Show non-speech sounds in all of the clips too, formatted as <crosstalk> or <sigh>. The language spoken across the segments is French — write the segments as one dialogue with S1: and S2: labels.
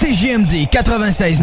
S1: CJMD 96.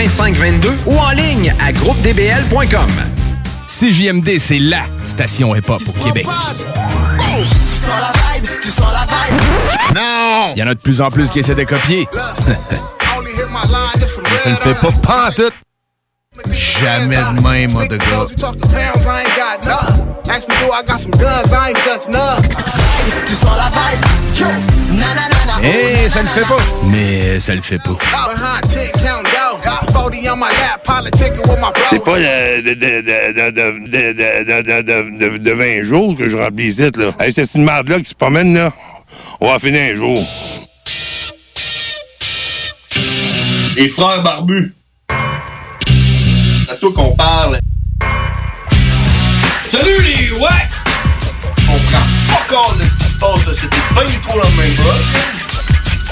S2: 2522 ou en ligne à groupedbl.com.
S3: CJMD, c'est LA station hip-hop au Québec. Non! Il y en a de plus en plus qui essaient de
S4: <laughs>
S3: copier. Mais ça ne fait pas pantoute.
S4: Jamais de même, mon de gars.
S3: Eh, ça ne fait pas.
S4: Mais ça le fait pas.
S5: C'est pas euh, de, de, de, de, de, de, de, de, de, de 20 jours que je remplis ici, là. Hey, c'est une merde là qui se promène, là. On va finir un jour.
S6: Les frères barbus. C'est à toi qu'on parle. Salut les ouais! On prend pas compte de ce qui se passe, là. C'était pas du tout la même chose.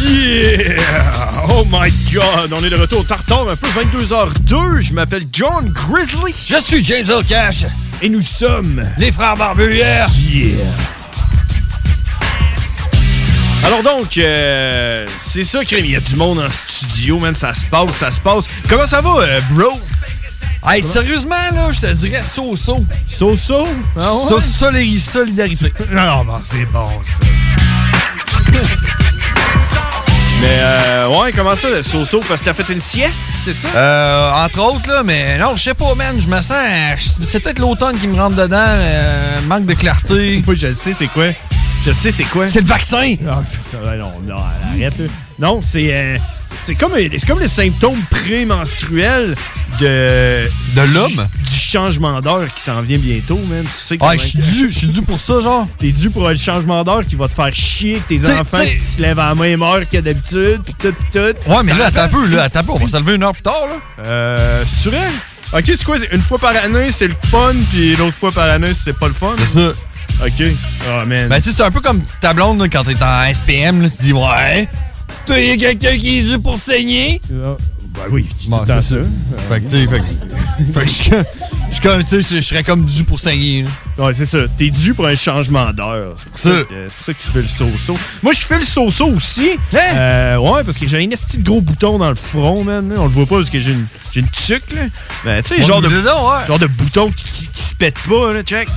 S7: Yeah! Oh my god, on est de retour tartare un peu 22h02. Je m'appelle John Grizzly. Je suis James L. Cash. Et nous sommes les frères Barbus Yeah! Alors donc, euh, c'est ça, Crème. Il y a du monde en studio, man. Ça se passe, ça se passe. Comment ça va, euh, bro?
S8: Hey, sérieusement, là, je te dirais so-so.
S7: So-so?
S8: So-so, les- solidarité.
S7: <laughs> Non, non, c'est bon, ça. Mais euh, ouais, comment ça, le so-so? Parce que t'as fait une sieste, c'est ça?
S8: Euh, entre autres, là, mais non, je sais pas, man, je me sens. je- C'est peut-être l'automne qui me rentre dedans, euh, manque de clarté.
S7: Oui, je le sais, c'est quoi? Je sais, c'est quoi?
S8: C'est le vaccin!
S7: Ah, putain, ouais, non, non, arrête. là. Non, c'est euh, c'est comme c'est comme les symptômes prémenstruels de
S8: De l'homme?
S7: du, du changement d'heure qui s'en vient bientôt, même. Tu sais
S8: Ouais, je suis dû, je suis dû pour ça, genre.
S7: T'es dû pour le changement d'heure qui va te faire chier que tes
S8: T'sais,
S7: enfants
S8: t'sais-
S7: qui se lèvent à la même heure que d'habitude, pis tout, pis tout.
S8: Ouais, mais là, attends un peu, là, attends un peu, on va se lever une heure plus tard, là.
S7: Euh, c'est vrai? Ok, c'est quoi? Une fois par année, c'est le fun, puis l'autre fois par année, c'est pas le fun?
S8: C'est ça.
S7: Ok. Oh man.
S8: Ben, tu sais, c'est un peu comme ta blonde, là, quand t'es en SPM, là, tu dis, ouais. T'as y a quelqu'un qui est dû pour saigner.
S7: Ah, ben oui, je dis
S8: Bon,
S7: tout le temps
S8: c'est ça. Fait que, tu sais, fait que. Fait que je suis comme- je suis comme, tu sais, je serais comme dû pour saigner, là.
S7: Ouais, c'est ça. T'es dû pour un changement d'heure. C'est pour, ça
S8: Ça.
S7: que- c'est pour ça que tu fais le so-so. Moi, je fais le so-so aussi.
S8: Hein?
S7: Euh, ouais, parce que j'ai un esti de gros bouton dans le front, man. On le voit pas parce que j'ai une, j'ai une tuque, là. Mais tu sais, genre de,
S8: Dis donc, ouais.
S7: genre de bouton qui, qui- qui se pète pas, là, check.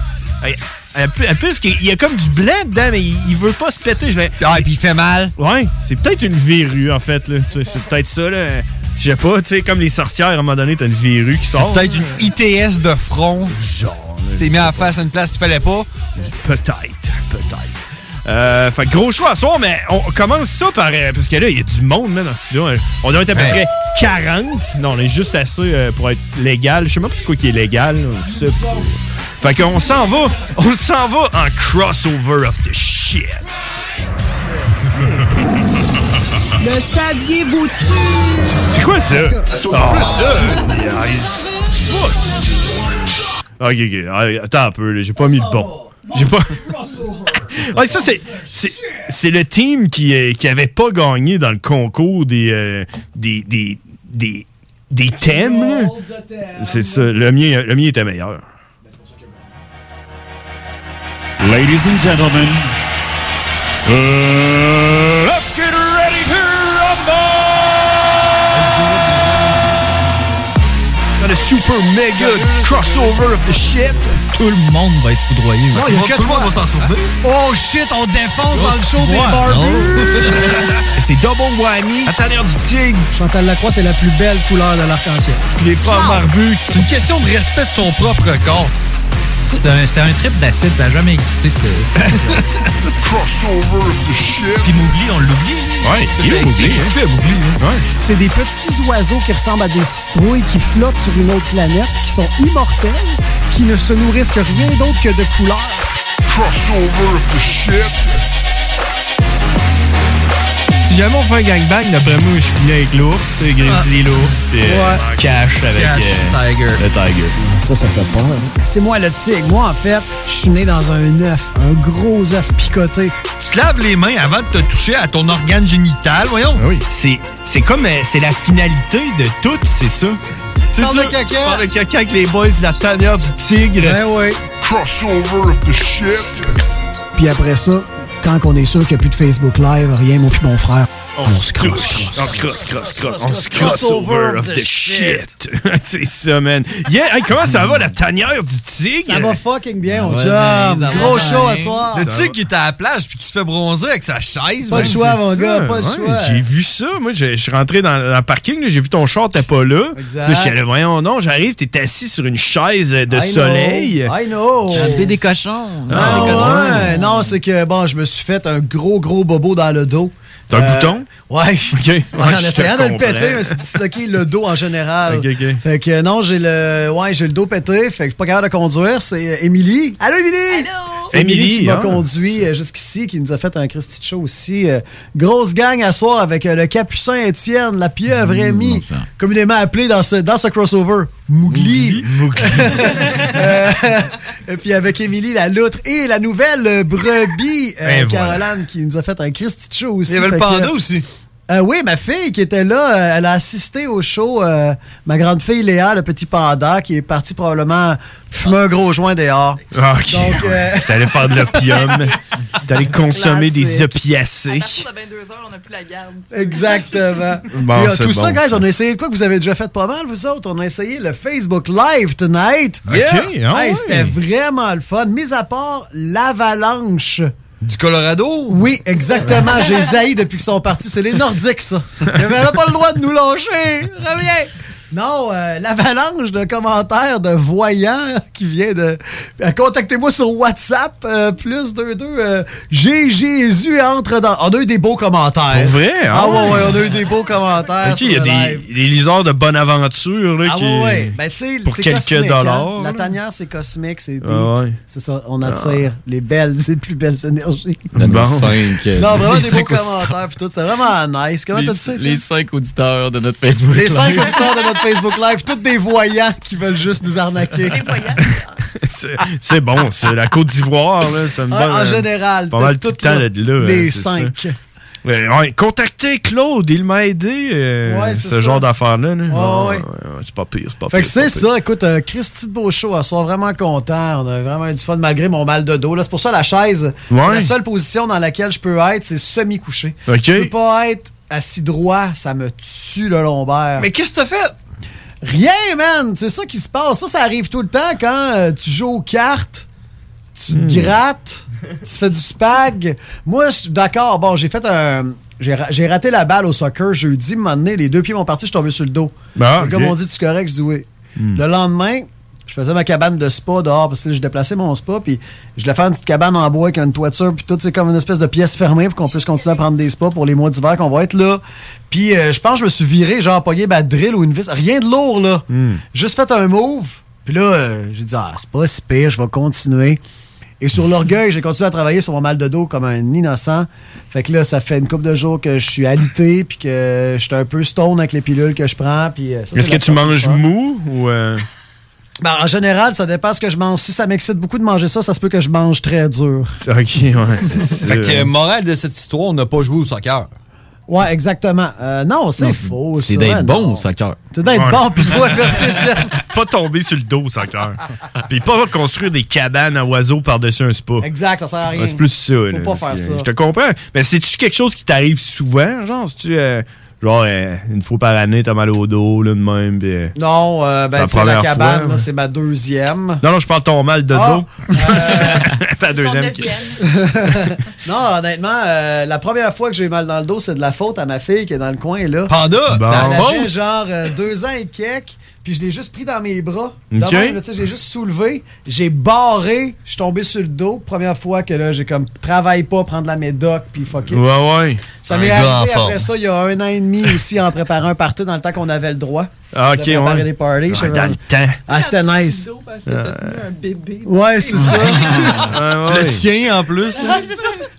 S7: Elle- elle- elle- parce qu'il y a comme du blanc dedans, mais il, il veut pas se péter. Je vais-
S8: Ah, et puis il fait mal.
S7: Ouais, c'est peut-être une verrue, en fait, là. Tu sais, C'est peut-être ça, là. Je sais pas, tu sais, comme les sorcières, à un moment donné, t'as une verrue qui
S8: C'est
S7: sort.
S8: peut-être une ITS de front.
S7: Genre, là.
S8: Tu t'es mis en face à une place qu'il fallait pas.
S7: Peut-être, peut-être. Euh, fait que gros choix à soir, mais on commence ça par. euh, parce que là, il y a du monde, même dans le studio. hein. On doit être à peu
S8: Hey.
S7: près 40. Non, on est juste assez euh, pour être légal. Je sais même pas c'est quoi qui est légal. là, je sais pas. Fait qu'on s'en va, on s'en va en crossover of the shit.
S1: Le saviez-vous
S7: C'est quoi ça?
S1: C'est
S7: Ah,
S1: quoi ça?
S7: aïe, aïe. Ok, ok. Aïe, Attends un peu, là, j'ai pas mis le bon. J'ai pas. Ouais, ça, c'est, c'est, c'est le team qui, euh, qui avait pas gagné dans le concours des, euh, des, des, des, des thèmes. là. C'est ça. Le mien, le mien était meilleur.
S9: Ladies and gentlemen, let's get ready to
S7: Dans le super mega crossover of the shit.
S10: Tout le monde va être foudroyé.
S8: Non,
S10: aussi.
S8: il y a que toi. Oh shit, on défonce dans le show des
S11: <laughs>
S8: barbus.
S10: C'est double whammy.
S7: La tanière du tigre.
S11: Chantal Lacroix, c'est la plus belle couleur de l'arc-en-ciel.
S7: Il est pas barbu.
S8: C'est une question de respect de son propre corps.
S10: C'était un, c'était un trip d'acide, ça n'a jamais existé, cette
S8: <laughs>
S10: station.
S9: Crossover of the shit.
S10: Puis Mougli, on l'oublie.
S7: Ouais, il est Mougli, hein.
S11: C'est des petits oiseaux qui ressemblent à des citrouilles qui flottent sur une autre planète, qui sont immortels, qui ne se nourrissent que rien d'autre que de couleurs.
S9: Crossover of the shit.
S4: Si jamais on fait un gangbang, d'après moi, je finis avec l'ours, tu sais, Grizzly l'ours, puis euh,
S11: Ah. Ouais.
S4: Cash avec
S11: Cash,
S4: euh, le Tiger.
S11: Ça, ça fait peur. C'est moi le tigre. Moi, en fait, je suis né dans un œuf, un gros œuf picoté.
S8: Tu te laves les mains avant de te toucher à ton organe génital, voyons.
S7: Oui.
S4: C'est, c'est comme, euh, c'est la finalité de tout, c'est ça. C'est
S8: Parle
S4: ça.
S8: de caca.
S4: Parle de caca avec les boys de la tanière du tigre.
S11: Ben ouais.
S9: Crossover of the shit.
S11: Puis après ça, quand on est sûr qu'il n'y a plus de Facebook Live, rien, moi puis mon frère.
S7: On se crosse. On se crosse, crosse, crosse. On se crossover of the shit. <laughs> C'est ça, man. Yeah, hey, comment ça va, la tanière du tigre?
S11: Ça va fucking bien, on
S7: Ouais,
S11: job.
S7: mais ça
S11: Gros
S7: va
S11: show
S7: bien.
S11: à soir.
S8: Le tigre qui est à la plage puis qui se fait bronzer avec sa chaise.
S11: Pas
S8: ben,
S11: le choix,
S8: c'est
S11: mon
S8: ça.
S11: gars, pas le
S8: Ouais.
S11: choix.
S7: J'ai vu ça. Moi, je je suis rentré dans, dans le parking. là, J'ai vu ton char, t'es pas là.
S11: Exact.
S7: Là, je suis allé, voyons, non, j'arrive, t'es assis sur une chaise de
S11: I know,
S7: soleil.
S11: I know.
S7: J'ai
S11: des
S10: cochons.
S11: Ah, ouais. Non, c'est que bon, je me suis fait un gros, gros bobo dans le dos. Euh,
S7: T'as un bouton?
S11: Ouais.
S7: <laughs> OK. Ouais,
S11: en
S7: je te
S11: essayant de le
S7: comprends.
S11: péter, je me suis disloqué le dos en général.
S7: Ok, ok.
S11: Fait que euh, non, j'ai le ouais, j'ai le dos pété, fait que je suis pas capable de conduire, c'est euh, Émilie. Allô Émilie. C'est
S7: Émilie,
S11: Émilie qui m'a
S7: hein.
S11: conduit euh, jusqu'ici, qui nous a fait un Christy de show aussi. euh, grosse gang à soir avec euh, le Capucin Étienne, la pieuvre Rémi, communément appelé dans ce, dans ce crossover, Mougli. Euh, <laughs> et puis avec Émilie, la loutre et la nouvelle euh, brebis, euh,
S8: Ben voilà.
S11: Caroline, qui nous a fait un Christy de show aussi.
S8: Il y avait le
S11: Fait que,
S8: panda aussi.
S11: euh, oui, ma fille qui était là, euh, elle a assisté au show. euh, ma grande fille Léa, le petit panda, qui est parti probablement fumer un gros joint dehors.
S7: Ah, OK.
S11: Donc, euh,
S7: T'es allé faire de l'opium. T'es allé consommer des
S11: Classique.
S7: opiacés.
S11: Exactement.
S7: Bon,
S11: Et, euh,
S7: c'est
S11: tout
S7: bon,
S11: ça, guys, on a essayé de quoi que vous avez déjà fait pas mal, vous autres. On a essayé le Facebook Live tonight.
S8: Ok, ah
S11: Hey,
S8: ouais.
S11: C'était vraiment le fun, mis à part l'avalanche. Du Colorado? Oui, exactement. J'ai zaï depuis qu'ils sont partis. C'est les Nordiques, ça. Ils n'avaient pas le droit de nous lâcher. Reviens! Non, euh, l'avalanche de commentaires de voyants qui vient de... Euh, Contactez-moi sur WhatsApp, euh, plus 22, euh, J'ai Jésus entre dans... On a eu des beaux commentaires.
S7: Pour vrai?
S11: Ah,
S7: Ah
S11: ouais,
S7: ouais.
S11: ouais, on a eu des beaux commentaires
S7: OK, il y
S11: sur
S7: a
S11: le
S7: des,
S11: live.
S7: des liseurs de bonne aventure là,
S11: Ah
S7: qui,
S11: ouais, ouais. Ben, tu sais,
S7: pour
S11: c'est
S7: quelques
S11: cosmique, hein.
S7: dollars.
S11: La tanière, c'est cosmique, c'est deep.
S7: Ah ouais.
S11: C'est ça, on attire les belles, <laughs> les plus belles énergies.
S7: Bon.
S11: Non, vraiment
S12: Les
S11: des beaux
S12: cinq auditeurs.
S11: commentaires pis tout. C'était vraiment nice. Comment t'as dit ça?
S12: les, les
S11: Étienne?
S12: cinq auditeurs de notre Facebook.
S11: Les cinq
S12: Live.
S11: auditeurs de notre Facebook Live, tous des voyants qui veulent juste nous arnaquer.
S7: <laughs> C'est- C'est bon, c'est la Côte d'Ivoire, là, ça me
S11: Ah,
S7: donne,
S11: en
S7: euh,
S11: général,
S7: Pas mal tout
S11: t'as
S7: le
S11: tout là,
S7: temps d'être là.
S11: les
S7: hein, c'est ça.
S11: cinq.
S7: Ouais, ouais, contactez Claude, il m'a aidé. euh,
S11: Ouais, c'est
S7: ce
S11: ça.
S7: genre d'affaires-là. là. Ah,
S11: Ouais, ouais.
S7: c'est pas pire, c'est pas
S11: Fait
S7: pire.
S11: que c'est
S7: pas pire.
S11: ça, écoute, euh, Christy de Beauchamp, elle soir vraiment content. On a vraiment eu du fun malgré mon mal de dos. là. C'est pour ça la chaise, c'est
S7: Ouais.
S11: la seule position dans laquelle je peux être, c'est semi-couché.
S7: Ok.
S11: Je peux pas être assis droit, ça me tue le lombaire.
S8: Mais qu'est-ce que t'as fait?
S11: Rien, man! C'est ça qui se passe. Ça, ça arrive tout le temps quand euh, tu joues aux cartes, tu te grattes, tu fais du spag. Moi, je suis d'accord. Bon, j'ai fait un. J'ai ra- j'ai raté la balle au soccer jeudi, un moment donné, les deux pieds m'ont parti, je suis tombé sur le dos.
S7: Ah,
S11: Les gars
S7: ok.
S11: m'ont dit, tu es correct? Je dis oui. Le lendemain, je faisais ma cabane de spa dehors, parce que là, je déplaçais mon spa, puis je voulais faire une petite cabane en bois avec une toiture, puis tout, c'est comme une espèce de pièce fermée pour qu'on puisse continuer à prendre des spas pour les mois d'hiver qu'on va être là. Puis
S7: Mm.
S11: euh, je pense que je me suis viré, genre pogné ma drill ou une vis, rien de lourd, là. Juste fait un move, Puis là, euh, j'ai dit, ah, c'est pas si pire, je vais continuer. Et sur l'orgueil, j'ai continué à travailler sur mon mal de dos comme un innocent. Fait que là, ça fait une couple de jours que je suis alité, puis que je suis un peu stone avec les pilules que je prends. Puis, euh, ça, c'est
S7: Est-ce que
S11: la
S7: tu
S11: première
S7: manges
S11: fois.
S7: mou ou. euh,
S11: Ben, en général, ça dépend ce que je mange. Si ça m'excite beaucoup de manger ça, ça se peut que je mange très dur.
S7: Ok, ouais.
S8: Fait que, euh, morale de cette histoire, on n'a pas joué au soccer.
S11: Ouais, exactement. Euh, non, c'est faux.
S8: c'est
S11: ça, non.
S8: d'être bon au
S7: soccer.
S11: C'est d'être
S7: Ouais.
S11: bon, puis
S7: <laughs>
S11: toi, merci, Étienne.
S7: Pas tomber sur le dos au soccer. Puis pas construire des cabanes à oiseaux par-dessus un spa.
S11: Exact, ça sert à rien.
S7: Ouais, c'est plus ça.
S11: Faut
S7: là,
S11: pas
S7: parce
S11: faire
S7: que
S11: ça.
S7: Je te comprends. Mais c'est-tu quelque chose qui t'arrive souvent? Genre, c'est-tu euh, genre euh, une fois par année, t'as mal au dos, là, de même? Puis, euh,
S11: Non, euh,
S7: Ta
S11: ben, tu sais, la
S7: première
S11: cabane,
S7: fois,
S11: là,
S7: ouais.
S11: c'est ma deuxième.
S7: Non, non, je parle de ton mal de
S11: Ah,
S7: dos. <laughs> Ta deuxième qui.
S11: non, honnêtement, euh, la première fois que j'ai eu mal dans le dos, c'est de la faute à ma fille qui est dans le coin, là.
S8: Panda! Bon.
S11: Elle
S8: Faute!
S11: avait genre euh, deux ans et quelques, puis je l'ai juste pris dans mes bras. De
S8: Ok.
S11: même, là, tu sais, je l'ai juste soulevé, j'ai barré, je suis tombé sur le dos. Première fois que là, j'ai comme, travaille pas, prendre de la médoc, puis fuck it.
S7: Ouais, ouais.
S11: Ça m'est arrivé après ça, il y a un an et demi aussi, en préparant un party dans le temps qu'on avait le droit.
S7: Ah, ok,
S11: De préparer
S7: ouais.
S11: des parties. j'avais-
S7: dans le temps.
S11: Ah, c'était nice.
S7: Euh,
S11: Ouais, c'est ça.
S7: ouais, ouais.
S8: tien en plus. là.
S11: Tu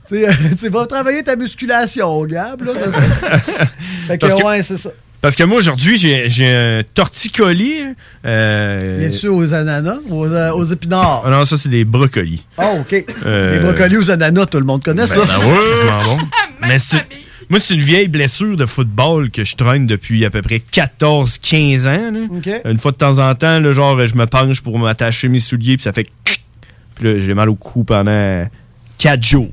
S11: sais, euh, <laughs> tu vas travailler ta musculation, Gab. Là, ça se
S7: <laughs>
S11: fait que,
S7: Parce que-
S11: ouais, c'est ça.
S7: Parce que moi, aujourd'hui, j'ai j'ai un torticolis. Euh...
S11: Il est tu aux ananas ou aux, euh, aux épinards?
S7: Ah non, ça, c'est des brocolis.
S11: Oh, OK.
S7: Euh,
S11: Les brocolis aux ananas, tout le monde connaît ça.
S7: Ben, ben ouais, c'est
S11: <laughs>
S7: vraiment bon. Mais c'est- moi, c'est une vieille blessure de football que je traîne depuis à peu près 14-15 ans. là.
S11: OK.
S7: Une fois de temps en temps, là, genre, je me penche pour m'attacher mes souliers, puis ça fait... clic. Puis là, j'ai mal au cou pendant 4 jours.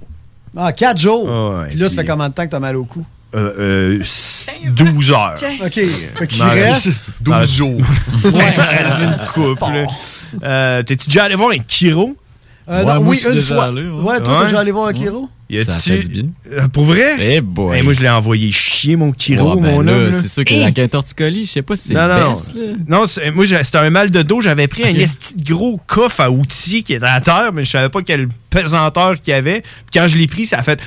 S11: Ah, 4 jours.
S7: Ah ouais,
S11: puis là, ça fait combien de temps que t'as mal au cou?
S7: Euh, euh, s- 12 heures.
S11: OK. Fait qu'il
S7: Non,
S11: reste.
S7: non, non, <laughs> il reste une coupe. là. Euh, T'es-tu déjà allé voir un chiro?
S11: Euh, non, oui, une fois. ouais, toi, t'es déjà allé voir un chiro?
S7: Y a-tu-
S12: Ça fait du bien.
S7: Euh, Pour vrai? Eh
S12: boy.
S7: moi, je l'ai envoyé chier, mon chiro,
S12: Ouais, ben
S7: mon
S12: là,
S7: homme.
S12: c'est sûr que
S7: Hey!
S12: avec un torticolis, je sais pas si c'est
S7: Non,
S12: le
S7: non.
S12: best, là.
S7: Non, c'est- moi, j'ai- c'était un mal de dos. J'avais pris
S12: Ok.
S7: un esti de gros coffre à outils qui était à terre, mais je savais pas quelle pesanteur qu'il y avait. Puis quand je l'ai pris, ça a fait.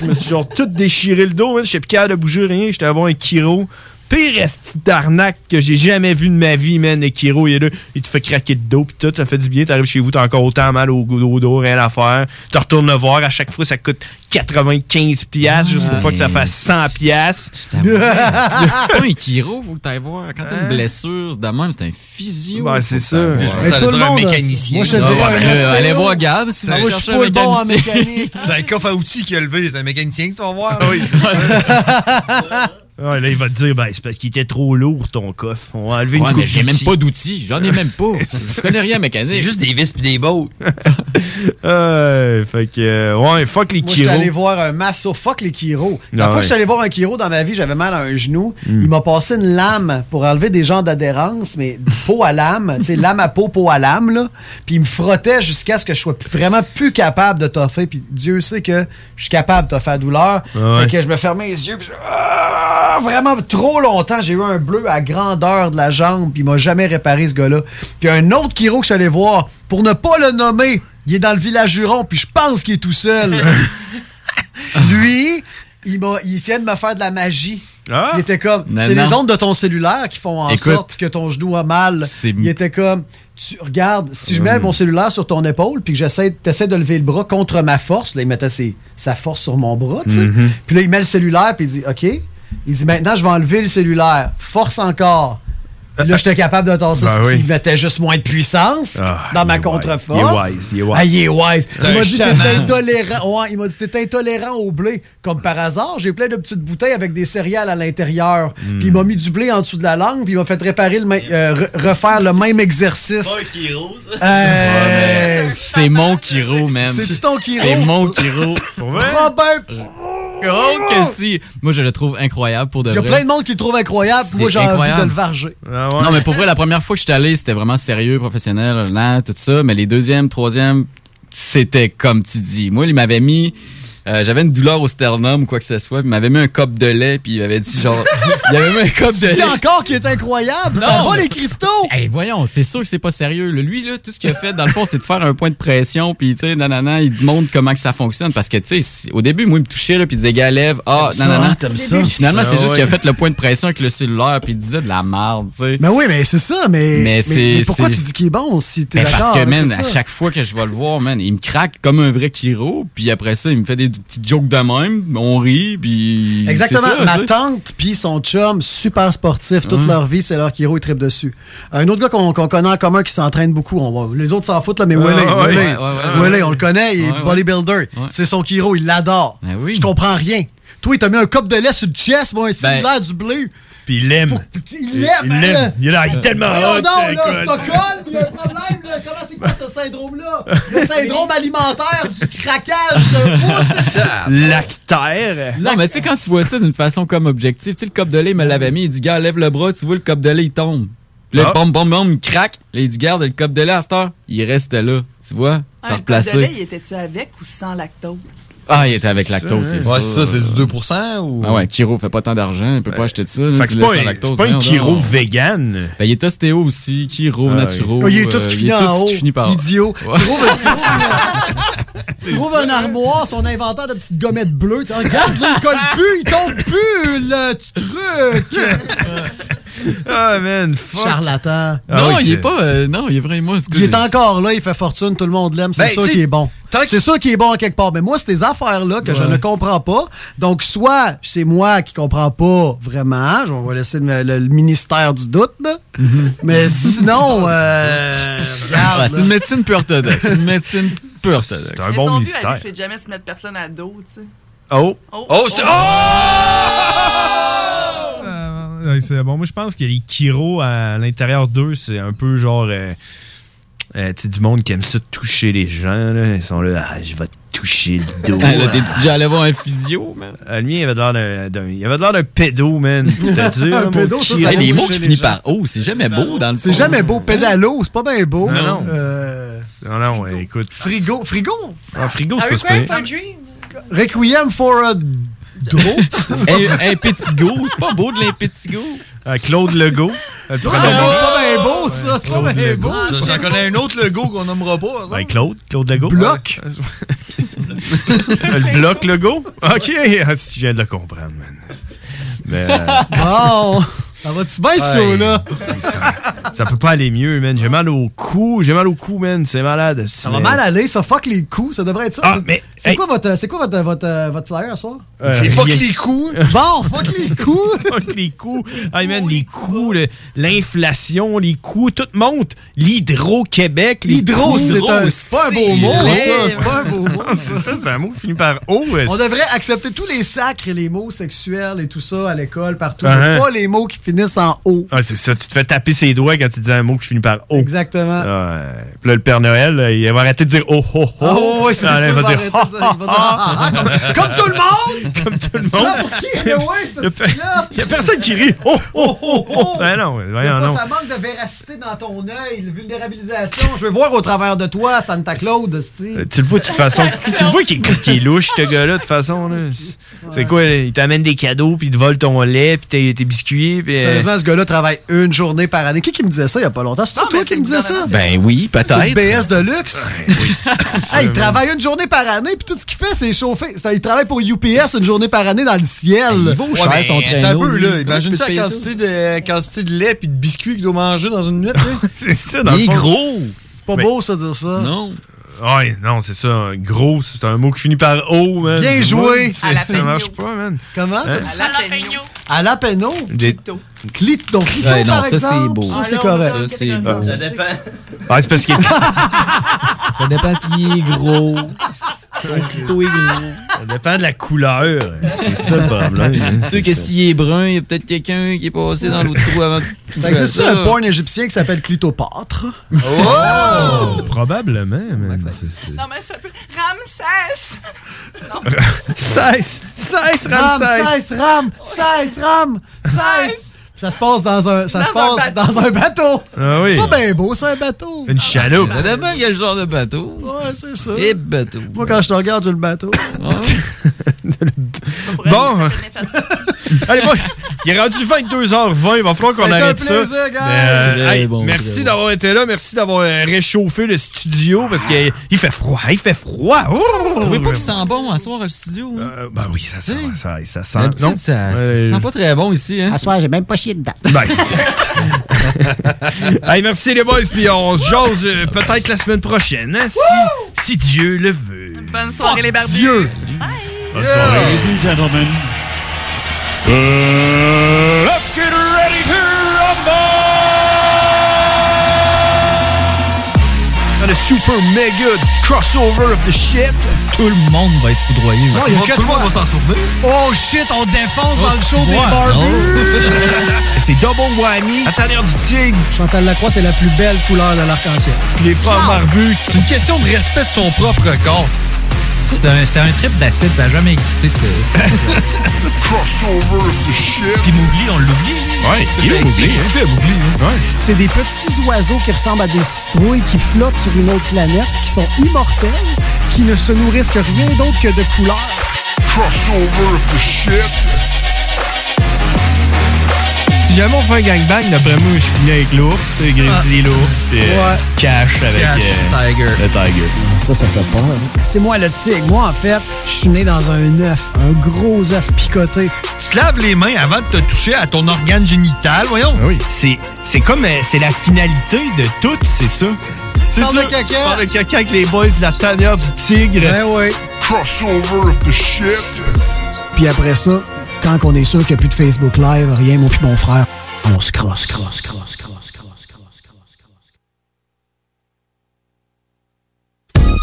S7: je me suis genre tout déchiré le dos. Je sais plus capable de bouger rien. J'étais avant un Kiro. Pire esti d'arnaque que j'ai jamais vu de ma vie, man. Le Kiro, il est là. Il te fait craquer le dos. Puis tout, ça fait du bien. T'arrives chez vous, t'as encore autant mal au, au dos, rien à faire. Tu retournes le voir. À chaque fois, ça coûte 95$, piastres, juste pour pas que ça fasse 100$. piastres.
S12: C'est
S7: <laughs>
S12: pas un chiro, faut que t'ailles voir. Quand t'as une blessure, de même, c'est un physio.
S7: Ben, c'est ça. Ouais. Mais
S12: T'allais
S7: tout
S12: dire
S7: le monde,
S8: moi,
S12: Ah,
S8: je te dirais un
S12: allez-
S8: ostéo.
S12: Euh, Allez voir Gab si
S8: Ah,
S12: vous
S8: moi, je
S12: cherchez
S8: suis
S12: un
S8: pas bon en
S12: mécanicien.
S8: mécanique. C'est un coffre à outils qui a levé, c'est un mécanicien que tu vas voir.
S7: oui. Ah, là, il va te dire, ben, c'est parce qu'il était trop lourd, ton coffre. On va enlever
S12: Ouais,
S7: une
S12: mais
S7: couche
S12: j'ai même
S7: d'outils.
S12: pas d'outils. J'en ai même
S7: <laughs>
S12: pas. Je connais rien en mécanique.
S8: C'est juste des vis pis des bottes.
S7: Euh, fait que, euh, ouais, fuck les
S11: Moi, j'étais
S7: kiros.
S11: allé voir un masso. Fuck les Kiro. La
S7: Ah
S11: fois
S7: ouais. Hmm.
S11: que j'étais allé voir un Kiro dans ma vie, j'avais mal à un genou. Il m'a passé une lame pour enlever des genres d'adhérence, mais peau à lame. tu sais, lame à peau, peau à lame, là. Puis il me frottait jusqu'à ce que je sois plus- vraiment plus capable de toffer. Puis Dieu sait que je suis capable de toffer à douleur.
S7: Ah ouais.
S11: Fait que je me fermais les yeux. puis je- Ah, vraiment trop longtemps. J'ai eu un bleu à grandeur de la jambe. Puis il m'a jamais réparé, ce gars-là. Puis un autre Kiro que je suis allé voir, pour ne pas le nommer, il est dans le village Huron. Puis je pense qu'il est tout seul. Lui, il, m'a, il essayait de me faire de la magie.
S7: Ah.
S11: Il était comme,
S12: Non,
S11: c'est
S12: non.
S11: les ondes de ton cellulaire qui font en
S12: Écoute.
S11: sorte que ton genou a mal. Il était comme, tu regardes, si je mets mon cellulaire sur ton épaule, puis que j'essaie, t'essaies de lever le bras contre ma force, là, il mettait ses- sa force sur mon bras, tu sais.
S7: Mhm.
S11: Puis là, il met le cellulaire, puis il dit, OK. Il dit, maintenant, je vais enlever le cellulaire. Force encore. Puis là, j'étais capable de tasser
S7: Ben
S11: ça.
S7: oui.
S11: Il mettait juste moins de puissance
S7: Ah,
S11: dans ma
S7: Il est
S11: contre-force.
S7: wise, il est wise.
S11: Ah, il est wise.
S7: C'est
S11: Il
S7: un
S11: m'a dit, t'es
S7: chaman.
S11: intolérant. Ouais, il m'a dit, t'es intolérant au blé. Comme par hasard, j'ai plein de petites bouteilles avec des céréales à l'intérieur.
S7: Hmm.
S11: Puis il m'a mis du blé en dessous de la langue, puis il m'a fait réparer le même- euh, re- refaire le même exercice. Euh,
S12: Ouais, mais C'est mon chiro, man.
S11: C'est-tu ton chiro?
S12: C'est mon chiro.
S11: Robert,
S12: Oh, que si. Moi, je le trouve incroyable pour de
S11: il y
S12: vrai.
S11: a plein de monde qui le trouve incroyable, puis moi
S12: C'est
S11: j'ai envie de
S12: incroyable.
S11: le varger.
S12: Non, mais pour vrai, la première fois que je suis allé, c'était vraiment sérieux, professionnel, là, tout ça. Mais les deuxièmes, troisièmes, c'était comme tu dis. Moi, il m'avait mis Euh, j'avais une douleur au sternum ou quoi que ce soit. puis Il m'avait mis un cop de lait, puis il avait dit genre. <laughs> il avait mis un cop de
S11: Tu dis
S12: lait.
S11: encore qu'il est incroyable. Ça
S12: Non.
S11: va, les cristaux.
S12: Hey, voyons, c'est sûr que c'est pas sérieux. là. Lui, là, tout ce qu'il a fait, dans le fond, c'est de faire un point de pression, puis, tu sais, nanana, il te montre comment que ça fonctionne. Parce que, tu sais, si- au début, moi, il me touchait, là, puis il disait, gars, lève, ah,
S11: T'aimes ça, hein,
S12: nanana.
S11: t'aimes ça.
S12: Puis Finalement, c'est
S11: Ah
S12: juste
S11: ouais.
S12: qu'il a fait le point de pression avec le cellulaire, puis il disait de la merde, tu sais.
S11: Mais oui, mais c'est ça. Mais,
S12: Mais c'est-
S11: pourquoi
S12: c'est-
S11: tu dis qu'il est bon si t'es
S12: Ben,
S11: d'accord?
S12: parce que,
S11: avec
S12: man,
S11: tout
S12: à
S11: ça?
S12: chaque fois que je vais le voir, man, il me craque comme un vrai Kiro, puis après ça, il me fait des petites jokes de même, on rit, puis.
S11: Exactement.
S12: c'est ça,
S11: Ma
S12: tu sais.
S11: tante puis son chum, super sportif, toute
S12: Hum.
S11: leur vie, c'est leur kiro, ils trippent dessus. Un autre gars qu'on qu'on connaît en commun qui s'entraîne beaucoup, on va- les autres s'en foutent, là, mais
S12: Ouais,
S11: Willie,
S12: ouais,
S11: Willie,
S12: ouais, ouais, ouais,
S11: Willie,
S12: ouais.
S11: on le connaît, il est
S12: Ouais, ouais. Ben
S11: bodybuilder. C'est son kiro, il l'adore. Je comprends rien. Toi, il t'a mis un cop de lait sur le chest, moi, un
S12: Ben-
S11: cellulaire du bleu.
S5: Puis il l'aime.
S11: Il l'aime, hein,
S5: Il l'aime. Il est là, il est tellement
S11: Voyons
S5: hot.
S11: donc, là,
S5: écoute.
S11: Stockholm, il y a un problème, là. Comment c'est quoi ce syndrome-là? Le
S12: <laughs>
S11: syndrome alimentaire du craquage de pouce.
S12: <laughs>
S5: Lactaire.
S12: Non, mais tu sais, quand tu vois ça d'une façon comme objective, tu sais, le cop de lait, il me l'avait mis, il dit, gars, lève le bras, tu vois, le cop de lait, il tombe. Puis là,
S13: Ah.
S12: bom, bom, bom, il craque. Là, il dit, garde le cop de lait à cette heure. Il reste là, tu vois,
S14: Ah,
S12: ça
S14: le col de lait,
S12: replacé.
S14: il était-tu avec ou sans lactose?
S12: Ah, il était avec lactose,
S8: Ouais,
S12: c'est
S8: c'est ça, c'est du 2% ou.
S12: Ah ouais, Kiro fait pas tant d'argent, il peut pas acheter de ça. là,
S5: Fait que
S12: tu
S5: c'est
S12: laisses
S5: pas
S12: sans
S5: un-
S12: lactose,
S5: c'est pas un
S12: voyons
S5: Kiro
S12: donc.
S5: vegan.
S12: Ben, il est ostéo aussi, Kiro,
S5: Ah,
S12: naturo.
S5: il- Oh, il est tout
S12: euh,
S5: ce qui
S12: il est
S5: finit en
S12: tout ce qui
S5: haut.
S12: finit par
S11: Idiot.
S12: Ouais.
S11: Tu trouves, tu trouves- tu trouves un armoire, son inventaire de petites gommettes bleues. Tu dis, regarde, là, il colle plus, il tombe plus, le truc.
S5: Ah, man, fuck.
S11: Charlatan.
S5: Ah
S12: non,
S5: oui,
S12: il est
S5: c'est-
S12: pas. euh, non, il est vraiment. c'est-
S11: Il est encore là, il fait fortune, tout le monde l'aime, c'est
S12: Ben,
S11: sûr
S12: tu-
S11: qu'il est bon. C'est sûr qu'il est bon à quelque part. Mais moi, c'est des affaires-là que je
S12: Ouais.
S11: ne comprends pas. Donc, soit c'est moi qui comprends pas vraiment, je- on va laisser le, le- le ministère du doute, là.
S12: Mm-hmm. <laughs>
S11: mais sinon, euh, regarde,
S12: Ah, c'est
S11: là.
S12: une médecine peu orthodoxe. C'est une médecine peu
S11: Ah,
S12: orthodoxe.
S5: C'est un
S14: Mais son but à lui, c'est de jamais se mettre personne à dos, tu sais.
S5: Oh.
S14: Oh!
S5: c'est-
S7: Euh, Ouais, c'est bon, moi je pense que les Kiro à l'intérieur d'eux, c'est un peu genre. euh, euh, tu sais, du monde qui aime ça toucher les gens. Là. Ils sont là, ah, je vais te toucher le dos.
S12: Ah, là, t'es déjà allé voir un physio, man.
S7: Euh, lui, il avait de l'air d'un- d'un- il avait de l'air d'un pédo, man. <laughs> pour te dire,
S11: Un
S7: mon
S11: pédo, ça, ça
S7: Kiro.
S11: aime
S12: les mots
S11: toucher
S12: qui
S11: les
S12: finissent
S11: gens.
S12: par O, c'est jamais beau dans le
S11: c'est
S12: fond.
S11: jamais beau. Pédalo, c'est pas bien beau.
S12: Non, non.
S11: Euh,
S7: Non, non, ouais, écoute.
S11: frigo, frigo.
S7: Ah, frigo, c'est
S11: I
S7: pas
S11: require
S7: super.
S11: for Requiem
S12: <laughs>
S11: for a draw.
S12: Un pétigo, c'est pas beau de l'impétigo.
S7: Euh, Claude Legault. Euh,
S11: Ouais,
S7: prenons-
S11: c'est pas bien beau, ça. C'est pas
S7: Claude
S11: bien
S7: Legault.
S11: beau.
S7: Ça,
S8: J'en connais un autre logo qu'on nommera pas.
S7: Ben, Claude, Claude Legault.
S11: Bloc.
S7: <laughs> le bloc Legault? Ok, ah, si tu viens de le comprendre, man. Mais, euh,
S11: <laughs> Bon, ça va-tu bien, ce
S7: Ouais.
S11: show-là?
S7: ça peut pas aller mieux, man. J'ai mal au cou, j'ai mal au cou, man. C'est malade.
S11: Ça va mal aller, ça fuck les coups, ça devrait être ça.
S7: Ah,
S11: C'est-
S7: mais,
S11: c'est
S7: hey.
S11: quoi votre c'est quoi votre votre, euh, votre flyer ce soir
S7: C'est fuck les <laughs>
S11: coups. Bon, fuck les coups.
S7: euh, Fuck les coups. Hey, man, les coups, le- l'inflation, les coûts, tout monte. L'hydro-Québec, les
S11: L'hydro,
S7: coûts.
S11: c'est un- c'est pas un beau mot,
S7: L'hydro.
S11: ça, c'est pas un beau mot,
S7: <laughs> C'est ça, c'est un mot qui finit par O. euh,
S11: On devrait accepter tous les sacres et les mots sexuels et tout ça à l'école partout,
S7: Ah,
S11: mais
S7: hein.
S11: pas les mots qui finissent en O.
S7: Ah, c'est ça, tu te fais taper ses doigts quand tu dis un mot qui finit par O.
S11: Exactement.
S7: Ouais. Puis là, le Père Noël, là, il va arrêter de dire oh, oh, oh.
S11: Oh, ouais, c'est
S7: Ah,
S11: ça,
S7: là, il va dire
S11: arrêter de dire- il va dire, ah, ah, ah,
S7: <laughs>
S11: comme- comme tout le monde!
S7: Comme tout le
S11: C'est
S7: monde.
S11: ça pour qui,
S5: Eh
S11: anyway, ce
S7: Il y a pe-
S11: style-là?
S7: Il y a personne qui rit. Oh,
S11: <laughs>
S7: oh, oh, oh. Ben non,
S11: Il y a
S7: voyons,
S11: pas-
S7: non.
S11: Ça manque de véracité dans ton œil, la vulnérabilisation. Je vais voir au travers de toi, Santa Claude, Steve.
S7: Euh, Tu le vois de
S11: <laughs>
S7: toute façon. Tu le vois qu'il est, qu'il est louche, ce gars-là, de toute façon. là. C'est quoi? là, Il t'amène des cadeaux, puis il te vole ton lait, puis tes, tes biscuits. Puis, euh,
S11: Sérieusement, ce gars-là travaille une journée par année. Qui qui me disait ça il y a pas longtemps? C'est toi qui me disais ça?
S12: Ben oui,
S11: C'est
S12: peut-être.
S11: le BS de luxe. <laughs> Hey, il travaille une journée par année, puis tout ce qu'il fait, c'est chauffer. C'est- Il travaille pour UPS une journée par année dans le ben, ciel. Il
S8: Ouais, mais attends un peu, là. Imagine ça, la quantité de, quantité de lait puis de biscuits qu'il doit manger dans une nuit,
S11: <laughs>
S8: là.
S7: c'est ça, dans le fond.
S11: Pas
S7: Mais-
S11: beau, ça, dire ça.
S12: Non.
S7: Ouais, non, c'est ça. Gros, c'est un mot qui finit par O, man.
S11: Bien
S7: Tu vois,
S11: joué.
S7: c'est- Ça marche pas. man.
S11: Comment?
S7: Hein?
S11: À la peigno. À la peigno.
S7: Des-
S11: Clit, donc Clito,
S7: Ouais, non,
S11: par
S7: ça, c'est
S11: exemple.
S7: beau.
S11: Ça, c'est
S7: Ah, non,
S11: correct.
S7: ça, c'est beau. Ça dépend. Ah, c'est parce qu'il est-
S11: Ça dépend s'il est gros.
S7: Ça dépend de la couleur. C'est
S11: <laughs>
S7: ça le problème. hein,
S12: Sûr
S7: c'est
S12: que
S7: ça.
S12: s'il est brun, il y a peut-être quelqu'un qui est passé dans l'autre trou avant de toucher
S11: Fait que
S12: à
S11: Ben, c'est
S12: ça.
S11: un porn égyptien qui s'appelle Clitopâtre.
S7: Oh! Probablement, man. C'est-
S14: Non, mais ça peut. Ramsès! Non.
S7: Cesse! Cesse, Ramsès!
S11: Ram, 16, Ram, 16, Ram, 16.
S15: Ça se passe dans un, ça
S16: Dans
S15: se
S16: un
S15: passe
S16: bateau.
S15: dans un bateau.
S7: Ah oui.
S15: C'est pas bien beau, c'est un bateau.
S7: Une chaloupe.
S15: Ça dépend
S7: quel genre de bateau.
S15: Ouais, c'est ça.
S7: Et bateau.
S15: Moi, quand je te regarde, j'ai le bateau.
S11: Ah
S15: <laughs>
S7: Bon. <laughs> Allez, boys, il est rendu 22h20. Il va falloir qu'on
S17: C'était un
S7: arrête ça.
S17: plaisir, guys.
S7: euh,
S17: Très
S7: hey,
S17: bon, très
S7: merci
S17: bon.
S7: d'avoir été là. Merci d'avoir euh, réchauffé le studio parce qu'il il fait froid. Il fait froid. Oh!
S12: Trouvez pas qu'il sent bon à soir au studio? hein.
S7: ben oui, ça sent. Ça, ça sent.
S12: D'habitude,
S7: non?
S12: ça- ça sent pas
S7: très bon ici. Hein?
S12: À soir, j'ai même pas chié dedans.
S7: Ben,
S12: <laughs>
S7: c'est- <laughs> hey, merci les boys. Puis on se jase euh, peut-être la semaine prochaine. hein, si, si Dieu le veut.
S16: Bonne soirée, les barbus.
S7: Dieu!
S4: Ladies
S7: and gentlemen. Euh,
S4: Let's get ready to rumble!
S7: Dans le super mega crossover of the shit. Tout le monde va être foudroyé.
S8: Non, il y a que toi. Oh shit,
S5: <laughs>
S8: on défonce
S7: Oh,
S8: dans le
S11: Oh,
S8: show des
S15: <laughs>
S8: barbus!
S7: C'est double whammy. À travers du tigre.
S15: Chantal Lacroix, c'est la plus belle couleur de l'arc-en-ciel.
S12: Les femmes barbues. C'est une question de respect de son propre corps. C'était un, c'était un trip d'acide, ça n'a jamais existé, cette
S8: <laughs>
S4: Crossover of the shit.
S12: Puis Mowgli, on l'oublie.
S4: Ouais, il est Mowgli, hein.
S11: C'est des petits oiseaux qui ressemblent à des citrouilles qui flottent sur une autre planète, qui sont immortels, qui ne se nourrissent que rien d'autre que de couleurs.
S4: Crossover of the shit.
S17: Si jamais on fait un gangbang, d'après moi, je finis avec l'ours,
S7: euh,
S17: tu sais, Grizzly
S15: Ah.
S17: l'ours, puis euh,
S11: Ouais.
S17: Cash avec
S11: Cash,
S17: euh, le Tiger.
S11: Ça, ça fait peur. hein? C'est moi le tigre. Moi, en fait, je suis né dans un œuf, un gros œuf picoté.
S8: Tu te laves les mains avant de te toucher à ton organe génital, voyons.
S12: Ah
S7: Oui, c'est, c'est comme euh, c'est la finalité de tout, c'est ça. C'est
S8: Parle
S7: ça.
S8: de caca.
S7: Tu parles de caca avec les boys de la tanière du tigre.
S15: Ben oui.
S4: Crossover of the shit.
S11: Puis après ça, quand on est sûr qu'il n'y a plus de Facebook Live, rien, moi puis mon frère, on se crosse, crosse, crosse, crosse, crosse, crosse.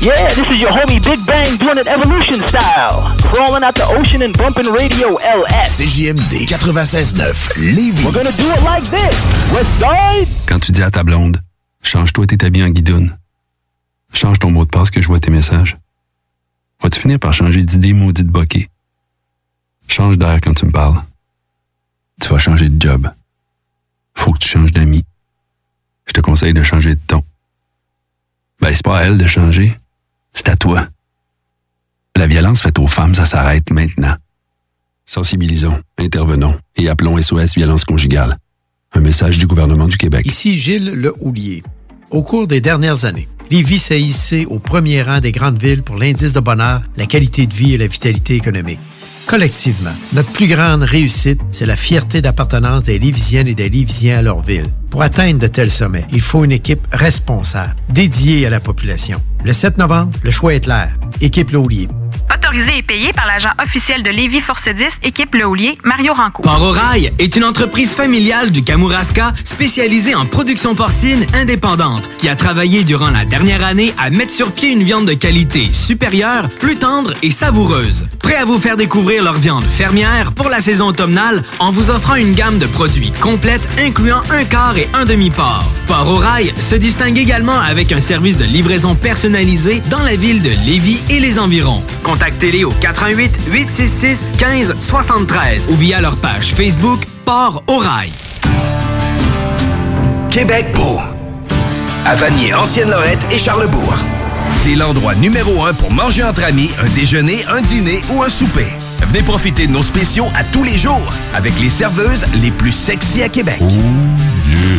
S5: Yeah, this is your homie Big Bang doing it evolution style. Crawling out the ocean and bumping radio LS.
S3: CJMD 96.9, Lévis.
S5: We're gonna do it like this. Let's dive.
S13: Quand tu dis à ta blonde, change-toi tes habits en guidoune. Change ton mot de passe que je vois tes messages. Vas-tu finir par changer d'idée maudite bokeh? Change d'air quand tu me parles. Tu vas changer de job. Faut que tu changes d'amis. Je te conseille de changer de ton. Ben, c'est pas à elle de changer. C'est à toi. La violence faite aux femmes, ça s'arrête maintenant. Sensibilisons, intervenons et appelons SOS Violence Conjugale. Un message du gouvernement du Québec.
S18: Ici Gilles Le Houlier. Au cours des dernières années, Lévis s'est hissé au premier rang des grandes villes pour l'indice de bonheur, la qualité de vie et la vitalité économique. Collectivement, notre plus grande réussite, c'est la fierté d'appartenance des Lévisiennes et des Lévisiens à leur ville. Pour atteindre de tels sommets, il faut une équipe responsable, dédiée à la population. Le 7 novembre, le choix est clair. Équipe Le Houlier.
S19: Autorisé et payé par l'agent officiel de Lévis Force 10, équipe Le Houlier, Mario Rancourt.
S20: Port au Rail est une entreprise familiale du Kamouraska spécialisée en production porcine indépendante qui a travaillé durant la dernière année à mettre sur pied une viande de qualité supérieure, plus tendre et savoureuse. Prêt à vous faire découvrir leur viande fermière pour la saison automnale en vous offrant une gamme de produits complète incluant un quart et un demi-port. Port au Rail se distingue également avec un service de livraison personnalisé dans la ville de Lévis et les environs. Contactez-les au 88 866 15 73 ou via leur page Facebook Port au Rail.
S3: Québec beau. À Vanier, Ancienne-Lorette et Charlebourg. C'est l'endroit numéro un pour manger entre amis, un déjeuner, un dîner ou un souper. Venez profiter de nos spéciaux à tous les jours avec les serveuses les plus sexy à Québec.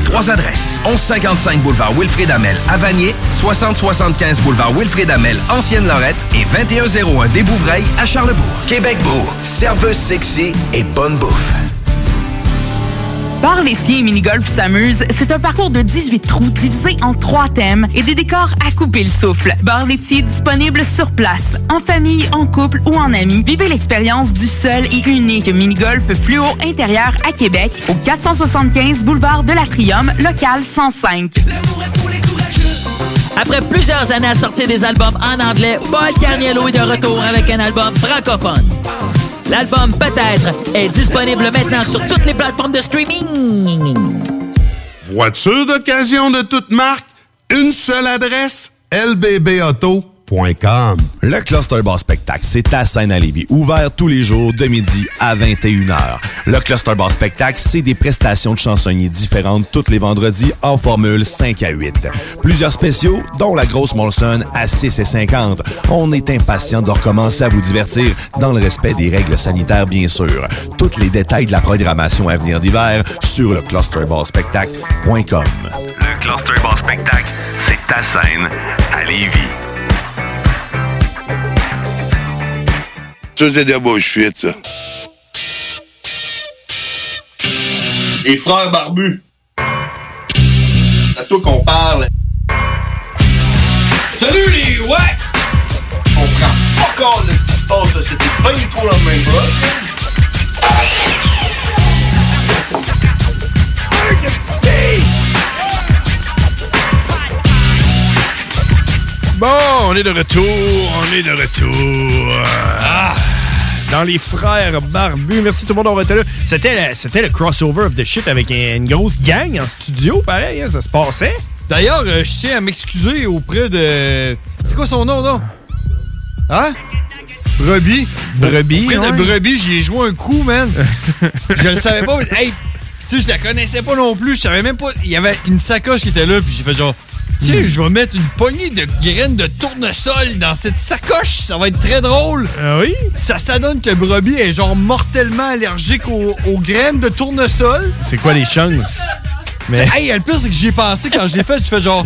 S3: Trois adresses. 1155 boulevard Wilfrid Amel à Vanier, 6075 boulevard Wilfrid Amel, Ancienne-Lorette et 2101 des Bouvrailles à Charlebourg. Québec beau, serveuse sexy et bonne bouffe.
S14: Bar laitier et mini-golf s'amuse, c'est un parcours de 18 trous divisé en trois thèmes et des décors à couper le souffle. Bar laitier disponible sur place, en famille, en couple ou en amis. Vivez l'expérience du seul et unique mini-golf fluo intérieur à Québec au 475 boulevard de l'Atrium, local 105.
S21: Après plusieurs années à sortir des albums en anglais, Paul Carniello est de retour avec un album francophone. L'album Peut-être est disponible maintenant sur toutes les plateformes de streaming.
S22: Voiture d'occasion de toute marque, une seule adresse, LBB Auto.
S23: Le Cluster Bar Spectacle, c'est ta scène à Lévis, ouvert tous les jours de midi à 21h. Le Cluster Bar Spectacle, c'est des prestations de chansonniers différentes tous les vendredis en formule 5 à 8. Plusieurs spéciaux, dont la grosse Molson à 6 et 50. On est impatient de recommencer à vous divertir dans le respect des règles sanitaires, bien sûr. Tous les détails de la programmation à venir d'hiver sur le clusterbarspectacle.com.
S3: Le Cluster Bar Spectacle, c'est ta scène à Lévis.
S24: Ça, c'est de la bullshit, ça.
S17: Les frères barbus. C'est à toi qu'on parle. Salut les ouais! On prend pas compte de ce qui se passe, là. c'était pas du tout la même chose.
S7: Bon, on est de retour, on est de retour. Ah, dans les frères barbus. Merci tout le monde d'avoir été là. C'était le, c'était le crossover of the shit avec une grosse gang en studio, pareil, hein, ça se passait.
S8: D'ailleurs, euh, je tiens à m'excuser auprès de. C'est quoi son nom, non? Hein? Brebis.
S7: Brebis,
S8: Auprès de
S7: ouais.
S8: Brebis, j'y ai joué un coup,
S7: <laughs>
S8: man. je le savais pas. mais- Hey, tu sais, je la connaissais pas non plus. Je savais même pas. Il y avait une sacoche qui était là, puis j'ai fait genre. Tiens,
S7: Mm.
S8: je vais mettre une poignée de graines de tournesol dans cette sacoche. Ça va être très drôle.
S7: Ah oui?
S8: Ça s'adonne que Brebis est genre mortellement allergique aux, aux graines de tournesol.
S7: C'est quoi les chances? Mais-
S8: Hey, le pire, c'est que j'y ai pensé quand je l'ai fait. Je fais genre.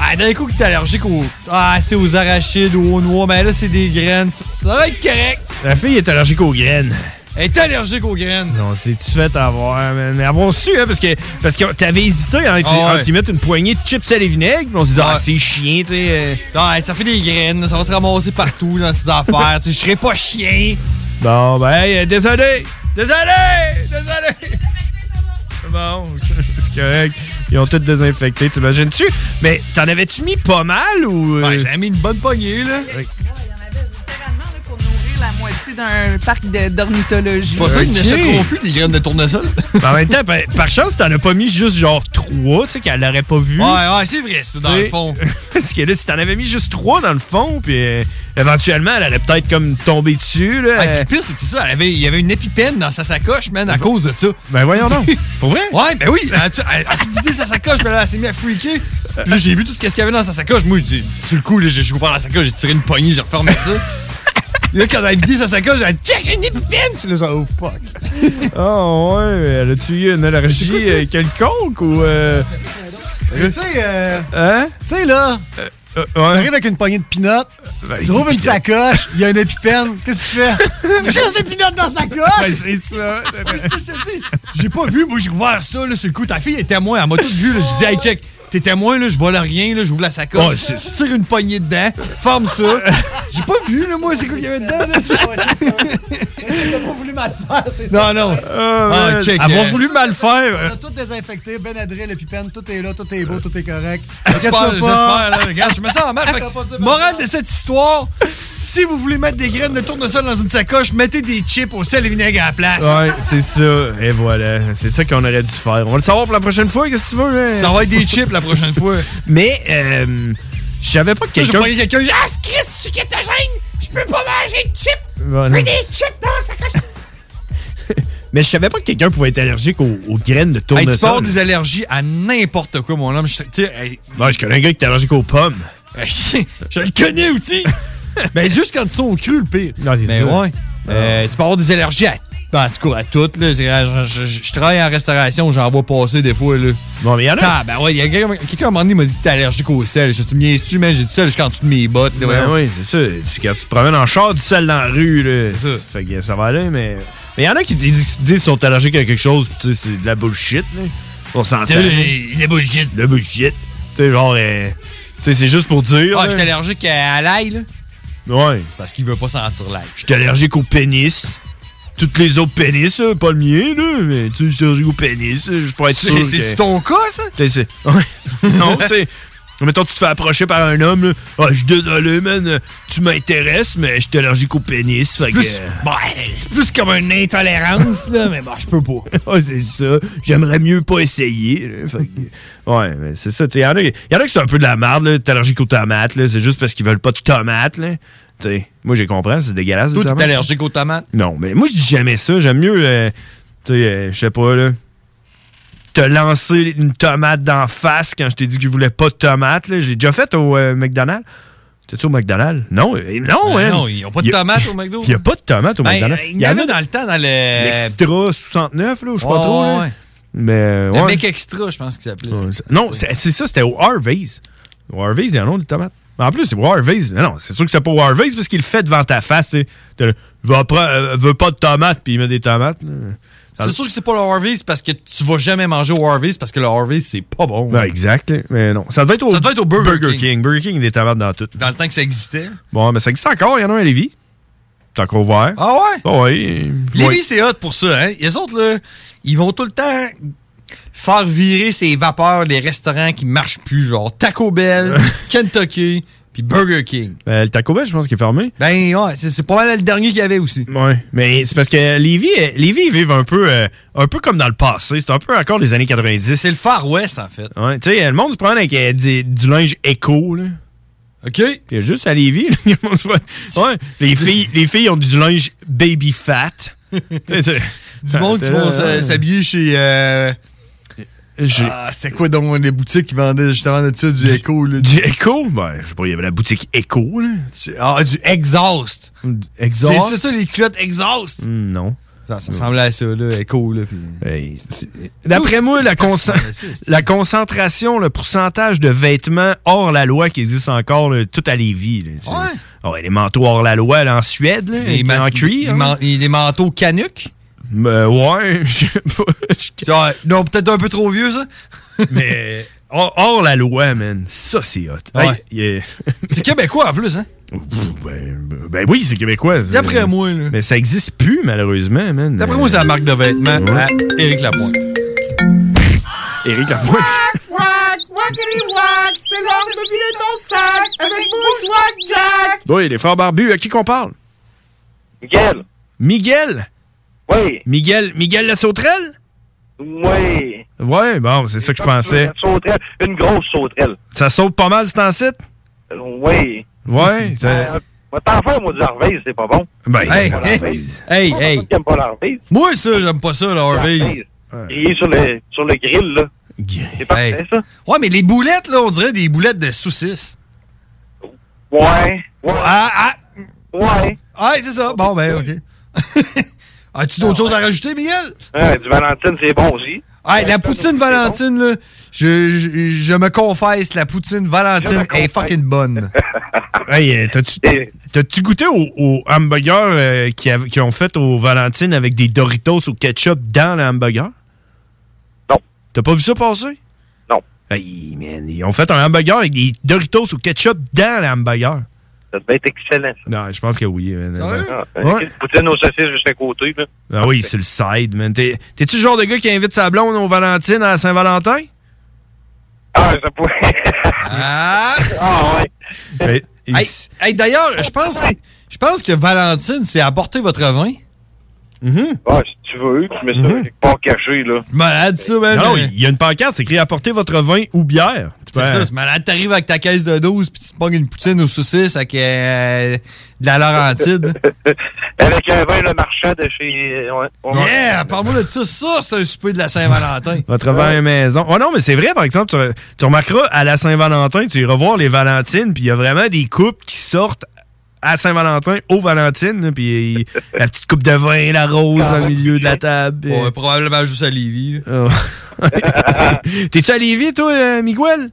S8: Ah, d'un coup, que t'es allergique aux. Ah, c'est aux arachides ou aux noix, mais là, c'est des graines. Ça va être correct.
S7: La fille est allergique aux graines.
S8: Elle est allergique aux graines.
S7: Non, c'est-tu fait avoir, man? Mais avoir su, hein, parce que, parce que t'avais hésité hein, à
S8: Ah ouais.
S7: t'y mettre une poignée de chips à les vinaigres, puis on s'est dit, ah, c'est chien, tu sais. euh.
S8: Ah, ça fait des graines. Ça va se ramasser partout dans ces affaires. Tu sais, je serais pas chien.
S7: Bon, ben, hey, euh, désolé! <laughs> Désolé! Désolé! Bon, c'est correct. Ils ont tout désinfecté, t'imagines-tu? Mais t'en avais-tu mis pas mal ou. euh? Ouais,
S8: Ben, j'avais mis une bonne poignée, là.
S25: la moitié d'un parc de- d'ornithologie.
S8: plus des graines de
S7: <laughs>
S8: tournesol.
S7: Ben, en même temps, par, par chance, t'en as pas mis juste genre trois, tu sais, qu'elle l'aurait pas vu.
S8: Ouais, ouais, c'est vrai, c'est dans le fond.
S7: <laughs> Parce que là, si t'en avais mis juste trois dans le fond, puis euh, éventuellement, elle aurait peut-être comme tombé dessus, là.
S8: Ah, puis le pire, c'est que c'est ça. Elle avait, il y avait une épipène dans sa
S7: <laughs>
S8: sacoche, man, à cause de ça.
S7: Ben
S8: <laughs>
S7: voyons donc. Pour vrai?
S8: Ouais, ben oui. Elle a elle a tout vidé sa sacoche, mais là, elle s'est mise à freaker. Puis là, j'ai vu tout ce qu'il y avait dans sa sacoche. Moi, j'ai- sur le coup, là, j'ai j'ai ouvert la sacoche, j'ai tiré une poignée, j'ai refermé ça. <laughs> Là, quand elle a vidé sa sacoche, elle a dit Check, j'ai une épipène! Je suis là, genre, oh fuck.
S7: Oh, ouais, elle a-tu eu une allergie
S8: C'est quoi ça?
S7: euh, quelconque ou. euh,
S11: Tu sais, euh,
S7: Hein?
S11: tu sais, là,
S7: euh,
S11: t'arrives
S7: ouais.
S11: avec une poignée de pinottes,
S8: Euh,
S7: Ben,
S11: tu trouves une
S7: pinottes.
S11: sacoche, il y a une épipène, qu'est-ce
S8: <laughs>
S11: que tu fais? tu cherches des pinottes dans sa
S8: Ben,
S11: coche!
S8: c'est ça. Mais c'est ça, je dis, J'ai pas vu, moi, j'ai ouvert ça, là, sur le coup. Ta fille est témoin, elle m'a tout vu, là. J'ai dit, hey, check, t'es témoin, là, je vole rien, là, j'ouvre la
S7: Ouais,
S8: sacoche.
S7: c'est-
S8: je tire une poignée dedans, ferme <laughs> ça. J'ai pas vu, là, moi, c'est quoi qu'il y avait dedans, là, tu sais.
S11: T'as pas voulu mal faire, c'est ça.
S8: Non, non.
S7: Ah,
S8: check.
S7: Avoir
S8: euh,
S7: voulu mal faire.
S11: On
S7: euh,
S11: a tout désinfecté, Benadryl, l'épipène, tout est là, tout est beau, tout est correct.
S8: Euh, J'espère,
S11: Inquiète-toi pas.
S8: j'espère, là, regarde, je me sens
S11: <laughs>
S8: mal. Fait que,
S11: T'as pas dû mal
S8: morale de cette histoire, si vous voulez mettre des graines de tournesol dans une sacoche, mettez des chips au sel et vinaigre à la place.
S7: Ouais, c'est ça. Et voilà. C'est ça qu'on aurait dû faire. On va le savoir pour la prochaine fois, qu'est-ce que tu veux, hein?
S8: Ça va être des chips la prochaine fois.
S7: Mais, euh, je savais pas que
S8: Quelqu'un...
S7: quelqu'un.
S8: Je quelqu'un, j'ai dit, ah,
S5: Chris, je suis kétogène! Je peux pas manger de chips!
S7: Voilà.
S5: Fais des chips dans la sacoche!
S7: Mais je savais pas que quelqu'un pouvait être allergique aux, aux graines de
S8: Hey, tu peux avoir
S7: tournesol.
S8: des allergies à n'importe quoi, mon homme. Je, tu sais, hey,
S7: Ouais, je connais un gars qui est allergique aux pommes.
S8: <laughs> je le connais
S7: <laughs>
S8: aussi. Mais juste quand ils sont au cru, le pire. Mais
S7: ça.
S8: ouais. Euh, tu peux avoir des allergies à. Ben, en tout cas, à toutes. Là. Je, je- je- je travaille en restauration, j'en vois passer des fois. Là.
S7: Bon, mais y en a-
S8: Ah, ben ouais, y a quelqu'un quelqu'un à un moment donné m'a dit que t'es allergique au sel. Je me suis tu mais j'ai du sel jusqu'en dessous de mes bottes. Là,
S7: Ben
S8: voyons.
S7: oui, c'est ça. C'est quand tu te promènes en char, du sel dans la rue, là. Ça. Fait que ça va aller, mais. Mais y en a qui disent disent qu'ils sont allergiques à quelque chose, pis tu sais, c'est de la bullshit, là. On s'entend.
S8: Tu sais,
S7: La bullshit. La bullshit. Tu sais, genre, euh, tu sais, c'est juste pour dire.
S8: Ah,
S7: là.
S8: je suis allergique à, à l'ail, là.
S7: hein. Ouais.
S8: C'est parce qu'il veut pas sentir l'ail.
S7: Je suis allergique au pénis. Toutes les autres pénis, euh, pas le mien, là. Mais tu sais, je suis allergique au pénis. euh, Je pourrais être sûr.
S8: C'est-
S7: que- <laughs>
S8: C'est ton cas, ça?
S7: Tu sais, c'est- Ouais. non, tu sais. Mettons, tu te fais approcher par un homme, là. Ah, je suis désolé, man, euh, tu m'intéresses, mais je suis allergique au pénis, fait que.
S8: Plus- Bon, c'est plus comme une intolérance, là, mais bon, je peux pas.
S7: <laughs> Ouais, c'est ça. J'aimerais mieux pas essayer. là. Fait que- ouais, mais c'est ça. Il y, en a- y en a qui sont un peu de la merde. là. T'es allergique aux tomates. là. C'est juste parce qu'ils veulent pas de tomates. Là. T'sais, moi, j'ai compris. C'est dégueulasse.
S8: Toi,
S7: les
S8: t'es
S7: tomates.
S8: allergique aux tomates?
S7: Non, mais moi, je dis jamais ça. J'aime mieux, euh, tu sais, euh, je sais pas, là, te lancer une tomate d'en face quand je t'ai dit que je voulais pas de tomate. Là. Je l'ai déjà fait au euh, McDonald's. T'es-tu au McDonald's? Non, euh, non,
S8: Ben
S7: hein.
S8: non, ils ont pas de
S7: Y a-
S8: tomates au McDo.
S7: Il <laughs> y a pas de tomates au
S8: Ben,
S7: McDonald's.
S8: il y en avait dans le temps, dans le-
S7: L'Extra 69, là, ou je sais
S8: Ouais,
S7: pas trop. là.
S8: ouais.
S7: Mais, euh,
S8: Le
S7: ouais.
S8: mec extra, je pense qu'il s'appelait.
S7: Ouais, c'est- Non, c'est c'est ça, c'était au Harvey's. Au Harvey's, il y en a des tomates. Mais en plus, c'est au Harvey's. Non, non, c'est sûr que c'est pas au Harvey's parce qu'il le fait devant ta face. tu sais. T'as le, Va pre- euh, veux pas de tomates, puis il met des tomates. là. Ça-
S8: C'est sûr que c'est pas le Harvey's parce que tu vas jamais manger au Harvey's parce que le Harvey's, c'est pas bon.
S7: Ouais, ben, exact, là. mais non. Ça devait être au,
S8: Ça devait être au Burger King.
S7: Burger King, des tomates dans tout.
S8: Dans le temps que ça existait.
S7: Bon, mais ça existe encore, il y en a un à Lévis. C'est encore ouvert.
S8: Ah ouais?
S7: oui.
S8: Lévis,
S7: Ouais.
S8: c'est hot pour ça. Hein? Les autres, là, ils vont tout le temps faire virer ces vapeurs les restaurants qui marchent plus, genre Taco
S7: <laughs>
S8: Bell, Kentucky, puis Burger King.
S7: Euh, le Taco Bell, je pense qu'il est fermé.
S8: Ben ouais, c'est, c'est pas mal le dernier qu'il y avait aussi.
S7: Ouais, mais c'est parce que Lévis, euh, Lévis, ils vivent un peu, euh, un peu comme dans le passé. C'est un peu encore les années 90. C'est le
S8: Far West, en fait.
S7: Ouais, tu sais, le monde se prend avec euh, du, du linge éco, là.
S8: OK.
S7: Puis juste à Lévis, là, <laughs> le monde se prend- ouais, les, filles, les filles ont du linge
S8: <laughs>
S7: baby fat.
S8: Du monde qui vont s'a- s'habiller chez. euh, Ah, c'est quoi donc les boutiques qui vendaient justement de ça, du Echo? Là,
S7: du Echo? Ben, je sais pas, il y avait la boutique Echo. Là.
S8: Ah, du Exhaust.
S7: Exhaust?
S8: C'est c'est ça, les culottes Exhaust?
S7: Hmm, non.
S8: Ça, ça ressemblait à ça, là, Echo. Là, puis-
S7: D'après moi, la, conce-
S8: Ça ressemblait à ça, c'est-
S7: la concentration, le pourcentage de vêtements hors la loi qui existe encore, là, tout à Lévis. là, tu sais. Ah ouais. les manteaux hors la loi là, en Suède, là,
S8: Des
S7: qui-
S8: ma-
S7: en cuir.
S8: des
S7: hein.
S8: man- des manteaux canuc.
S7: Ben, ouais. <laughs>
S8: Genre, non, peut-être un peu trop vieux, ça.
S7: Mais hors, hors la loi, man, ça c'est hot.
S8: Ouais.
S7: c'est
S8: québécois en plus, hein?
S7: <laughs> Ben, ben oui, c'est québécois. ça.
S8: D'après moi, là.
S7: Mais ça existe plus, malheureusement, man.
S8: D'après moi, c'est la marque de vêtements à Éric Lapointe.
S7: Éric Lapointe.
S17: Wack, wackity wack, c'est l'heure de vider ton sac avec Bushwack Jack.
S7: Oui, les frères barbus, à qui qu'on parle? Miguel. Miguel? Oui. Miguel, Miguel la sauterelle?
S1: Oui.
S7: Ouais, bon, c'est ça que je pensais.
S1: Une sauterelle, une grosse sauterelle.
S7: Ça saute pas mal, c'est en site?
S1: Euh, Oui.
S7: <laughs> Ouais. ça-
S1: Euh, moi, T'en fais, moi, du Harvey, c'est pas bon.
S7: Ben,
S1: Hey,
S8: <laughs> hey,
S1: hey. J'aime pas l'Harvey.
S8: Moi, ça, j'aime pas ça, le Harvey.
S1: Harvey's. Il est sur le, sur le grill, là. C'est parfait, ça.
S8: Ouais, mais les boulettes, là, on dirait des boulettes de saucisses.
S1: Ouais. ouais.
S8: Ah,
S1: ah. Ouais.
S8: Ouais, c'est ça. Bon, ben, OK. <laughs> As-tu
S1: Ah,
S8: d'autres choses à rajouter, Miguel?
S1: Ouais, Hein, du Valentine, c'est bon aussi.
S8: Hey, Ah, la poutine Valentine, là, je, je, je me confesse, la poutine Valentine est
S1: <laughs>
S8: fucking bonne.
S7: Hey, euh, t'as-tu- t'as-tu goûté aux au hamburgers euh, qui, av- qui ont fait au Valentine avec des Doritos au ketchup dans le hamburger?
S1: Non.
S7: T'as pas vu ça passer?
S1: Non.
S7: Hey, man, ils ont fait un hamburger avec des Doritos au ketchup dans le hamburger.
S1: Ça devait être excellent.
S7: Non, je pense que oui. man.
S1: Ah,
S7: Ouais.
S1: une Poutine aux saucisses juste à côté, là.
S7: Ah oui, c'est le side, man. T'es- T'es-tu le genre de gars qui invite sa blonde au Valentine à Saint-Valentin?
S1: Ah, ça pourrait.
S8: Ah!
S1: ouais.
S7: Hey,
S8: <laughs> hey, d'ailleurs, je pense, que- je pense que Valentine, c'est apporter votre vin. Mm-hmm.
S1: Ah, si tu veux, tu mets ça quelque part caché, là.
S8: Malade, ça, man.
S7: Non, il y a une pancarte, c'est écrit apportez votre vin ou bière. Tu
S8: euh, C'est
S7: peux-
S8: ça, c'est malade. T'arrives avec ta caisse de 12 puis tu te pognes une poutine aux saucisses avec euh, de la Laurentide.
S1: <laughs> Avec un vin, le marchand de chez. euh, Ouais. ouais.
S8: yeah! Parle-moi de ça. Ça, c'est un souper de la Saint-Valentin.
S7: Votre vin maison. Oh non, mais c'est vrai, par exemple, tu, re- tu remarqueras à la Saint-Valentin, tu iras voir les Valentines, puis il y a vraiment des coupes qui sortent à Saint-Valentin, aux Valentines, là, puis il- la petite coupe de vin, la rose au milieu de la table.
S8: <laughs>
S7: puis-
S8: Ouais, Ah probablement juste à Lévis. là.
S7: Oh. <laughs> T'es-tu à Lévis, toi, euh, Miguel?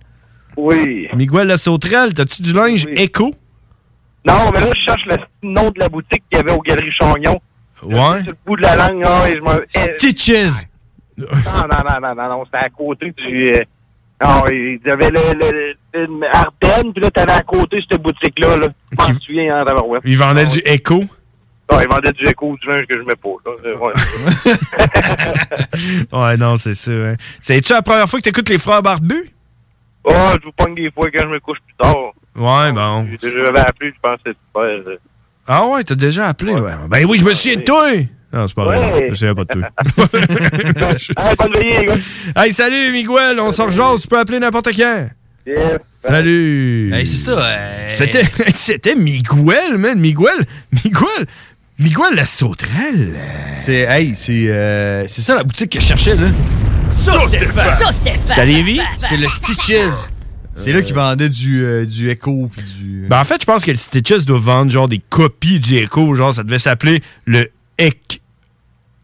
S1: Oui.
S7: Miguel la sauterelle, t'as-tu du linge éco?
S1: Non, mais là, je cherche le nom de la boutique qu'il y avait aux Galeries Chagnon.
S7: Ouais.
S1: Sur le bout de la langue, là, et je me.
S8: Stitches!
S1: Non, non, non, non, non, non, c'était à côté du. euh, Non, il y avait le, le, le- une Ardennes, puis là, t'avais à côté cette boutique-là, là. Je m'en souviens, hein, tabarouette.
S7: Il vendait du
S1: <laughs>
S7: éco.
S1: Non, ils vendaient du écho du linge que je mets pas, là. Euh, ouais.
S8: <laughs>
S7: Ouais, non, c'est ça. hein. C'est-tu la première fois que t'écoutes les frères Barbus?
S1: Oh, je vous pogne des fois quand je me couche plus tard.
S7: Ouais, bon.
S1: Je l'avais appelé, je pensais super. euh,
S7: Ah ouais, t'as déjà appelé, ouais. Ben oui, je me souviens de toi! Non, c'est pas vrai.
S1: Ouais.
S7: Je me souviens pas de
S1: <laughs>
S7: toi.
S1: Hey, bonne veillée, les gars.
S7: Hey, salut, Miguel, on se rejase, tu peux appeler n'importe quand.
S1: Yeah.
S7: Salut! Hey, c'est ça,
S8: euh,
S7: C'était, <laughs> c'était Miguel, man, Miguel, Miguel, Miguel la sauterelle.
S8: C'est, hey, c'est, euh, c'est ça la boutique que je cherchais, là.
S17: Sauce Stéphane! Sauce Stéphane!
S8: C'est à Lévis? C'est le Stitches. Euh, C'est là qu'ils vendaient du, euh, du Echo puis du. euh,
S7: Ben, en fait, je pense que le Stitches doit vendre genre des copies du Echo, genre ça devait s'appeler le Ec.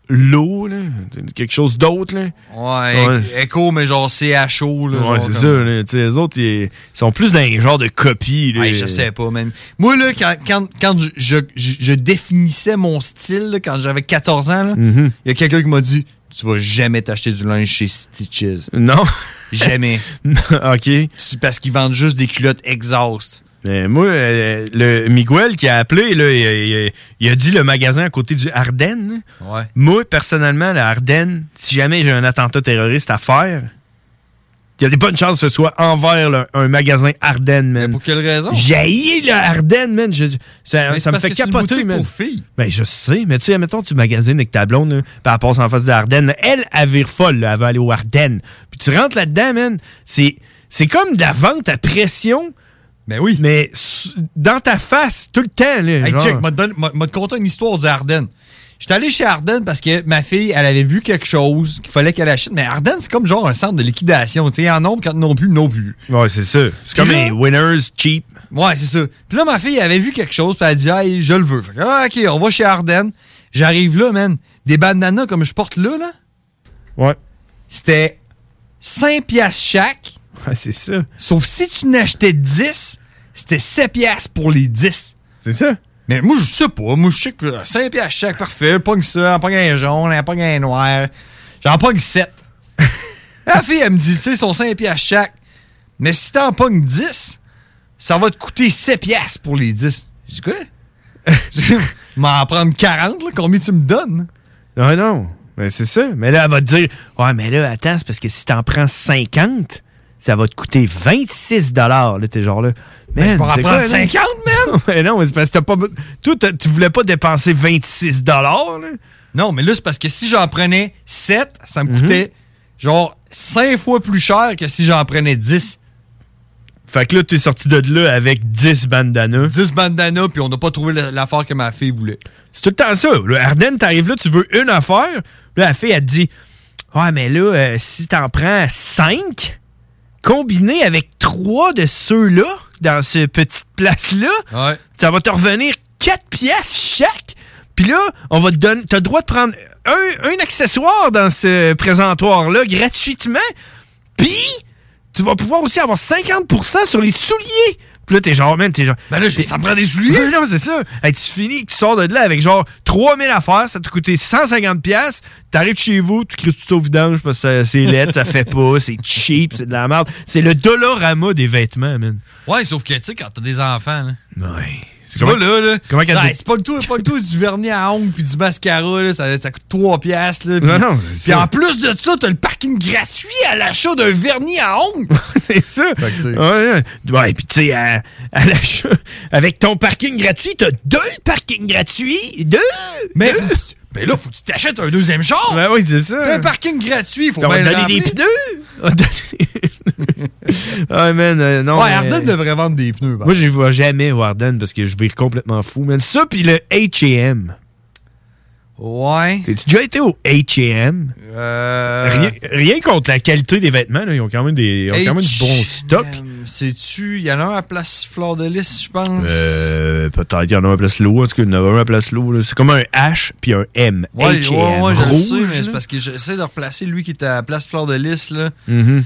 S7: L'eau, là. Quelque chose d'autre, là.
S8: Ouais,
S7: Ouais.
S8: Echo, mais genre CHO, là.
S7: Ouais,
S8: genre
S7: c'est ça,
S8: comme-
S7: là. Tu sais, les autres, ils ils sont plus dans les genres de copies, là.
S8: Hey, je sais pas, même. Moi, là, quand, quand, quand je, je, je- je définissais mon style, là, quand j'avais 14 ans, là, il
S7: Mhm.
S8: y a quelqu'un qui m'a dit Tu vas jamais t'acheter du linge chez Stitches.
S7: Non. <laughs>
S8: Jamais.
S7: OK.
S8: Parce qu'ils vendent juste des culottes exhaust.
S7: Mais moi, euh, le Miguel qui a appelé, là, il, il- il a dit le magasin à côté du Ardennes.
S8: Ouais.
S7: Moi, personnellement, la Ardennes, si jamais j'ai un attentat terroriste à faire, il y a des bonnes chances que ce soit envers le- un magasin Ardennes, man. pour
S8: quelle raison?
S7: J'ai haï le Ardennes, man. Je- ça
S8: Mais c'est
S7: ça me
S8: parce
S7: fait
S8: que c'est une
S7: capoter,
S8: boutique
S7: man.
S8: pour filles.
S7: Ben, je sais, mais tu sais, mettons, tu magasines avec ta blonde, là, puis elle passe en face des Ardennes. là. Elle, elle vire folle, là, elle va aller aux Ardennes. Puis tu rentres là-dedans, man. C'est, c'est comme de la vente à pression.
S8: Ben oui.
S7: Mais s- dans ta face, tout le temps, là.
S8: Hey,
S7: genre.
S8: check, m'a donné- m'a m'a te conté une histoire du Arden. J'étais allé chez Arden parce que ma fille, elle avait vu quelque chose qu'il fallait qu'elle achète. Mais Arden, c'est comme genre un centre de liquidation. Tu sais, en nombre, quand non plus, non plus.
S7: Ouais, c'est ça. C'est comme les winners cheap.
S8: Ouais, c'est ça. Puis là, ma fille, elle avait vu quelque chose, puis elle a dit, hey, je le veux. Fait que, ah, ok, on va chez Arden. J'arrive là, man. Des bananas comme je porte là, là.
S7: Ouais.
S8: C'était 5 piastres chaque.
S7: Ouais, c'est ça.
S8: Sauf si tu n'achetais 10, c'était 7 piastres pour les 10.
S7: C'est ça.
S8: Mais moi, je sais pas. Moi, je sais que 5 piastres chaque, parfait. Pogne ça, en pogne un jaune, en pogne un noir. J'en pogne
S7: <laughs>
S8: 7. La fille, elle me dit, tu sais, son 5 piastres chaque. Mais si t'en pognes 10, ça va te coûter 7 piastres pour les 10. Je dis
S7: <laughs>
S8: quoi? Je vais M'en prendre 40, là. Combien tu me donnes?
S7: Non, Ah, non. Mais c'est ça. Mais là, elle va te dire Ouais, mais là, attends, c'est parce que si t'en prends 50, ça va te coûter 26 dollars. Là, t'es genre là.
S8: Mais Ben, je vais en
S7: c'est
S8: prendre
S7: là?
S8: 50,
S7: <laughs>
S8: man!
S7: mais non, mais c'est parce que t'as pas. Toi, t'as- tu voulais pas dépenser 26 dollars, là.
S8: Non, mais là, c'est parce que si j'en prenais 7, ça me coûtait
S7: Mhm.
S8: genre 5 fois plus cher que si j'en prenais 10.
S7: Fait que là, t'es sorti de là avec 10 bandanas.
S8: 10 bandanas, puis on n'a pas trouvé la- l'affaire que ma fille voulait.
S7: C'est tout le temps ça. Le Arden, t'arrives là, tu veux une affaire. Là, la fille, elle te dit Ouais, mais là, euh, si t'en prends 5, combiné avec 3 de ceux-là, dans cette petite place-là,
S8: Ouais.
S7: ça va te revenir 4 pièces chaque. Puis là, on va te donner. T'as le droit de prendre un, un accessoire dans ce présentoir-là gratuitement. Puis, tu vas pouvoir aussi avoir 50% sur les souliers. Puis là, t'es genre, man, t'es genre.
S8: Ben là, ça me prend des souliers.
S7: Non, c'est ça. Hey, tu finis, tu sors de là avec genre 3000 affaires, ça t'a coûté 150$. pièces. T'arrives chez vous, tu cries tout au vidange parce que ça- c'est laid, ça
S8: <laughs>
S7: fait pas, c'est cheap, c'est de la merde. C'est le Dolorama des vêtements, man.
S8: Ouais, sauf que, tu sais, quand t'as des enfants, là.
S7: Ouais.
S8: Tu vois, là, là.
S7: Comment qu'elle
S8: Ouais,
S7: dit-
S8: C'est pas le tout, pas le tout du vernis à ongles puis du mascara, là. Ça, ça coûte 3 piastres, là.
S7: Non,
S8: puis-
S7: non, c'est
S8: Puis
S7: ça.
S8: en plus de ça, t'as le parking gratuit à l'achat d'un vernis à ongles.
S7: <laughs> c'est ça. Ouais, ouais. Ouais, puis tu sais, à- à l'achat, avec ton parking gratuit, t'as deux parkings gratuits. Deux!
S8: Mais, mais là, faut que tu t'achètes un deuxième char.
S7: Ben oui, c'est ça.
S8: T'as un parking gratuit, faut Euh,
S7: Puis on va
S8: bien
S7: te
S8: le
S7: donner des
S8: remplir.
S7: pneus. On va te donner- <laughs> Ah, man, euh, non.
S8: ouais,
S7: mais-
S8: Arden devrait vendre des pneus. par
S7: Moi, je vois jamais Warden parce que je vais complètement fou, man. Ça, puis le H&M.
S8: Ouais.
S7: T'as-tu déjà été au H&M?
S8: Euh...
S7: Rien, rien contre la qualité des vêtements, là. Ils ont quand même des, ils ont quand même du bon stock.
S8: Sais-tu, il y en a un à Place Fleur de Lys, je pense.
S7: Euh, peut-être, il y en a un à place l'eau. En tout cas, il y en a un à place l'eau. C'est comme un H puis un M.
S8: Ouais, ouais,
S7: H&M.
S8: ouais, je le
S7: rouge.
S8: sais, mais c'est
S7: là.
S8: parce que j'essaie de replacer lui qui était à Place Fleur de Lys, là.
S7: Mhm.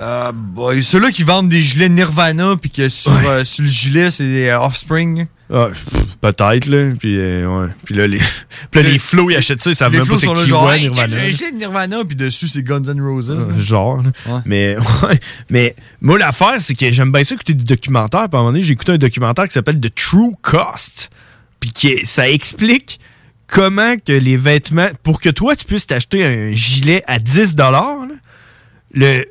S8: Euh, boy, ceux-là qui vendent des gilets Nirvana, puis que sur, euh, sur le gilet, c'est des euh, Offspring.
S7: Ah, pff, peut-être, là. Puis, euh, ouais. Puis là, les, <laughs> puis là, les flots, ils achètent ça, ils savent
S8: Les
S7: même pas
S8: flots
S7: c'est
S8: sont là,
S7: qui
S8: genre,
S7: ouais,
S8: hey, check,
S7: Nirvana. Euh,
S8: j'ai un gilet de Nirvana, puis dessus, c'est Guns N' Roses. là.
S7: <laughs> genre. là. Mais, <laughs> ouais. mais moi, l'affaire, c'est que j'aime bien ça écouter des documentaires. Puis à un moment donné, j'ai écouté un documentaire qui s'appelle The True Cost. Puis qui- ça explique comment que les vêtements, pour que toi, tu puisses t'acheter un gilet à 10 là, le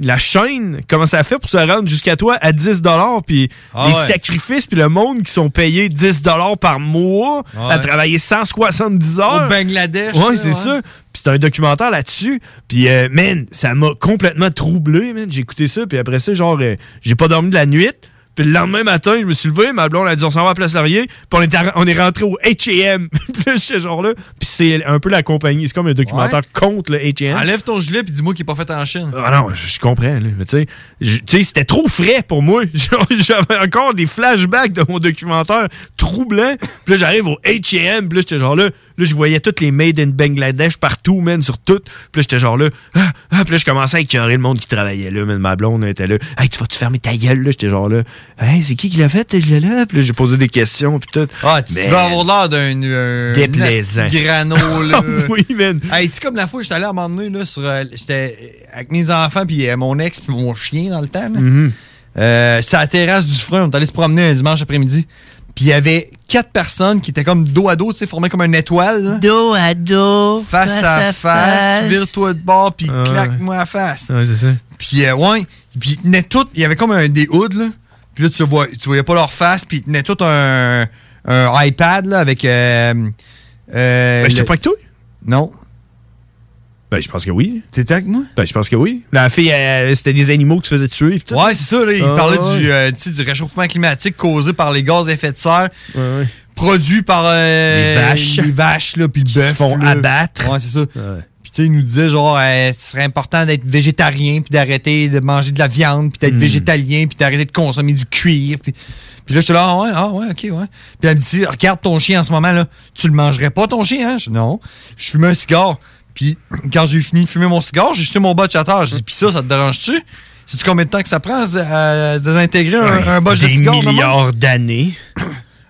S7: la chaîne, comment ça fait pour se rendre jusqu'à toi à 10 puis
S4: Ah
S7: les
S4: ouais.
S7: sacrifices, puis le monde qui sont payés 10 par mois
S4: Ah
S7: à
S4: ouais.
S7: travailler 170 heures.
S4: Au
S7: Bangladesh. Ouais,
S4: là,
S7: c'est
S4: ouais.
S7: ça. Puis c'est un documentaire là-dessus. Puis, euh, man, ça m'a complètement troublé, man. J'ai écouté ça, puis après ça, genre, euh, j'ai pas dormi de la nuit. Puis le lendemain matin, je me suis levé, ma blonde a dit on s'en va à Place Laurier, puis on est, à- on est rentré au H&M. <laughs> Puis là, j'étais genre là, puis c'est un peu la compagnie, c'est comme un documentaire
S8: Ouais.
S7: contre le H&M.
S8: Enlève ton gilet puis dis-moi qu'il est pas fait en Chine.
S7: Ah non, je je comprends, là. Mais tu sais, je- tu sais, c'était trop frais pour moi. <laughs> Genre, J'avais encore des flashbacks de mon documentaire troublant. Puis là, j'arrive au H&M, puis là, j'étais genre là, là, je voyais toutes les Made in Bangladesh partout, man, sur tout. Puis là, j'étais genre là, ah, ah. puis là, je commençais à écœurer le monde qui travaillait là, man. Ma blonde elle était là, « Hey, tu vas-tu fermer ta gueule, là? » J'étais genre là, « Hey, c'est qui qui l'a fait, tes là Puis là, j'ai posé des questions, puis tout.
S8: Ah, tu
S7: Mais-
S8: veux avoir l'air d'un euh,
S7: Déplaisant. Ah
S8: nasty grano,
S7: <laughs>
S8: là.
S7: oui, man.
S8: Hey, tu sais, comme la fois, j'étais allé à un moment donné, là, sur. euh, j'étais euh, avec mes enfants, puis euh, mon ex, puis mon chien dans le temps, là.
S7: Mm-hmm.
S8: Euh, sur la terrasse du frein, on est allé se promener un dimanche après-midi. Puis il y avait quatre personnes qui étaient comme dos à dos, tu sais, formées comme une étoile.
S26: Dos à dos.
S8: Face,
S26: face
S8: à
S26: à
S8: face,
S26: face.
S8: vire-toi de bord, puis
S4: Ah ouais.
S8: claque-moi la face.
S4: Ouais, c'est ça.
S8: Puis, euh, ouais, puis ils tenaient tout. Il y avait comme un, des hoods, là. Puis là, tu, vois, tu voyais pas leur face. Puis ils tenaient tout un, un iPad, là, avec. Euh, euh,
S7: Ben, j'étais
S8: le-
S7: pas avec toi?
S8: Non.
S7: Ben, je pense que oui.
S8: T'étais avec moi?
S7: Ben, je pense que oui. La fille, elle- c'était des animaux qui se faisaient tuer, puis tout.
S8: Ouais, c'est ça, là. Il
S7: Ah,
S8: parlait
S7: ouais.
S8: du, euh, tu sais, du réchauffement climatique causé par les gaz à effet de serre. Produit par euh,
S7: Les vaches.
S8: les vaches, là, puis le bœuf. font
S7: abattre.
S8: Ouais, c'est ça. Puis, tu sais, il nous disait, genre, euh, ce serait important d'être végétarien, puis d'arrêter de manger de la viande, puis d'être
S7: Hmm.
S8: végétalien, puis d'arrêter de consommer du cuir. Puis, puis là, j'étais là, ah ouais, ah ouais, ok, ouais. Puis elle me dit, regarde ton chien en ce moment, là. Tu le mangerais pas, ton chien, hein? Je dis, non. Je fumais un cigare. Puis quand j'ai fini de fumer mon cigare, j'ai jeté mon botch à terre. Je dis, puis ça, ça te dérange-tu? Sais-tu combien de temps que ça prend à, se- à se désintégrer un, un botch de
S7: Des
S8: cigare? dans le monde?
S7: milliards d'années.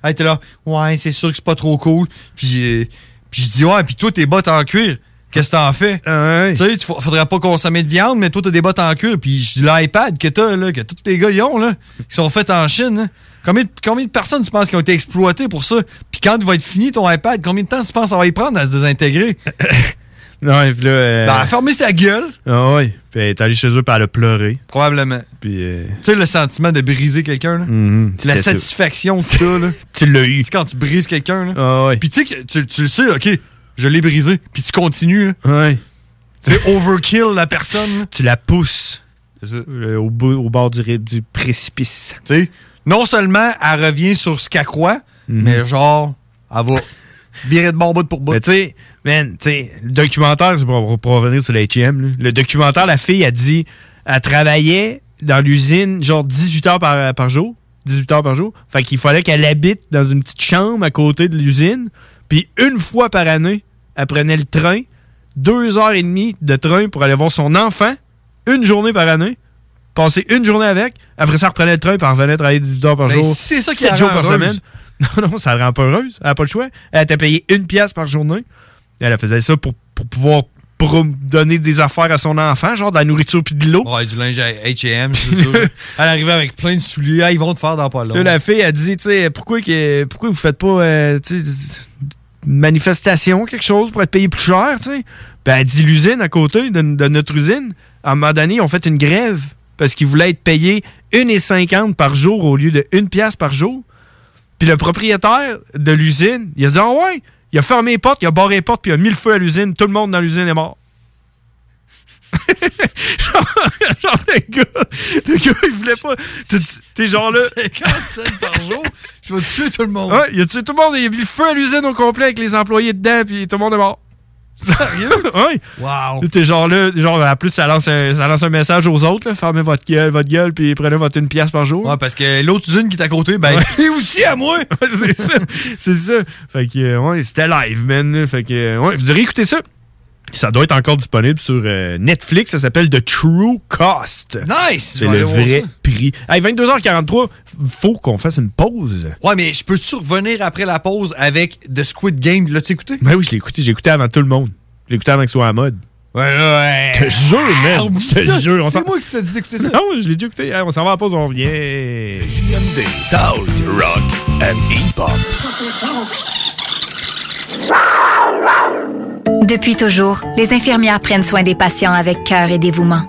S8: Elle était là, ouais, c'est sûr que c'est pas trop cool. Puis, euh, puis je dis, ouais, puis toi, tes bottes en cuir, qu'est-ce que t'en fais? Tu sais, tu- fa- faudrait pas consommer de viande, mais toi, t'as des bottes en cuir. Puis je dis, l'iPad que t'as, là, que tous tes gars, ils ont, là, qui sont faits en Chine, hein. Combien de, combien de personnes tu penses qui ont été exploitées pour ça? Puis quand il va être fini ton iPad, combien de temps tu penses ça va y prendre à se désintégrer?
S7: Ouais, puis là. euh,
S8: Ben, elle a fermé sa gueule,
S7: Ah ouais. Puis elle est allée chez eux, puis elle a pleuré.
S8: probablement.
S7: Puis. euh,
S8: Tu sais, le sentiment de briser quelqu'un, là.
S7: mhm,
S8: La
S7: c'était ça.
S8: satisfaction que t'as, là.
S7: <laughs> tu l'as eu. Ah
S8: C'est quand tu brises quelqu'un, là. Puis tu sais, que tu, tu le sais, OK, je l'ai brisé. Puis tu continues,
S7: là. Ouais.
S8: Tu sais, overkill la personne.
S7: Tu la pousses.
S8: Euh,
S7: Au, bout- au bord du, ré- du précipice.
S8: Tu sais, non seulement elle revient sur ce qu'elle croit,
S7: Mm-hmm.
S8: mais genre, elle va <laughs> virer de bon bout pour bout.
S7: Mais tu sais, man, tu sais, le documentaire, c'est pour, pour revenir sur le H&M, là. le documentaire, la fille a dit, elle travaillait dans l'usine genre 18 heures par, par jour, 18 heures par jour, fait qu'il fallait qu'elle habite dans une petite chambre à côté de l'usine, puis une fois par année, elle prenait le train, deux heures et demie de train pour aller voir son enfant, une journée par année, passer une journée avec, après ça, reprenait le train, puis elle revenait travailler 18 heures par
S8: Ben,
S7: jour,
S8: c'est ça qui
S7: sept
S8: la
S7: jours
S8: rend
S7: par
S8: heureuse.
S7: semaine. <laughs> Non, non, ça la rend pas heureuse. Elle n'a pas le choix. Elle était payée une pièce par journée. Elle elle faisait ça pour, pour pouvoir prom- donner des affaires à son enfant, genre de la nourriture puis de l'eau.
S8: Ouais, du linge à H&M, c'est
S7: <laughs>
S8: sûr. Elle arrivait avec plein de souliers. Ah, ils vont te faire dans pas long.
S7: Là, la fille a dit, tu sais, pourquoi, que, pourquoi vous faites pas euh, tu sais, une manifestation, quelque chose pour être payé plus cher, tu sais? Ben, elle dit l'usine à côté de, de notre usine. À un moment donné, ils ont fait une grève parce qu'ils voulaient être payés 1,50 par jour au lieu de 1 pièce par jour. Puis le propriétaire de l'usine, il a dit Ah ouais, il a fermé les portes, il a barré les portes, puis il a mis le feu à l'usine, tout le monde dans l'usine est mort. genre, genre, le gars, <laughs> le gars, il voulait pas. t'es- T'es genre là.
S8: 57 par jour, je vais tuer tout le monde.
S7: Ouais, il a tué tout le monde, il a mis le feu à l'usine au complet avec les employés dedans, puis tout le monde est mort.
S8: Sérieux?
S7: ouais.
S8: Wow.
S7: T'es genre là, genre, en plus, ça lance un, ça lance un message aux autres, là, fermez votre gueule, votre gueule, puis prenez votre une pièce par jour.
S8: Ouais, parce que l'autre usine qui est à côté, ben, c'est aussi à
S7: <laughs>
S8: moi.
S7: c'est ça. C'est ça. Fait que, euh, ouais, c'était live, man. là. Fait que, euh, ouais, vous devriez écouter ça. Ça doit être encore disponible sur euh, Netflix. Ça s'appelle The True Cost.
S8: Nice! Je
S7: C'est
S8: vais
S7: le
S8: aller voir
S7: vrai
S8: ça.
S7: prix. Hey, 22h43, faut qu'on fasse une pause.
S8: Ouais, mais je peux survenir après la pause avec The Squid Game. L'as-tu écouté?
S7: Ben oui, je l'ai écouté. J'ai écouté avant tout le monde. Je l'ai écouté avant que ce soit à mode.
S8: Ouais, ouais.
S7: Je te jure, man. je te
S8: Euh, ah, Ça,
S7: jure. on
S8: C'est
S7: s'en-
S8: moi qui t'ai dit d'écouter ça.
S7: Non, je l'ai déjà écouté. Hey, on s'en va à la pause, on revient.
S3: CJMD, Taoult, Rock and Hip-Hop.
S27: Depuis toujours, les infirmières prennent soin des patients avec cœur et dévouement.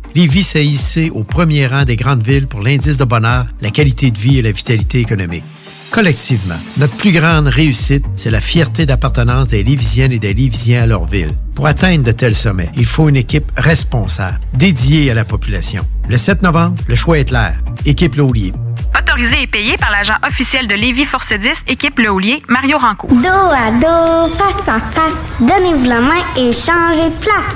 S18: Lévis s'est hissé au premier rang des grandes villes pour l'indice de bonheur, la qualité de vie et la vitalité économique. Collectivement, notre plus grande réussite, c'est la fierté d'appartenance des Lévisiennes et des Lévisiens à leur ville. Pour atteindre de tels sommets, il faut une équipe responsable, dédiée à la population. Le 7 novembre, le choix est clair. Équipe Le Houlier.
S19: Autorisé et payé par l'agent officiel de Lévis Force 10, équipe Le Houlier, Mario Rancourt.
S5: Dos à dos, face à face, donnez-vous la main et changez de place.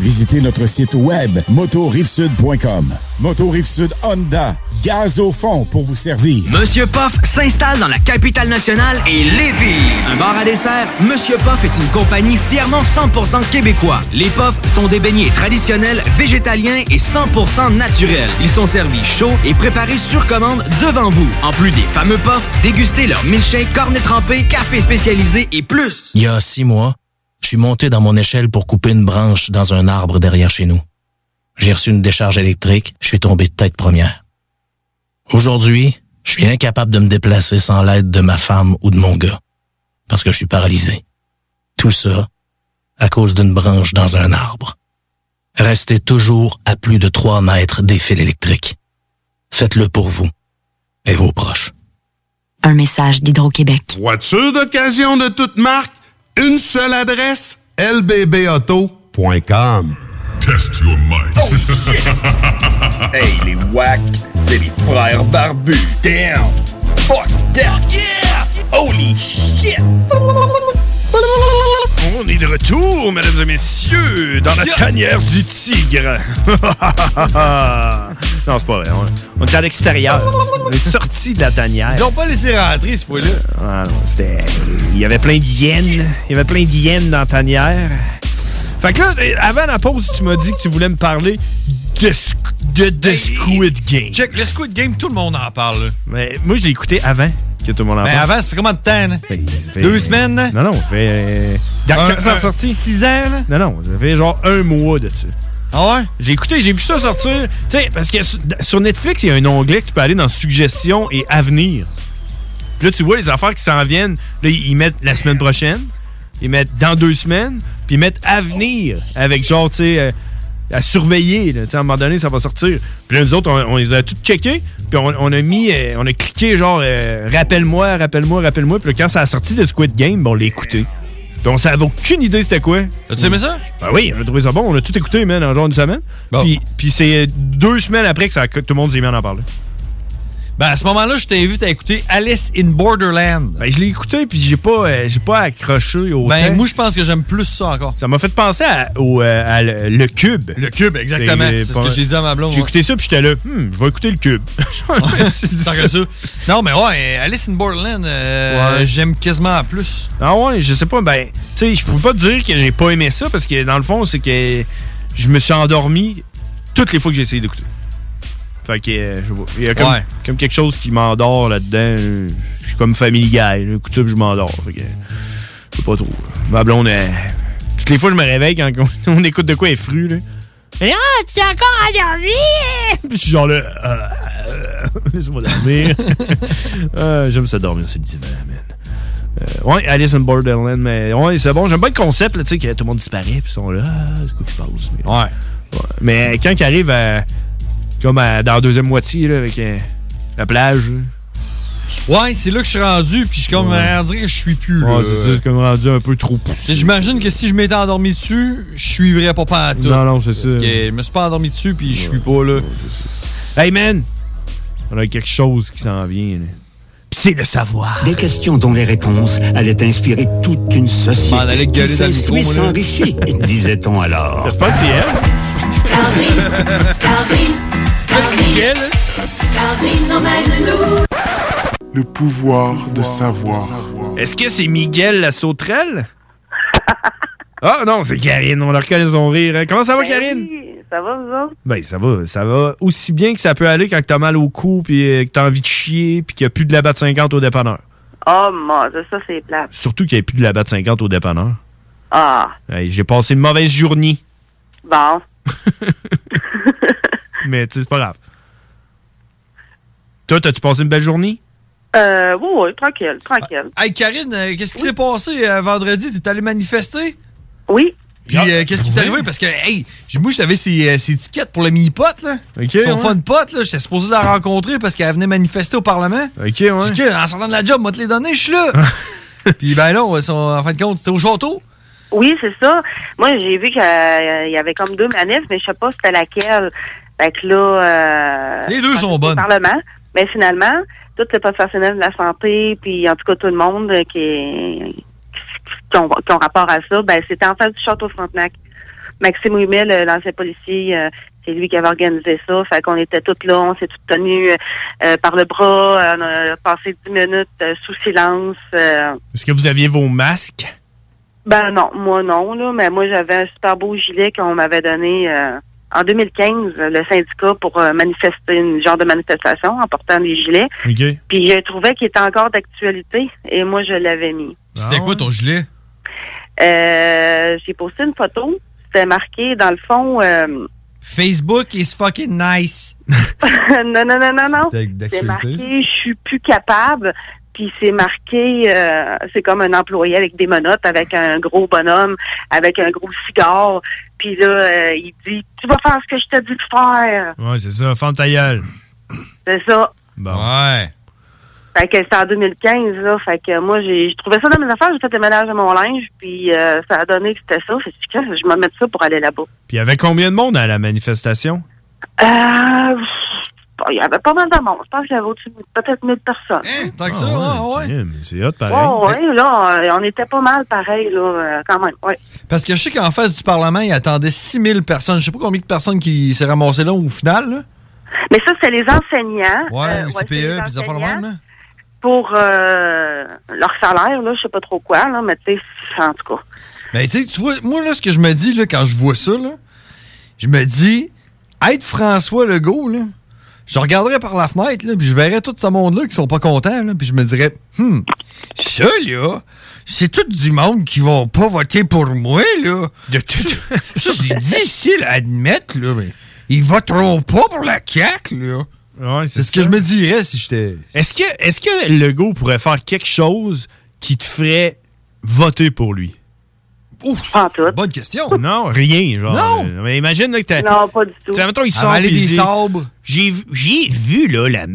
S23: Visitez notre site web motorivesud.com. Moto Rive Sud Honda, gaz au fond pour vous servir.
S20: Monsieur Poff s'installe dans la capitale nationale et Lévis. Un bar à dessert, Monsieur Poff est une compagnie fièrement 100% québécois. Les Poffs sont des beignets traditionnels, végétaliens et 100% naturels. Ils sont servis chauds et préparés sur commande devant vous. En plus des fameux Poffs, dégustez leur milkshake, cornet trempé, café spécialisé et plus.
S28: Il y a six mois, je suis monté dans mon échelle pour couper une branche dans un arbre derrière chez nous. J'ai reçu une décharge électrique, je suis tombé de tête première. Aujourd'hui, je suis incapable de me déplacer sans l'aide de ma femme ou de mon gars, parce que je suis paralysé. Tout ça à cause d'une branche dans un arbre. Restez toujours à plus de 3 mètres des fils électriques. Faites-le pour vous et vos proches.
S27: Un message d'Hydro-Québec.
S17: Voiture d'occasion de toute marque, une seule adresse, lbbauto.com. Test your mic. Oh <laughs> shit!
S29: Hey, les wack, c'est les frères barbus. Damn! Fuck that! Yeah! Holy shit!
S7: On est de retour, mesdames et messieurs, dans la tanière du tigre. <laughs> non, c'est pas vrai. On, on est à l'extérieur. On est sorti de la tanière.
S8: Ils ont pas laissé rentrer ce fois-là.
S7: Ah non, c'était. Il y avait plein de hyènes. Il y avait plein de hyènes dans la tanière. Fait que là, avant la pause, tu m'as dit que tu voulais me parler de, squ- de, de
S8: Ben,
S7: Squid Game.
S8: Check, le Squid Game, tout le monde en parle. là.
S7: Mais moi, je l'ai écouté avant que tout le monde en
S8: Mais
S7: parle. Ben,
S8: avant, ça fait combien de temps? là?
S7: fait-
S8: Deux semaines? là?
S7: Non, non, on fait. euh,
S8: Un-
S7: Quand ça a
S8: un-
S7: sorti?
S8: Six ans? là?
S7: Non, non, ça fait genre un mois de ça. Ah ouais? J'ai écouté, j'ai vu ça sortir. Tu sais, parce que su- sur Netflix, il y a un onglet que tu peux aller dans Suggestions et Avenir. Puis là, tu vois les affaires qui s'en viennent. Là, ils mettent la semaine prochaine, ils mettent dans deux semaines, puis ils mettent Avenir avec genre, tu sais, euh, à surveiller. Là, Tu sais, à un moment donné, ça va sortir. Puis là, nous autres, on, on les a tous checkés, puis on, on a mis, euh, on a cliqué genre, euh, rappelle-moi, rappelle-moi, rappelle-moi. Puis là, quand ça a sorti de Squid Game, ben, on l'a écouté. Puis on savait aucune idée c'était quoi.
S8: T'as-tu aimé ça?
S7: Ben oui, on a trouvé ça bon. On a tout écouté, man, en genre une semaine. Puis, puis c'est euh, deux semaines après que ça, que tout le monde s'est mis à en parler.
S8: Ben, à ce moment-là, je t'invite à écouter Alice in Borderland.
S7: Ben, je l'ai écouté, puis j'ai pas, euh, j'ai pas accroché au.
S8: Ben, moi, je pense que j'aime plus ça encore.
S7: Ça m'a fait penser à, au, euh, à le, le cube. Le
S8: cube, exactement. C'est ce que j'ai dit à ma blonde,
S7: J'ai
S8: moi.
S7: écouté ça, puis j'étais là, Hmm, je vais écouter le cube. <laughs>
S8: Tant que ça. Non, mais ouais, Alice in Borderland, euh,
S7: Ouais.
S8: j'aime quasiment plus.
S7: Ah ouais, je sais pas, ben, tu sais, je peux pas te dire que j'ai pas aimé ça, parce que dans le fond, c'est que je me suis endormi toutes les fois que j'ai essayé d'écouter. Fait que, euh, je sais pas, il y a comme,
S8: Ouais.
S7: comme quelque chose qui m'endort là-dedans. Je suis comme Family Guy, là, écoute ça, puis je m'endors. Fait que, je sais pas trop. Ma blonde, elle- toutes les fois, je me réveille quand <laughs> on, on écoute de quoi elle est fru, là. Et ah, tu es encore endormi! Puis je suis genre là, <laughs> euh, euh, laisse-moi dormir. Euh, J'aime ça dormir sur le divan, man. Euh, ouais, Alice in Borderland, mais ouais, c'est bon. J'aime bien le concept, là, tu sais, que tout le monde disparaît, puis ils sont là, Ah, c'est quoi qui se passe? Mais, ouais. Mais quand ils arrivent à- comme à- dans la deuxième moitié, là, avec euh, la plage, là.
S8: Ouais, c'est là que je suis rendu, puis je suis comme,
S7: Ouais.
S8: on dirait que je suis plus.
S7: Ouais,
S8: là.
S7: c'est ça, c'est comme rendu un peu trop poussé.
S8: J'imagine que si je m'étais endormi dessus, je suivrais pas pas tout.
S7: Non, non, c'est ça.
S8: Parce que je me suis pas endormi dessus, puis je suis pas là.
S7: Hey man! On a quelque chose qui s'en vient, là. Puis c'est le savoir.
S23: Des questions dont les réponses allaient inspirer toute une
S7: Ben, elle allait
S23: société qui
S7: gueuler dans le
S23: s'instruit
S7: micro, moi, là.
S23: s'enrichit,
S8: <laughs>
S23: disait-on alors.
S7: J'espère que c'est elle. hein?
S24: Le pouvoir de savoir.
S7: Est-ce que c'est Miguel la sauterelle? <laughs> Ah non, c'est Karine, on la reconnaît son rire. hein. Comment ça va, Karine?
S9: Ça va, vous autres?
S7: Ben, ça va, ça va aussi bien que ça peut aller quand t'as mal au cou, puis euh, que t'as envie de chier, puis qu'il n'y a plus de la batte 50 au dépanneur.
S9: Oh, mon Dieu, ça, c'est plate.
S7: Surtout qu'il n'y a plus de la batte 50 au dépanneur.
S9: Ah,
S7: Hey, J'ai passé une mauvaise journée,
S9: bon.
S7: mais tu sais, c'est pas grave. Toi, t'as-tu passé une belle journée?
S9: Euh, oui, oui, tranquille, tranquille.
S8: Hey, Karine, euh, qu'est-ce qui s'est passé euh, vendredi? T'es allé manifester?
S9: Oui.
S7: Ah,
S8: Puis euh, qu'est-ce qui t'est arrivé? Parce que, hey, j'ai- moi, j'avais ses, euh, ses tickets pour le mini-pot, là. Son
S7: ouais.
S8: fun pot, là. J'étais supposé la rencontrer parce qu'elle venait manifester au Parlement.
S7: Ok, ouais.
S8: Parce que, en sortant de la job, moi, te les donner, je suis là.
S7: Ah.
S8: Puis, ben non, ils sont- en fin de compte, c'était au château.
S9: Oui, c'est ça. Moi, j'ai vu qu'il y avait comme deux manifs, mais je sais pas c'était laquelle. Fait que là... euh,
S8: Les deux
S9: je
S8: sont
S9: pensais que c'était
S8: bonnes.
S9: au Parlement. Mais finalement, tout le professionnel de la santé, puis en tout cas tout le monde euh, qui, est- qui ont, qui ont rapport à ça, ben c'était en face du château Frontenac. Maxime Humet, le- l'ancien policier, euh, c'est lui qui avait organisé ça. Fait qu'on était tous là, on s'est tous tenus euh, par le bras, on a passé dix minutes euh, sous silence. euh,
S7: Est-ce que vous aviez vos masques?
S9: ben non, moi non, là, mais moi j'avais un super beau gilet qu'on m'avait donné euh, en 2015, le syndicat pour euh, manifester une genre de manifestation en portant des gilets.
S7: Ok.
S9: Puis je trouvais qu'il était encore d'actualité et moi je l'avais mis.
S7: Ah,
S8: C'était quoi ton gilet?
S9: Euh, J'ai posté une photo, c'était marqué dans le fond euh,
S8: Facebook is fucking nice.
S9: <laughs> non, non, non, non, non.
S8: C'est d'ac- d'actualité,
S9: C'est marqué, je suis plus capable. Puis c'est marqué, euh, c'est comme un employé avec des menottes, avec un gros bonhomme, avec un gros cigare. Puis là, euh, il dit, tu vas faire ce que je t'ai dit de faire.
S7: Ouais, c'est ça, femme ta gueule.
S9: C'est ça.
S7: Bon. Ouais.
S9: Fait que c'était en 2015, là. Fait que moi, j'ai je trouvais ça dans mes affaires. J'ai fait le ménage de mon linge, puis euh, ça a donné que c'était ça. Fait que je me je m'en mets ça pour aller là-bas.
S7: Puis il y avait combien de monde à la manifestation?
S9: Euh, pff, bon, il y avait pas mal de monde. Je pense qu'il y avait au-dessus de peut-être 1000 personnes.
S8: tant que
S7: Hein? ça, ouais, ouais. Eh, mais c'est hot, pareil.
S9: Ouais, ouais, là, euh, on était pas mal pareil, là, euh, quand même, ouais.
S8: Parce que je sais qu'en face du Parlement, il attendait 6000 personnes. Je sais pas combien de personnes qui s'est ramassé là au final, là.
S9: Mais ça, c'est les enseignants.
S8: Ouais,
S9: Euh,
S8: au
S9: c'est
S8: CPE,
S9: les
S8: puis des affaires de
S9: enseignants
S8: même, hein? là.
S9: Pour euh, leur salaire, là, je sais pas trop quoi, là, mais tu sais, en tout cas.
S8: Ben, tu sais, tu vois, moi, là, ce que je me dis, là, quand je vois ça, là, je me dis, être François Legault, là, je regarderais par la fenêtre, là, puis je verrais tout ce monde-là qui sont pas contents, là, puis je me dirais, hmm, ça, là, c'est tout du monde qui vont pas voter pour moi, là. Ça, c'est difficile à admettre, là, mais ils voteront pas pour la CAQ, là.
S7: c'est
S8: ce que je me dirais si j'étais.
S7: Est-ce que, est-ce que Legault pourrait faire quelque chose qui te ferait voter pour lui?
S8: Ouf,
S7: bonne question. Non, rien, genre.
S8: Non.
S7: Euh, mais imagine là, que t'as.
S9: Non, pas du tout.
S7: T'sais, mettons, il sort,
S8: Avaler
S7: puis il
S8: des
S7: dit,
S8: sabres.
S7: J'ai vu- j'ai vu là, la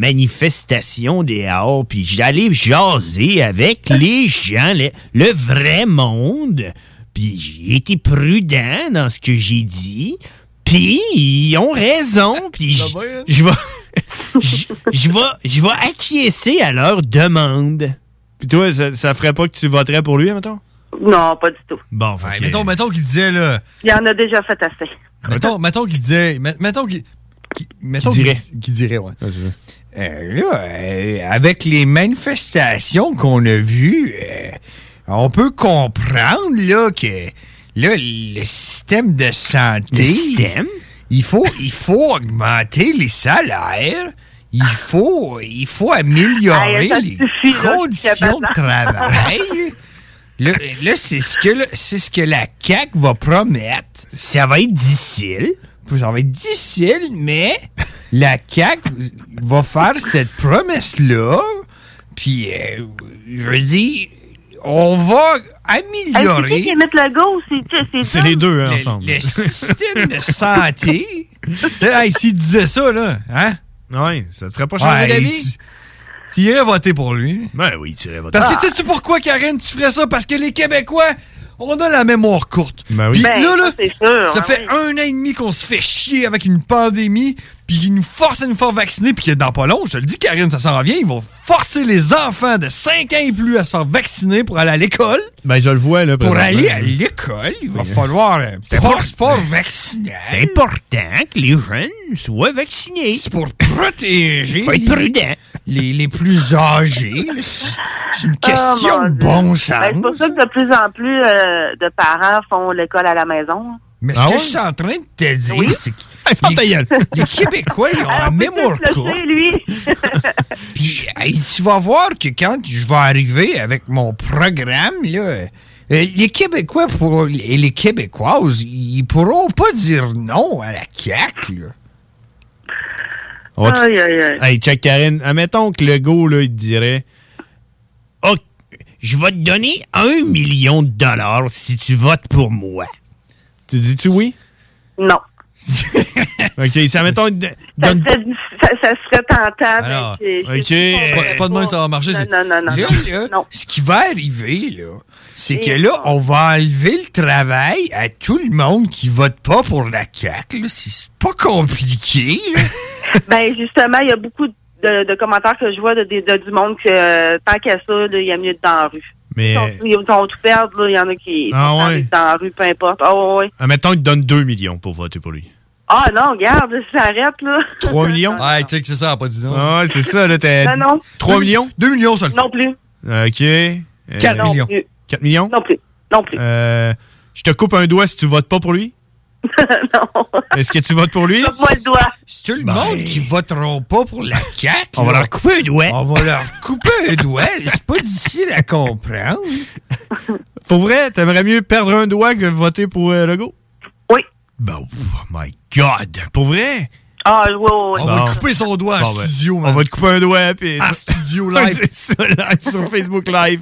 S7: manifestation des hors, puis j'allais jaser avec les gens, le, le vrai monde. Puis j'ai été prudent dans ce que j'ai dit. Puis ils
S8: <laughs>
S7: ont raison. Puis je- je vais <laughs> je- je vais je vais acquiescer à leur demande. Puis toi, ça, ça ferait pas que tu voterais pour lui, mettons?
S9: Non, pas du tout.
S7: Bon,
S8: Ouais, mettons, mettons qu'il disait, là,
S9: Il y en a déjà fait assez.
S8: Mettons, mettons qu'il disait. met- Mettons qu'il. qu'il- Mettons
S7: Qui dirait.
S8: Qui dirait, ouais. Euh, là, euh, avec les manifestations qu'on a vues, euh, on peut comprendre là, que là, le système de santé.
S7: Le système?
S8: Il faut, il faut augmenter les salaires. Il
S5: <laughs>
S8: faut, Oh, il faut améliorer
S23: Hey, ça
S8: les
S23: suffit, là,
S8: conditions de
S23: c'est capable.
S8: travail. Là, là, c'est ce que le- c'est ce que la CAC va promettre. Ça va être difficile. Ça va être difficile, mais la CAC va faire cette promesse là. Puis euh, je dis, on va
S9: Hey, c'est qui
S8: améliorer
S9: qui émettent le go? C'est- C'est John?
S8: Le- Le système de santé. Tu sais, hey, S'il disait ça, là, hein? Oui, ça te ferait
S7: pas changer d'avis?
S8: Tu irais voter pour lui.
S7: Ben oui, tu irais voter.
S9: Ah!
S8: Parce que sais-tu pourquoi, Karine, tu ferais ça? Parce que les Québécois, on a la mémoire courte.
S7: Ben
S8: Puis
S7: oui.
S8: là,
S7: Ben,
S8: là,
S7: ça, c'est sûr,
S8: ça
S7: hein,
S8: fait un an et demi qu'on se fait chier avec une pandémie, puis ils nous forcent à nous faire vacciner, puis que dans pas long, je te le dis, Karine, ça s'en revient, ils vont forcer les enfants de 5 ans et plus à se faire vacciner pour aller à l'école.
S7: Ben, je le vois, là.
S8: Pour
S7: présentement.
S8: aller à l'école, il va
S7: Oui.
S8: falloir euh, un
S7: C'est
S8: passeport vaccinal. C'est important que les jeunes soient vaccinés. C'est pour protéger
S17: Faut être
S8: les-
S17: prudent.
S8: Les, les plus âgés. C'est une
S9: Oh,
S8: question
S9: mon
S8: de
S9: Dieu.
S8: bon
S9: Ben,
S8: sens.
S9: c'est pour ça que de plus en plus euh, de parents font l'école à la maison.
S8: Mais ce
S9: Ah
S8: que
S9: ouais?
S8: je suis en train de te dire,
S9: Oui.
S8: c'est que les, les Québécois, ils ont la mémoire
S9: Je le
S8: courte.
S9: sais, lui.
S8: Puis, hey, tu vas voir que quand je vais arriver avec mon programme, là, euh, les Québécois pour, et les Québécoises, ils pourront pas dire non à la CAQ, là.
S7: On va-
S8: Aïe, aïe, aïe.
S7: Hey, check, Karine. Admettons que le go, là, il te dirait
S10: Ok, je vais te donner un million de dollars si tu votes pour moi.
S7: Tu dis-tu oui?
S9: Non.
S7: <laughs> OK, ça, admettons. il te
S9: Ça,
S7: donne-
S9: serait diffi- ça- ça serait tentant.
S7: Alors,
S9: mais c'est-
S7: ok, c'est pas- c'est pas demain que ça va marcher,
S9: Non,
S7: c'est-
S9: non, non, non.
S8: Là,
S9: non.
S8: là, ce qui va arriver, là, c'est que
S9: Et-
S8: là, on va enlever le travail à tout le monde qui vote pas pour la CAQ, là. C'est pas compliqué, là.
S9: <laughs> Ben justement, il y a beaucoup de, de commentaires que je vois de, de- de- du monde que euh, tant qu'à ça, là, il y a mieux de dans la rue.
S7: Mais-
S9: Ils sont, ils sont tout perdre, là. il y en a qui
S7: Ah
S9: sont dans
S7: ouais.
S9: les- dans la rue, peu importe. Ah ouais, ouais.
S7: Admettons, il te donne 2 millions pour voter pour lui.
S9: Ah non, regarde, j'arrête là. <laughs>
S7: 3 millions?
S8: Ah, tu sais que c'est ça, pas dit non.
S7: Ah, c'est ça, là, t'es.
S9: Non, non.
S7: 3 millions?
S8: 2 millions, ça
S9: Non plus.
S7: OK.
S9: Quatre Non millions. plus.
S7: 4 millions?
S9: Non plus. Non plus.
S7: Euh, je te coupe un doigt si tu votes pas
S9: <laughs>
S7: pour lui? non. Est-ce que tu votes pour lui? Ben,
S9: Coupe-moi le doigt.
S8: C'est tout le monde qui voteront pas pour la CAQ. <laughs>
S7: On va
S8: là.
S7: leur couper un doigt.
S8: On va leur couper un doigt. C'est pas difficile hein? à comprendre.
S7: Pour vrai, t'aimerais mieux perdre un doigt que voter pour euh, Legault?
S9: Oui.
S7: Ben, oh my God! Pour vrai?
S9: Ah oui, oui, oui.
S7: On va Bon. te
S8: couper son doigt
S7: Bon, ben, On va te couper un doigt, puis... En
S8: studio
S7: <laughs>
S9: live.
S7: c'est ça, live sur Facebook Live.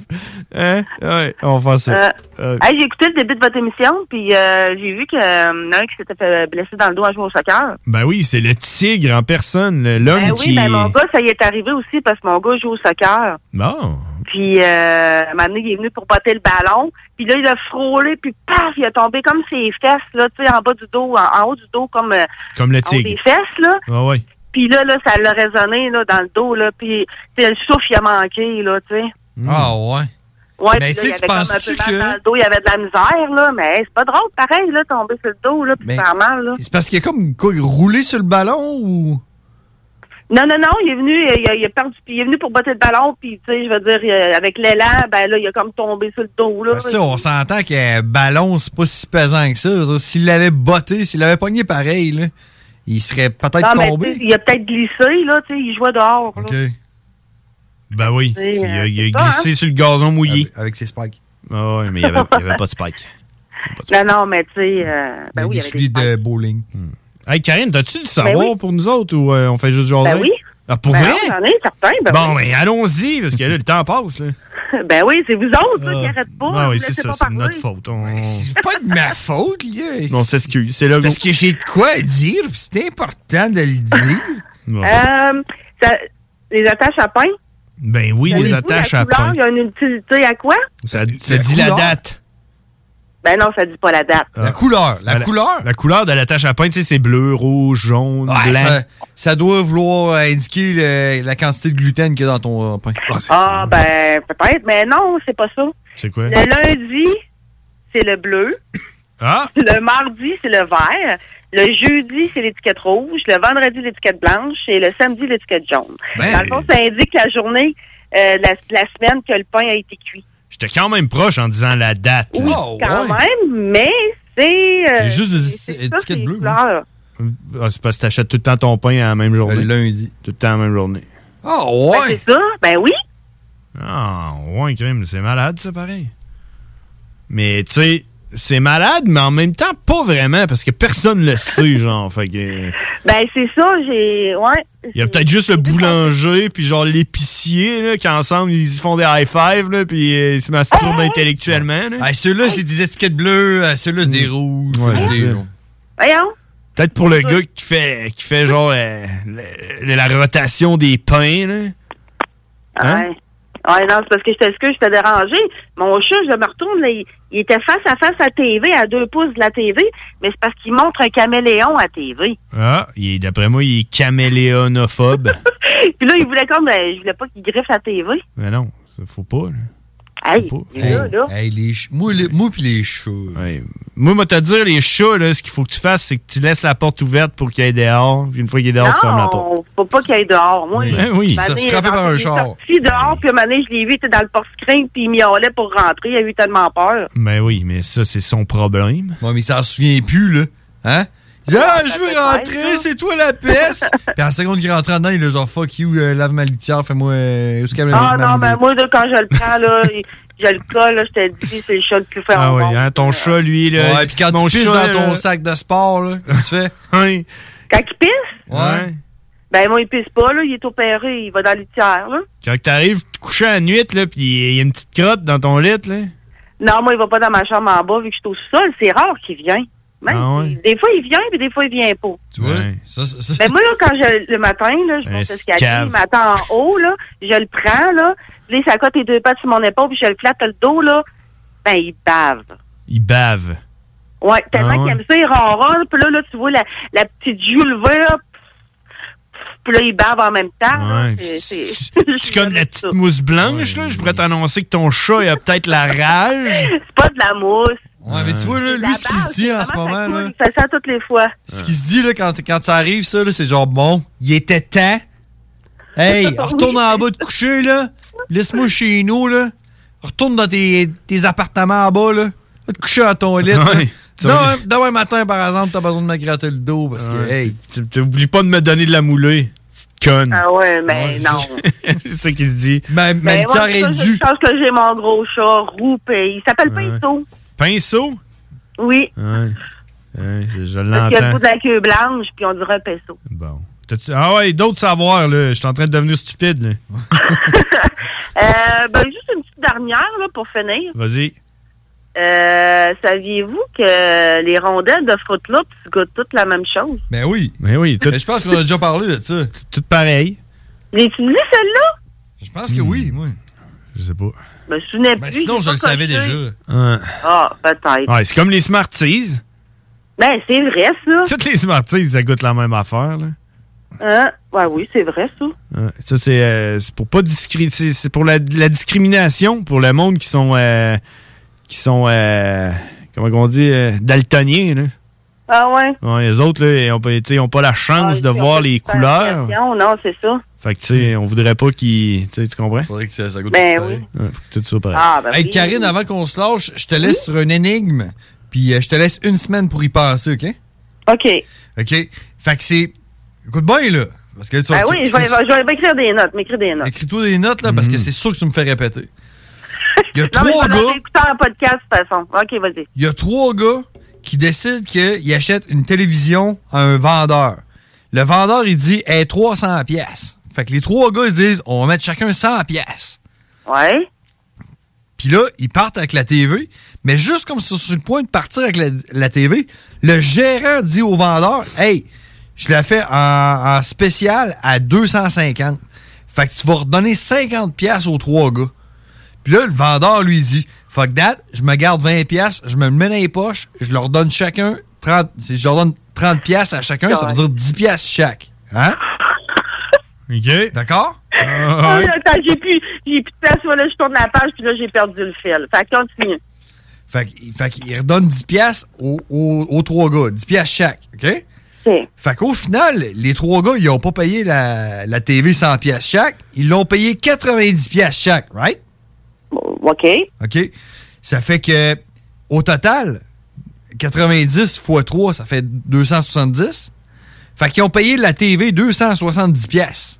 S7: Hein? Ouais, on va faire
S9: Euh,
S7: ça. <laughs> Euh,
S9: hey, j'ai écouté le début de votre émission, puis euh, j'ai vu qu'il y en a un qui s'était fait blesser dans le dos en jouant au soccer.
S7: ben oui, c'est le tigre en personne, le- l'homme
S9: Ben oui,
S7: qui...
S9: mais mon gars, ça y est arrivé aussi parce que mon gars joue au soccer.
S7: Bon.
S9: Puis, euh, à un moment donné, il est venu pour botter le ballon. Puis là, il a frôlé, puis paf, il a tombé comme ses fesses, là, tu sais, en bas du dos, en, en haut du dos, comme, euh,
S7: Comme le
S9: en haut
S7: tigre.
S9: des fesses, là.
S7: Ah ouais.
S9: Puis là, là, ça l'a résonné, là, dans le dos, là. Puis, tu sais, le souffle, il a manqué, là, tu sais.
S8: Ah ouais.
S9: Ouais, puis là, il
S8: Mais tu sais,
S9: avait
S8: tu
S9: comme un
S8: penses-tu
S9: peu mal
S8: que-
S9: dans le dos, il avait de la misère, là. Mais hey, c'est pas drôle, pareil, là, tomber sur le dos, là, puis
S8: Mais-
S9: faire mal, là.
S8: <laughs> C'est parce qu'il a comme quoi, roulé sur le ballon ou.
S9: Non, non, non, il est venu, il a, il a perdu, puis il est venu pour botter le ballon, puis, tu sais, je veux dire, euh, avec l'élan, ben là, il a comme tombé sur le dos, là.
S8: Ben, ça, on s'entend qu'un ballon, c'est pas si pesant que ça. Je veux dire, S'il l'avait botté, s'il l'avait pogné pareil, là, il serait peut-être
S9: Non, mais tu
S8: tombé.
S9: sais, il a peut-être glissé, là, tu sais, il jouait dehors. là.
S7: Ben oui,
S9: C'est,
S7: il a,
S9: euh,
S7: il a
S9: c'est pas,
S7: glissé
S9: hein?
S7: sur le gazon mouillé.
S8: Avec, ses spikes.
S7: Ah ouais, mais il n'y avait, il y avait pas de spikes.
S9: Non, non, mais tu sais, euh, ben oui, il y avait des-
S8: de bowling.
S7: Hmm. Hey, Karine, t'as-tu du savoir
S9: Ben oui.
S7: pour nous autres ou euh, on fait juste jaser?
S9: Ben oui.
S7: Ah, pour
S9: Ben
S7: vrai?
S9: non, j'en ai, certain, ben
S7: bon,
S9: oui.
S7: ben allons-y, parce que là, le temps passe. Là.
S9: <laughs> Ben oui, c'est vous autres, là, qui arrêtent pas.
S7: Ah
S9: vous
S7: oui,
S9: laissez
S7: c'est ça,
S9: hein, pas
S7: c'est
S9: parler.
S7: notre faute. On...
S8: Ben, C'est pas de ma faute,
S9: <laughs>
S8: là.
S7: On s'excuse, c'est le
S8: Parce que j'ai de quoi dire, puis c'est important de le dire.
S9: Euh, ça- les attaches à pain.
S7: Ben oui, les
S9: Savez-vous,
S7: attaches
S9: la
S7: à
S9: couleur,
S7: pain.
S9: Il y a une utilité à quoi?
S7: Ça, ça dit la
S9: couleur.
S7: date.
S9: Ben non, ça dit pas la date.
S7: La
S8: couleur,
S7: la couleur. La couleur de l'attache à pain, tu sais, c'est bleu, rouge, jaune,
S8: Ouais,
S7: blanc.
S8: ça, ça doit vouloir indiquer le- la quantité de gluten qu'il y a dans ton euh, pain.
S9: Ah, ben, peut-être, mais non, c'est pas ça.
S7: C'est quoi?
S9: Le lundi, c'est le bleu.
S7: Ah!
S9: Le mardi, c'est le vert. Le jeudi, c'est l'étiquette rouge. Le vendredi, l'étiquette blanche. Et le samedi, l'étiquette jaune.
S7: Ben.
S9: Dans le fond, ça indique la journée, euh, la, la semaine que le pain a été cuit.
S7: J'étais quand même proche en disant la date.
S9: Oui, quand même, mais c'est... euh,
S7: Ah, J'ai juste des
S9: c'est- c'est ça,
S7: étiquettes
S9: c'est les
S7: bleues, moi.
S9: couleurs.
S7: Ah, c'est parce que t'achètes tout le temps ton pain à la même journée. lundi. Tout le temps à la même journée.
S8: Ah
S9: Ben, c'est ça, ben oui.
S7: Ah, ouais, crime, c'est malade, ça, pareil. Mais, tu sais, c'est malade, mais en même temps, pas vraiment, parce que personne le sait, genre. Fait que.
S9: Ben, c'est ça, j'ai. Ouais.
S7: Il y a peut-être juste le boulanger, puis genre l'épicier, là, qui ensemble, ils font des high five, là, puis euh, ils se masturbent intellectuellement, là. Mm.
S8: Ah, ceux-là, c'est des étiquettes bleues, ah, ceux-là, c'est des rouges.
S7: Ouais,
S8: ceux-là, des
S7: c'est ça.
S8: jaunes.
S9: Voyons.
S7: Peut-être pour le gars qui fait, qui fait genre euh, le- le- la rotation des pains, là. Hein?
S9: Ouais. Ouais, non, c'est parce que je t'excuse, je t'ai dérangé. Mon chat, je me retourne, là, il, il était face à face à TV, à deux pouces de la TV, mais c'est parce qu'il montre un caméléon à TV.
S7: Ah, il est- d'après moi, il est caméléonophobe.
S9: <laughs> Puis là, il voulait comme, ben, je voulais pas qu'il griffe la TV.
S7: mais non, ça faut pas, là.
S9: Hey, il est là, là.
S7: moi, puis les chats. Moi, moi, te dire, les chats, là, ce qu'il faut que tu fasses, c'est que tu laisses la porte ouverte pour qu'il aille dehors. Puis une fois qu'il est dehors, tu fermes la porte.
S9: Non, faut pas qu'il aille dehors. Moi,
S7: Oui. Ben oui.
S9: ma
S7: Ça se
S9: année,
S7: frappait
S9: quand
S7: par un
S9: il est
S7: char.
S9: sorti dehors, puis à un moment donné, je l'ai vu, il était dans le porte-screen, puis il miaulait pour rentrer, il a eu tellement peur.
S7: Ben oui, mais ça, c'est son problème.
S8: Ouais, mais il s'en souvient plus, là. Hein? Il dit, Ah, je veux rentrer, c'est toi
S9: <laughs>
S8: la peste! Puis à la seconde qu'il rentre dedans, il est genre fuck you, euh, lave ma litière, fais-moi. Euh, où est-ce qu'elle me-
S9: Ah
S8: ma-
S9: non,
S8: ma-
S9: ben moi, là, quand je le prends,
S7: <laughs>
S9: là, il- je le colle, là, je te dis, c'est le chat le plus fort
S7: Ah
S9: au
S7: oui,
S9: monde.
S7: hein, ton chat, lui, là.
S8: Ouais, puis quand
S7: mon
S8: tu pisses
S7: chat,
S8: dans ton
S7: là-
S8: sac de sport, là, qu'est-ce que tu fais?
S7: Oui.
S9: Quand il pisse,
S7: Ouais.
S9: ben moi, il pisse pas, là, il est opéré, il va dans l'itière, là.
S7: Quand t'arrives, tu te couches à la nuit, là, puis il y a une petite crotte dans ton lit, là.
S9: Non, moi, il va pas dans ma chambre en bas, vu que je suis au sol, c'est rare qu'il vient. Même
S7: Ah ouais.
S9: si- Des fois, il vient, puis des fois, il vient pas.
S8: Tu vois?
S9: Ben moi, là, quand je, le matin, là, je
S8: Un
S9: monte l'escalier,
S8: scave.
S9: il m'attend en haut, là, je le prends, là, là, il s'accote les deux pattes sur mon épaule, puis je le flatte le dos, là, ben, il bave.
S7: Il
S9: <laughs>
S7: bave.
S9: Ouais, tellement
S7: Ah
S9: qu'il
S7: ouais.
S9: aime ça, il ronronne, puis là, là, tu vois la, la petite joue levée, là, puis là, il bave en même temps. là,
S7: Ouais,
S9: c'est-
S7: <laughs>
S9: c'est-
S7: C'est comme la petite mousse blanche, là. Je pourrais t'annoncer que ton chat, il a peut-être la rage.
S9: c'est pas de la mousse.
S8: Ouais, mais tu vois, là, lui, ce qu'il se dit en ce moment, là.
S9: Il fait ça toutes les fois.
S8: Ce qu'il se dit, là, quand, quand ça arrive, ça, là, c'est genre, bon, il était temps.
S9: <laughs>
S8: Hey, retourne en bas de coucher, là. Laisse-moi chez nous, là. Retourne dans tes, tes appartements en bas, là. Va te coucher à ton lit. là.
S7: <laughs> Ouais.
S8: Demain, demain matin, par exemple, t'as besoin de me gratter le dos parce que, hey,
S7: Tu- tu- Oublie pas de me donner de la moulée. Petite conne.
S9: Ah ouais, mais
S7: Ouais,
S9: non.
S7: <laughs> c'est ça qu'il se dit.
S8: Mais
S9: Ben, moi, c'est ça, Je pense que j'ai mon gros chat, roux, puis il s'appelle
S7: Ouais.
S9: Pinto.
S7: Pinceau?
S9: Oui.
S7: Ouais. Ouais, je je
S9: Parce qu'il a le bout
S7: l'entends.
S9: de la queue blanche, puis on dirait un peso.
S7: T'as-tu- Ah ouais, d'autres savoirs, là. Je suis en train de devenir stupide, là.
S9: Euh, ben, juste une petite dernière, là, pour finir.
S7: Vas-y.
S9: Euh, saviez-vous que les rondelles de Fruit Loops goûtent toutes la même chose?
S8: Ben oui.
S7: Ben oui.
S8: je pense qu'on a déjà parlé de ça.
S7: Tout pareil.
S9: L'utilisez, celle-là?
S8: Je pense que oui, moi.
S7: Je sais pas.
S9: Je me souvenais plus.
S8: Ben, sinon,
S9: j'ai
S8: je
S9: pas
S8: le savais
S9: coché.
S8: déjà.
S7: Ouais.
S9: Ah, peut-être.
S7: Ouais, c'est comme les Smarties.
S9: Ben, c'est vrai, ça.
S7: Toutes les Smarties, ça goûte la même affaire, là.
S9: Hein? Ouais, oui, c'est vrai, ça.
S7: Ouais, Ça, c'est euh, c'est pour pas discri- c'est- c'est pour la, la discrimination pour le monde qui sont euh, qui sont euh, comment on dit euh, daltoniens. Là.
S9: Ah, ouais.
S7: Ouais, les autres, là, ils ont, pas- tu sais, ils ont pas la
S9: Ah,
S7: chance de voir les couleurs.
S9: Non, non, c'est ça.
S7: Fait que, tu sais, on voudrait pas qu'ils. Tu sais, tu comprends?
S8: Faudrait que ça, goûte
S9: Ben tout pareil.
S7: tout ça pareil.
S9: Ah, ben
S8: Hey,
S9: oui.
S8: Karine, avant qu'on se lâche, je te laisse sur une énigme. Puis euh, je te laisse une semaine pour y penser, OK?
S9: OK.
S8: OK. Fait que c'est. Écoute bien, là. Parce que tu
S9: Ben
S8: tu-
S9: oui, je vais,
S8: c'est-
S9: je vais écrire des notes, m'écrire des notes.
S8: Écris-toi des notes, là, parce que c'est sûr que tu me
S9: <laughs>
S8: fais répéter. Il y a
S9: Non, mais
S8: trois
S9: je vais
S8: gars.
S9: écouter un podcast, de toute façon. OK, vas-y.
S8: Il y a trois gars qui décident qu'ils achètent une télévision à un vendeur. Le vendeur, il dit, hey, 300 pièces. Fait que les trois gars, ils disent, on va mettre chacun 100 pièces.
S9: Ouais.
S8: Puis là, ils partent avec la TV, mais juste comme sur sur le point de partir avec la, la TV, le gérant dit au vendeur, hey, je la fais en, en spécial à 250. Fait que tu vas redonner 50 pièces aux trois gars. Puis là, le vendeur lui dit Fuck that, je me garde 20 pièces, je me le mets dans les poches, je leur donne chacun 30. Si je leur donne 30 pièces à chacun, ça veut dire 10 pièces chaque. Hein?
S7: OK.
S8: D'accord?
S9: Ah, là, attends, j'ai plus, j'ai plus de place. Là, je tourne la page, puis là, j'ai perdu le fil. Fait que continue.
S8: Fait qu'il fait qu'il redonne 10 piastres aux, aux- aux trois gars, 10 piastres chaque, OK? Fait qu'au final, les trois gars, ils ont pas payé la, la TV 100 piastres chaque, ils l'ont payé 90 piastres chaque, right?
S9: OK.
S8: OK. Ça fait que, au total, 90 fois 3, ça fait 270. Fait qu'ils ont payé la TV 270 piastres.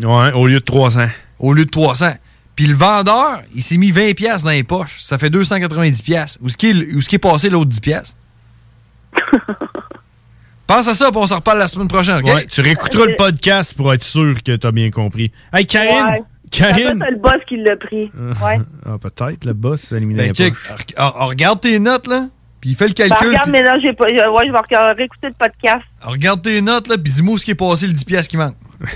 S7: Ouais, au lieu de 300.
S8: Au lieu de 300. Puis le vendeur, il s'est mis 20 pièces dans les poches. Ça fait 290 pièces. Où ce qui est, où ce qui est passé l'autre 10 pièces? Pense à ça, puis on s'en reparle la semaine prochaine, OK?
S9: ben,
S7: Ouais, tu réécouteras le podcast pour être sûr que t'as bien compris. Hey, Karine!
S9: Ouais. Ça
S7: Karine!
S9: doit être le boss qui l'a pris. Ouais.
S7: <laughs> Ah, peut-être, le boss a éliminé
S8: Ben,
S7: la
S8: check,
S7: poche.
S8: on- on regarde tes notes, là, puis il fait le
S9: Ben,
S8: calcul.
S9: regarde,
S8: puis-
S9: mais là, j'ai pas, je- ouais, je vais encore réécouter le podcast.
S8: Regarde tes notes, là, puis dis-moi où ce qui est passé le 10 pièces qui
S9: <laughs>
S8: manque.
S7: <laughs>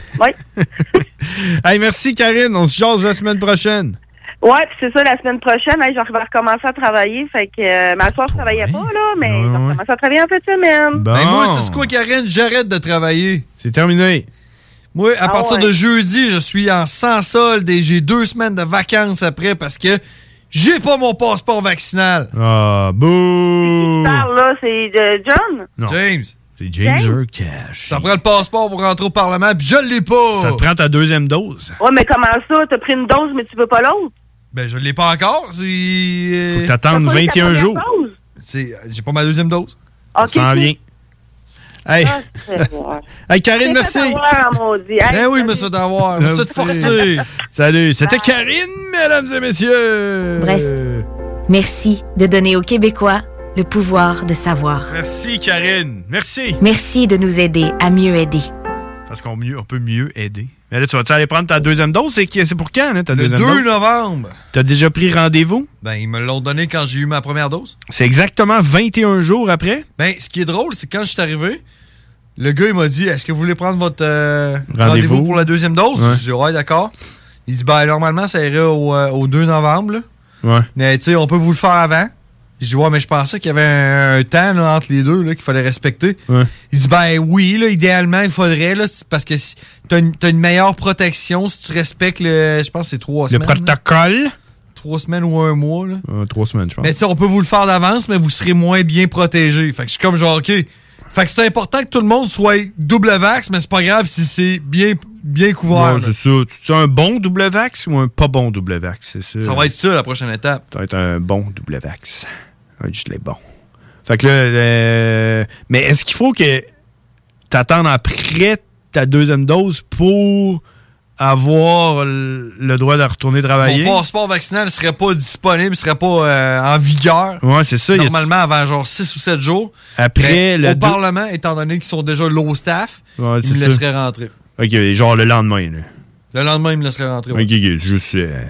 S7: Hey, merci, Karine. On se jase la semaine prochaine.
S9: Ouais, puis c'est ça, la semaine prochaine, hey, je vais recommencer à travailler. Fait que euh, ma soeur, je travaillais pas, là, mais je vais recommencer à travailler en fin de semaine.
S8: Ben, moi, c'est quoi, Karine? J'arrête de travailler.
S7: C'est terminé.
S8: Moi, à
S9: Ah
S8: partir
S9: ouais.
S8: de jeudi, je suis en sans solde et j'ai deux semaines de vacances après parce que j'ai pas mon passeport vaccinal.
S7: Ah,
S9: Tu
S7: bouh!
S9: parles, là, c'est euh, John?
S8: James.
S7: C'est
S9: James
S7: Cash.
S8: Ça prend le passeport pour rentrer au Parlement, puis je l'ai pas.
S7: Ça te prend ta deuxième dose.
S9: Ouais, mais comment ça? T'as pris une dose, mais tu veux pas l'autre?
S8: Ben, je l'ai pas encore. C'est. Faut
S7: que t'attendes T'as pas eu ta 21 première jours.
S8: C'est... euh, J'ai pas ma deuxième dose.
S9: Ok,
S7: Ça s'en vient. Hey.
S9: Ah,
S7: <laughs> hey, Karine, merci.
S8: Ben oui, monsieur d'avoir. Monsieur de forcer.
S7: Salut, c'était
S8: Ah.
S7: Karine, mesdames et messieurs.
S1: Bref. Merci de donner aux Québécois le pouvoir de savoir.
S7: Merci, Karine. Merci.
S1: Merci de nous aider à mieux aider.
S7: Parce qu'on mieux- on peut mieux aider. Mais là, tu vas-tu aller prendre ta deuxième dose? C'est, qui- c'est pour quand, là, ta
S8: Le 2
S7: deuxième dose?
S8: novembre.
S7: T'as déjà pris rendez-vous?
S8: Ben, ils me l'ont donné quand j'ai eu ma première dose.
S7: C'est exactement 21 jours après?
S8: Ben, ce qui est drôle, c'est quand je suis arrivé, le gars, il m'a dit Est-ce que vous voulez prendre votre euh, rendez-vous.
S7: Rendez-vous.
S8: pour la deuxième dose
S7: Ouais.
S8: Je dis Ouais, d'accord. Il dit Ben, normalement, ça irait au, euh, au 2 novembre. là.
S7: Ouais.
S8: Mais, tu sais, on peut vous le faire avant. Je dis Ouais, mais je pensais qu'il y avait un, un temps là, entre les deux là, qu'il fallait respecter.
S7: Ouais.
S8: Il dit Ben, oui, là, idéalement, il faudrait, là, c'est parce que si, t'as, une, t'as une meilleure protection si tu respectes le. Je pense que c'est trois
S7: Le
S8: semaines. là.
S7: protocole?
S8: Trois semaines ou un mois, là.
S7: Euh, trois semaines, je pense.
S8: Mais tu sais, on peut vous le faire d'avance, mais vous serez moins bien protégé. Fait que je suis comme genre, OK. Fait que c'est important que tout le monde soit double vax, mais c'est pas grave si c'est bien, bien couvert.
S7: Ouais,
S8: là.
S7: c'est ça. Tu tu as un bon double vax ou un pas bon double vax, c'est ça?
S8: ça va être ça, la prochaine étape.
S7: Ça va être un bon double vax. Un gilet bon. Fait que là, euh, mais est-ce qu'il faut que t'attendes après ta deuxième dose pour avoir l- le droit de retourner travailler?
S8: Mon passeport vaccinal serait pas disponible, serait pas euh, en vigueur.
S7: Ouais, c'est ça. il y a-
S8: Normalement, avant genre 6 ou 7 jours.
S7: Après
S8: Mais
S7: le
S8: Au
S7: deux-
S8: Parlement, étant donné qu'ils sont déjà low staff,
S7: Ouais,
S8: ils me
S7: c'est
S8: laisseraient
S7: ça.
S8: rentrer.
S7: Ok, genre le lendemain. Là.
S8: Le lendemain, ils me laisseraient rentrer. ouais.
S7: Ok, ok, juste euh,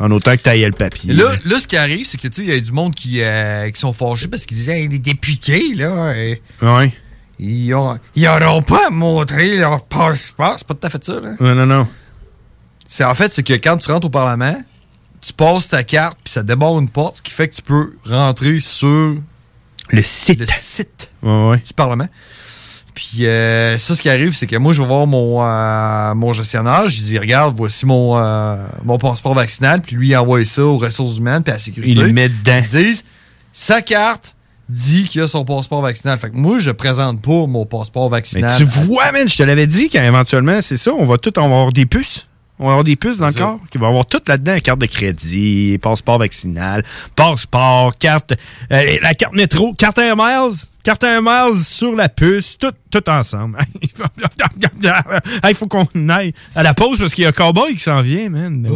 S7: en autant que t'ailles le papier.
S8: Et là, là, ce qui arrive, c'est que tu sais, il y a du monde qui, euh, qui sont fâchés parce qu'ils disaient Hey, les députés, là, euh,
S7: Ouais.
S8: ils, ont, ils auront pas à montrer leur passeport. C'est pas tout à fait ça, là.
S7: Non, non, non.
S8: C'est, en fait, c'est que quand tu rentres au Parlement, tu passes ta carte, puis ça débarre une porte, ce qui fait que tu peux rentrer sur
S7: le site,
S8: du Parlement. Puis euh, ça, ce qui arrive, c'est que moi, je vais voir mon, euh, mon gestionnaire, je lui dis Regarde, voici mon, euh, mon passeport vaccinal, puis lui, il envoie ça aux ressources humaines, puis à la sécurité.
S7: Il le met dedans.
S8: Ils disent Sa carte dit qu'il a son passeport vaccinal. Fait que moi, je présente pas mon passeport
S7: Mais
S8: vaccinal.
S7: tu vois, man, je te l'avais dit qu'éventuellement, c'est ça, on va tout, on va avoir des puces. On va avoir des puces dans le corps. qui va avoir tout là-dedans. Carte de crédit, passeport vaccinal, passeport, carte, euh, la carte métro, carte Air Miles, carte Air Miles sur la puce, tout, tout ensemble. <laughs> Il faut qu'on aille à la pause parce qu'il y a Cowboy qui s'en vient, man.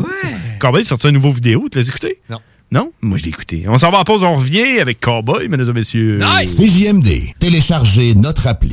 S7: Cowboy a sorti une nouvelle vidéo, tu l'as écouté?
S8: Non.
S7: Non? Moi, je l'ai écouté. On s'en va en pause, on revient avec Cowboy, mesdames et messieurs.
S3: CJMD. Téléchargez notre appli.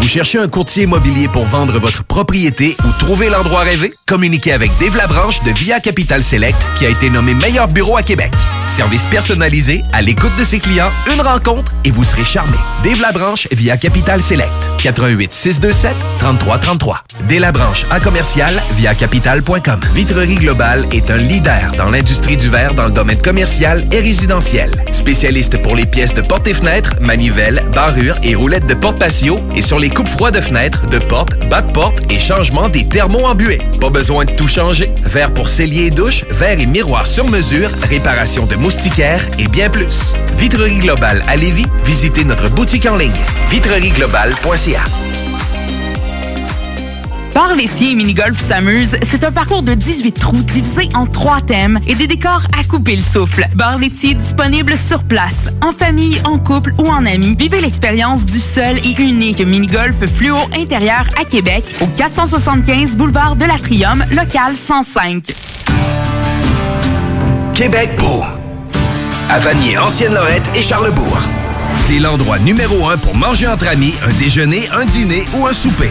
S3: Vous cherchez un courtier immobilier pour vendre votre propriété ou trouver l'endroit rêvé? Communiquez avec Dave Labranche de Via Capital Select qui a été nommé meilleur bureau à Québec. Service personnalisé, à l'écoute de ses clients, une rencontre et vous serez charmé. Dave Labranche via Capital Select. 88 627 3333. Dave Labranche à commercial via capital.com. Vitrerie Globale est un leader dans l'industrie du verre dans le domaine commercial et résidentiel. Spécialiste pour les pièces de portes et fenêtres, manivelles, barrures et roulettes de porte patio et sur les coupes froides de fenêtres, de portes, bas de porte et changement des thermos en buée. Pas besoin de tout changer. Verre pour cellier et douche, verre et miroir sur mesure, réparation de moustiquaires et bien plus. Vitrerie Globale à Lévis, visitez notre boutique en ligne vitrerieglobale.ca.
S11: Bar laitier et mini-golf s'amuse, c'est un parcours de 18 trous divisé en trois thèmes et des décors à couper le souffle. Bar laitier disponible sur place, en famille, en couple ou en amis. Vivez l'expérience du seul et unique mini-golf fluo intérieur à Québec au 475 boulevard de l'Atrium, local 105.
S3: Québec beau. À Vanier, Ancienne-Lorette et Charlebourg. C'est l'endroit numéro un pour manger entre amis, un déjeuner, un dîner ou un souper.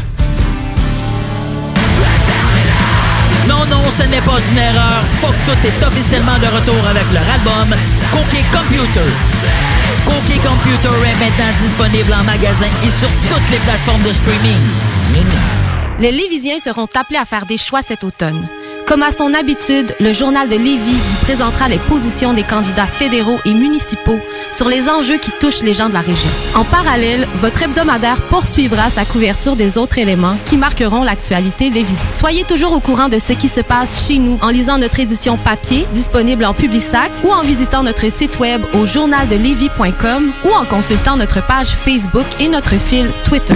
S21: Non, non, ce n'est pas une erreur. Fuck Tout est officiellement de retour avec leur album Cookie Computer. Cookie Computer est maintenant disponible en magasin et sur toutes les plateformes de streaming.
S25: Les Lévisiens seront appelés à faire des choix cet automne. Comme à son habitude, le journal de Lévis vous présentera les positions des candidats fédéraux et municipaux sur les enjeux qui touchent les gens de la région. En parallèle, votre hebdomadaire poursuivra sa couverture des autres éléments qui marqueront l'actualité lévisienne. Soyez toujours au courant de ce qui se passe chez nous en lisant notre édition papier disponible en Publisac ou en visitant notre site web au journaldelevis.com ou en consultant notre page Facebook et notre fil Twitter.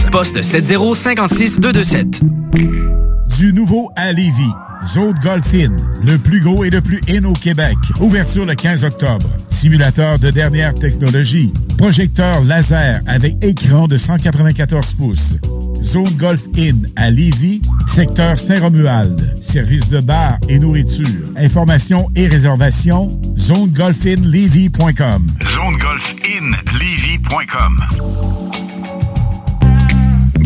S20: poste 7056 227.
S12: Du nouveau à Lévis. Zone Golf In, le plus gros et le plus in au Québec. Ouverture le 15 octobre. Simulateur de dernière technologie. Projecteur laser avec écran de 194 pouces. Zone Golf In à Lévis, secteur Saint-Romuald. Service de bar et nourriture. Informations et réservations. zonegolfinlevy.com.
S5: zonegolfinlevy.com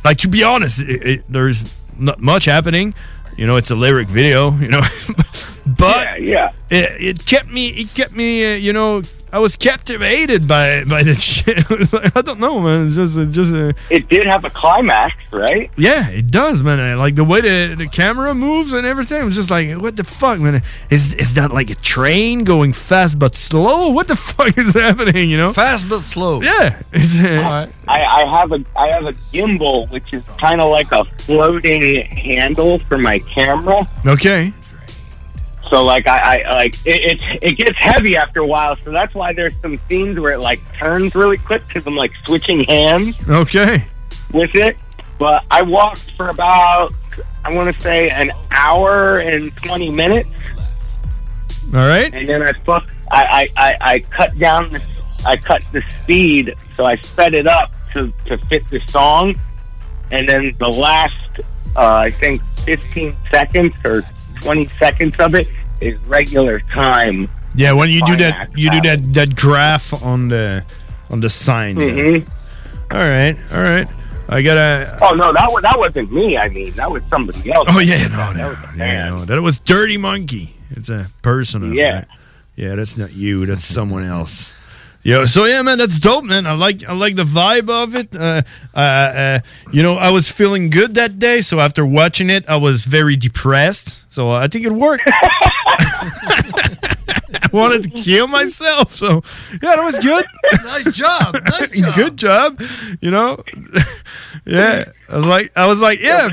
S7: like to be honest, it, it, there's not much happening. You know, it's a lyric video. You know, <laughs> but
S30: yeah,
S7: It, it kept me. It kept me. Uh, you know, I was captivated by by this <laughs> shit. It was like, I don't know, man. It's just, it just. Uh,
S30: It did have a climax, right?
S7: yeah, it does, man. I, like the way the, the camera moves and everything. It was just like, what the fuck, man? Is is that like a train going fast but slow? What the <laughs> fuck is happening? You know,
S8: fast but slow.
S7: Yeah.
S30: I, I have a I have a gimbal which is kind of like a floating handle for my camera.
S7: Okay.
S30: So like I, I like it, it it gets heavy after a while. So that's why there's some scenes where it like turns really quick because I'm like switching hands
S7: Okay.
S30: with it. But I walked for about I want to say an hour and twenty minutes.
S7: All right.
S30: And then I fuck, I, I, I, I cut down the, I cut the speed, so I sped it up to, to fit the song. And then the last, uh, I think, 15 seconds or 20 seconds of it is regular time.
S7: Yeah, when you do
S30: Climax
S7: that, you do that that graph on the on the sign. there.
S30: Mhm.
S7: All right, all right. I gotta.
S30: Oh no, that was, that wasn't me. I mean, that was somebody else.
S7: Oh yeah, no, no, yeah, no. That was Dirty Monkey. It's a person.
S30: Yeah.
S7: Yeah, that's not you. That's someone else. Yeah, so yeah, man, that's dope, man. I like I like the vibe of it. Uh, uh, uh, you know, I was feeling good that day, so after watching it, I was very depressed. So uh, I think it worked. <laughs> I wanted to kill myself, so yeah, that was good.
S8: Nice job. Nice job.
S7: <laughs> good job. You know, <laughs> yeah. I was like, I was like, yeah.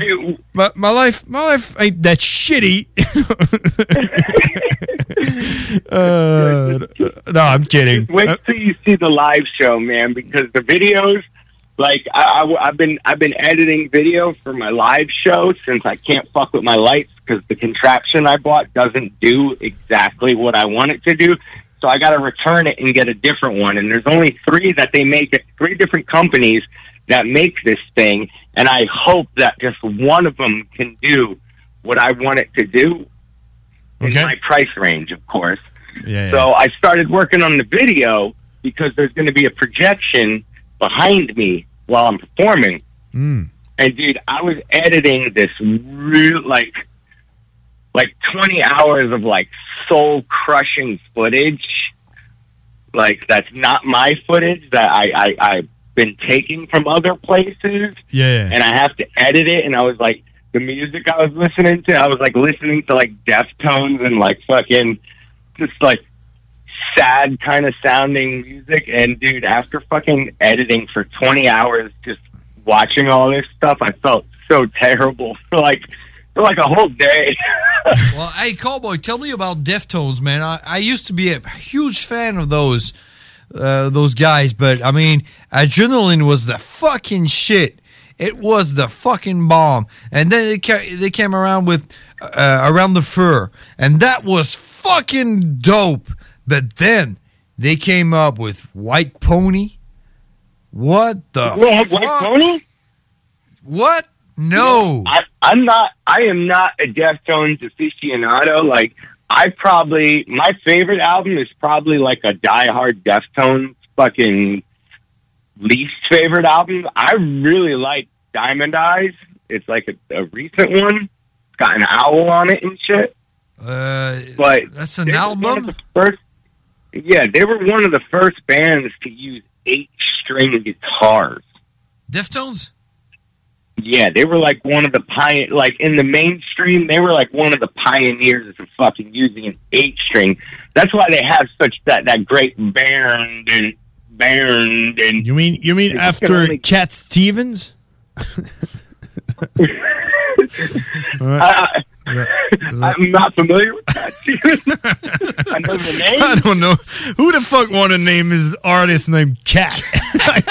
S7: My, my life, my life ain't that shitty. <laughs> Uh, no, I'm kidding.
S30: Wait till you see the live show, man, because the videos, like I, have been, I've been editing video for my live show since I can't fuck with my lights because the contraption I bought doesn't do exactly what I want it to do. So I got to return it and get a different one. And there's only three that they make it, three different companies that make this thing. And I hope that just one of them can do what I want it to do in my price range, of course.
S7: Yeah,
S30: So I started working on the video because there's going to be a projection behind me while I'm performing.
S7: Mm.
S30: And dude, I was editing this real like like 20 hours of like soul crushing footage. Like that's not my footage that I, I I've been taking from other places
S7: Yeah.
S30: and I have to edit it. And I was like, the music I was listening to, I was like listening to like Deftones and like fucking just like sad kind of sounding music. And dude, after fucking editing for 20 hours, just watching all this stuff, I felt so terrible <laughs> for like for like a whole day.
S8: <laughs> well, hey, Cowboy, tell me about Deftones, man. I, I used to be a huge fan of those uh, those guys, but I mean, Adrenaline was the fucking shit. It was the fucking bomb. And then they, ca- they came around with uh, Around the Fur, and that was fucking dope. But then they came up with White Pony. What the
S30: White
S8: fuck?
S30: Pony?
S8: What? No.
S30: I, I'm not. I am not a Deftones aficionado. Like I probably my favorite album is probably like a diehard Deftones fucking least favorite album. I really like Diamond Eyes. It's like a, a recent one. It's got an owl on it and shit.
S8: Uh,
S30: but
S8: that's an
S30: they were
S8: album?
S30: one of the First, yeah, they were one of the first bands to use eight string guitars.
S8: Deftones?
S30: Yeah, they were like one of the pioneers, like in the mainstream, they were like one of the pioneers of fucking using an eight string. That's why they have such that that great band and band and.
S7: You mean you mean after
S30: <laughs>
S7: Cat Stevens?
S30: I, <laughs> am not familiar with that.
S7: <laughs>
S30: I know the name.
S7: I don't know who the fuck want to name his artist named Cat. <laughs>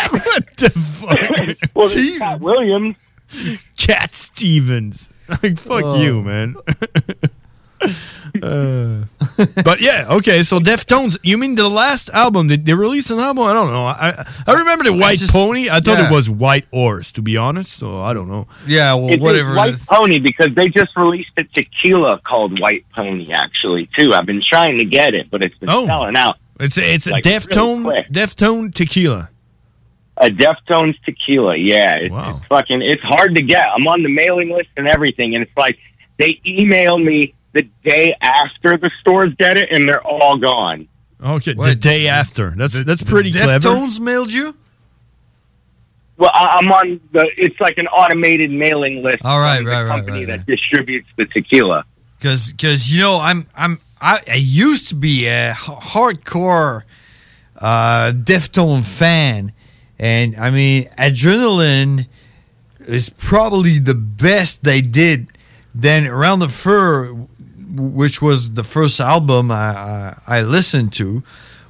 S7: what the fuck? <laughs>
S30: well, there's Cat Williams.
S7: Cat Stevens. <laughs> Like fuck
S8: Oh.
S7: you, man. <laughs> Uh, but yeah, okay. So Deftones. You mean the last album? Did they release an album? I don't know. I I remember the
S8: I
S7: White
S8: just-
S7: Pony. I thought
S8: yeah.
S7: it was White Horse, to be honest. So I don't know.
S8: Yeah, well,
S30: It's a White Pony because they just released a tequila called White Pony. Actually, too, I've been trying to get it, but it's been selling out.
S7: Oh. It's a, it's a
S30: Like, really
S7: Deftone
S30: quick.
S7: Deftone tequila.
S30: A Deftones tequila, yeah. It's, it's fucking. It's hard to get. I'm on the mailing list and everything, and it's like they email me the day after the stores get it, and they're all gone.
S7: Okay, the day after. That's that's pretty clever.
S8: Deftones mailed you?
S30: Well, I, I'm on the. It's like an automated mailing list.
S8: All right,
S30: from the
S8: right, right,
S30: company that distributes the tequila.
S8: Because because you know I'm I'm I, I used to be a h- hardcore uh, Deftone fan, and I mean Adrenaline is probably the best they did. Then Around the Fur, w- which was the first album I I, I listened to,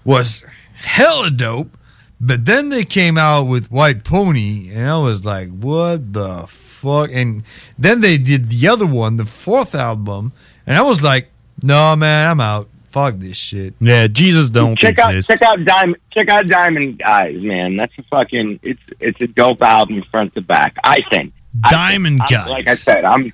S8: was hella dope. But then they came out with White Pony, and I was like, what the fuck? And then they did the other one, the fourth album, and I was like, no, man, I'm out. Fuck this shit.
S7: Yeah, Jesus
S30: check out check out Diamond check out Diamond Guys, man. That's a fucking it's it's a dope album front to back. I think I think.
S8: Diamond
S30: I'm-
S8: Guys.
S30: Like I said, I'm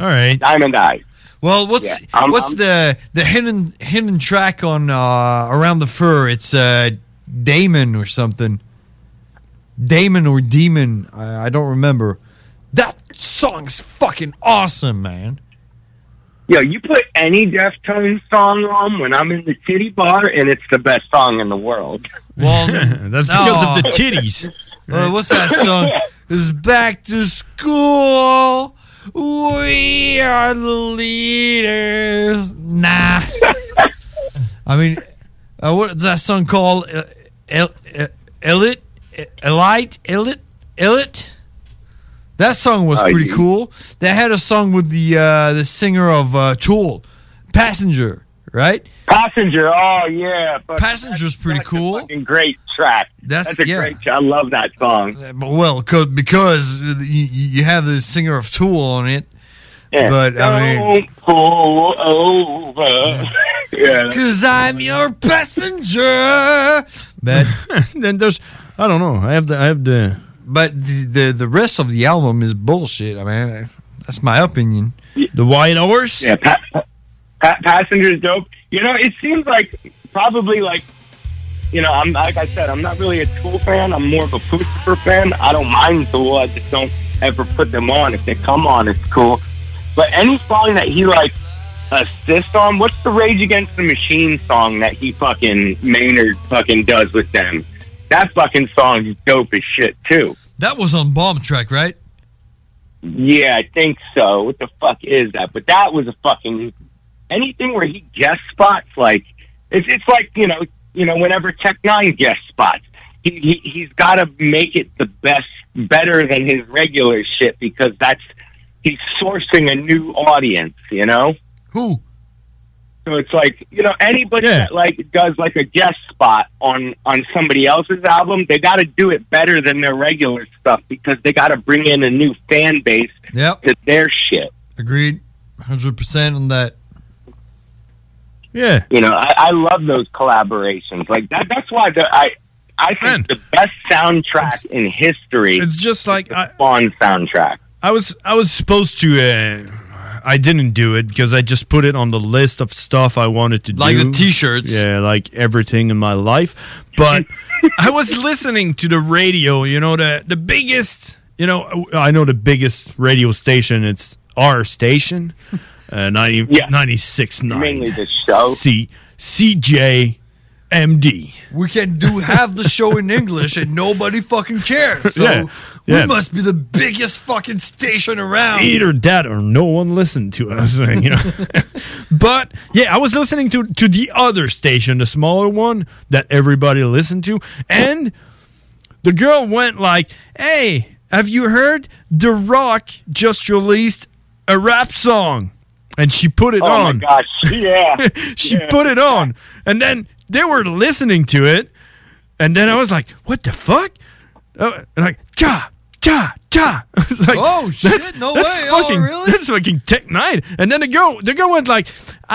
S7: all right.
S30: Diamond Eyes.
S8: Well, what's
S30: Yeah, I'm-
S8: what's
S30: I'm-
S8: the the hidden hidden track on uh, around the fur? It's uh, Damon or something. Damon or Demon, I, I don't remember. That song's fucking awesome, man.
S30: Yo, you put any Deftones song on when I'm in the titty bar, and it's the best song in the world.
S8: Well,
S7: <laughs> that's because of the
S8: <laughs>
S7: titties.
S8: Uh, what's that song? It's back to school. We are the leaders. Nah. I mean, uh, what's that song called? Uh, El- uh, Elite? uh, Elite? Elite? Elite? That song was
S30: I
S8: pretty
S30: do.
S8: cool. They had a song with the uh, the singer of uh, Tool, Passenger, right?
S30: Passenger, oh yeah,
S8: Passenger's pretty cool.
S30: fucking great track.
S8: That's-
S30: a
S8: yeah. Uh,
S30: great. I love that song.
S8: But, well, co- because you, you have the singer of Tool on it.
S30: Yeah. Oh,
S8: But I mean,
S30: Don't pull over. Yeah.
S8: <laughs> Cause I'm your passenger. But <laughs> then there's, I don't know. I have the, I have the. But the, the the rest of the album is bullshit. I mean, I- that's my opinion. The White Horse.
S30: Yeah, pa- pa- passengers dope. You know, it seems like probably like you know, I'm like I said, I'm not really a Tool fan. I'm more of a Pussifer fan. I don't mind Tool. I just don't ever put them on. If they come on, it's cool. But any song that he like assists on, what's the Rage Against the Machine song that he fucking Maynard fucking does with them? That fucking song is dope as shit too.
S8: That was on Bomb Track, right?
S30: Yeah, I think so. What the fuck is that? But that was a fucking anything where he guest spots like it's it's like you know you know whenever Tech Nine guest spots he, he he's got to make it the best better than his regular shit because that's he's sourcing a new audience you know
S8: who
S30: so it's like you know anybody that like does like a guest spot on on somebody else's album they got to do it better than their regular stuff because they got to bring in a new fan base
S8: Yep.
S30: to their shit
S8: Agreed, hundred percent on that.
S7: Yeah.
S30: You know, I, I love those collaborations. Like that. That's why the, I I think the best soundtrack in history. It's
S7: just like
S30: the Spawn soundtrack.
S7: I was I was supposed to. Uh, I didn't do it because I just put it on the list of stuff I wanted to
S8: Like
S7: do.
S8: the t-shirts.
S7: Yeah, like everything in my life.
S30: <laughs>
S7: But I was listening to the radio. You know the the biggest. You know I know the biggest radio station. It's our station. Uh, 90, 96.9.
S30: Mainly the show.
S7: C, CJ MD.
S8: We can do have the show in English and nobody fucking cares. <laughs> So
S7: Yeah,
S8: we
S7: yeah.
S8: must be the biggest fucking station around.
S7: either that or no one listened to us you know but yeah i was listening to to the other station the smaller one that everybody listened to and the girl went like hey have you heard the rock just released a rap song and she put it
S30: Oh my
S7: on <laughs>
S30: gosh yeah
S7: she put it on and then they were listening to it and then i was like what the fuck uh, and like cha cha cha <laughs> I was like,
S8: Oh, shit,
S7: that's-
S8: no
S7: that's
S8: way, oh,
S7: fucking,
S8: really?
S7: That's fucking Tech Nine. And then the girl, the girl went like,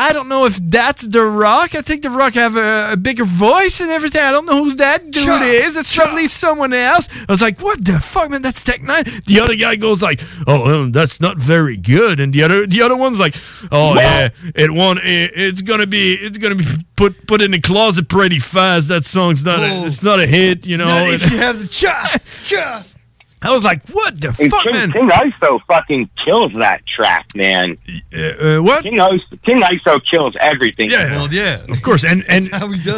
S7: I don't know if that's The Rock. I think The Rock have a, a bigger voice and everything. I don't know who that dude
S31: Cha,
S7: is. It's probably someone else. I was like, what the fuck, man? That's Tech Nine. The other guy goes like, oh, um, that's not very good. And the other, the other one's like, oh yeah, it won't. It, it's gonna be, it's gonna be put put in the closet pretty fast. That song's not, a, it's not a hit, you know.
S8: Not if
S7: And- <laughs>
S8: you have the cha cha.
S7: I was like, what the
S30: And
S7: fuck,
S30: King,
S7: man?
S30: King ISO fucking kills that track, man.
S7: Uh, what?
S30: King ISO, King ISO kills everything.
S7: Yeah,
S8: yeah,
S7: of course, and and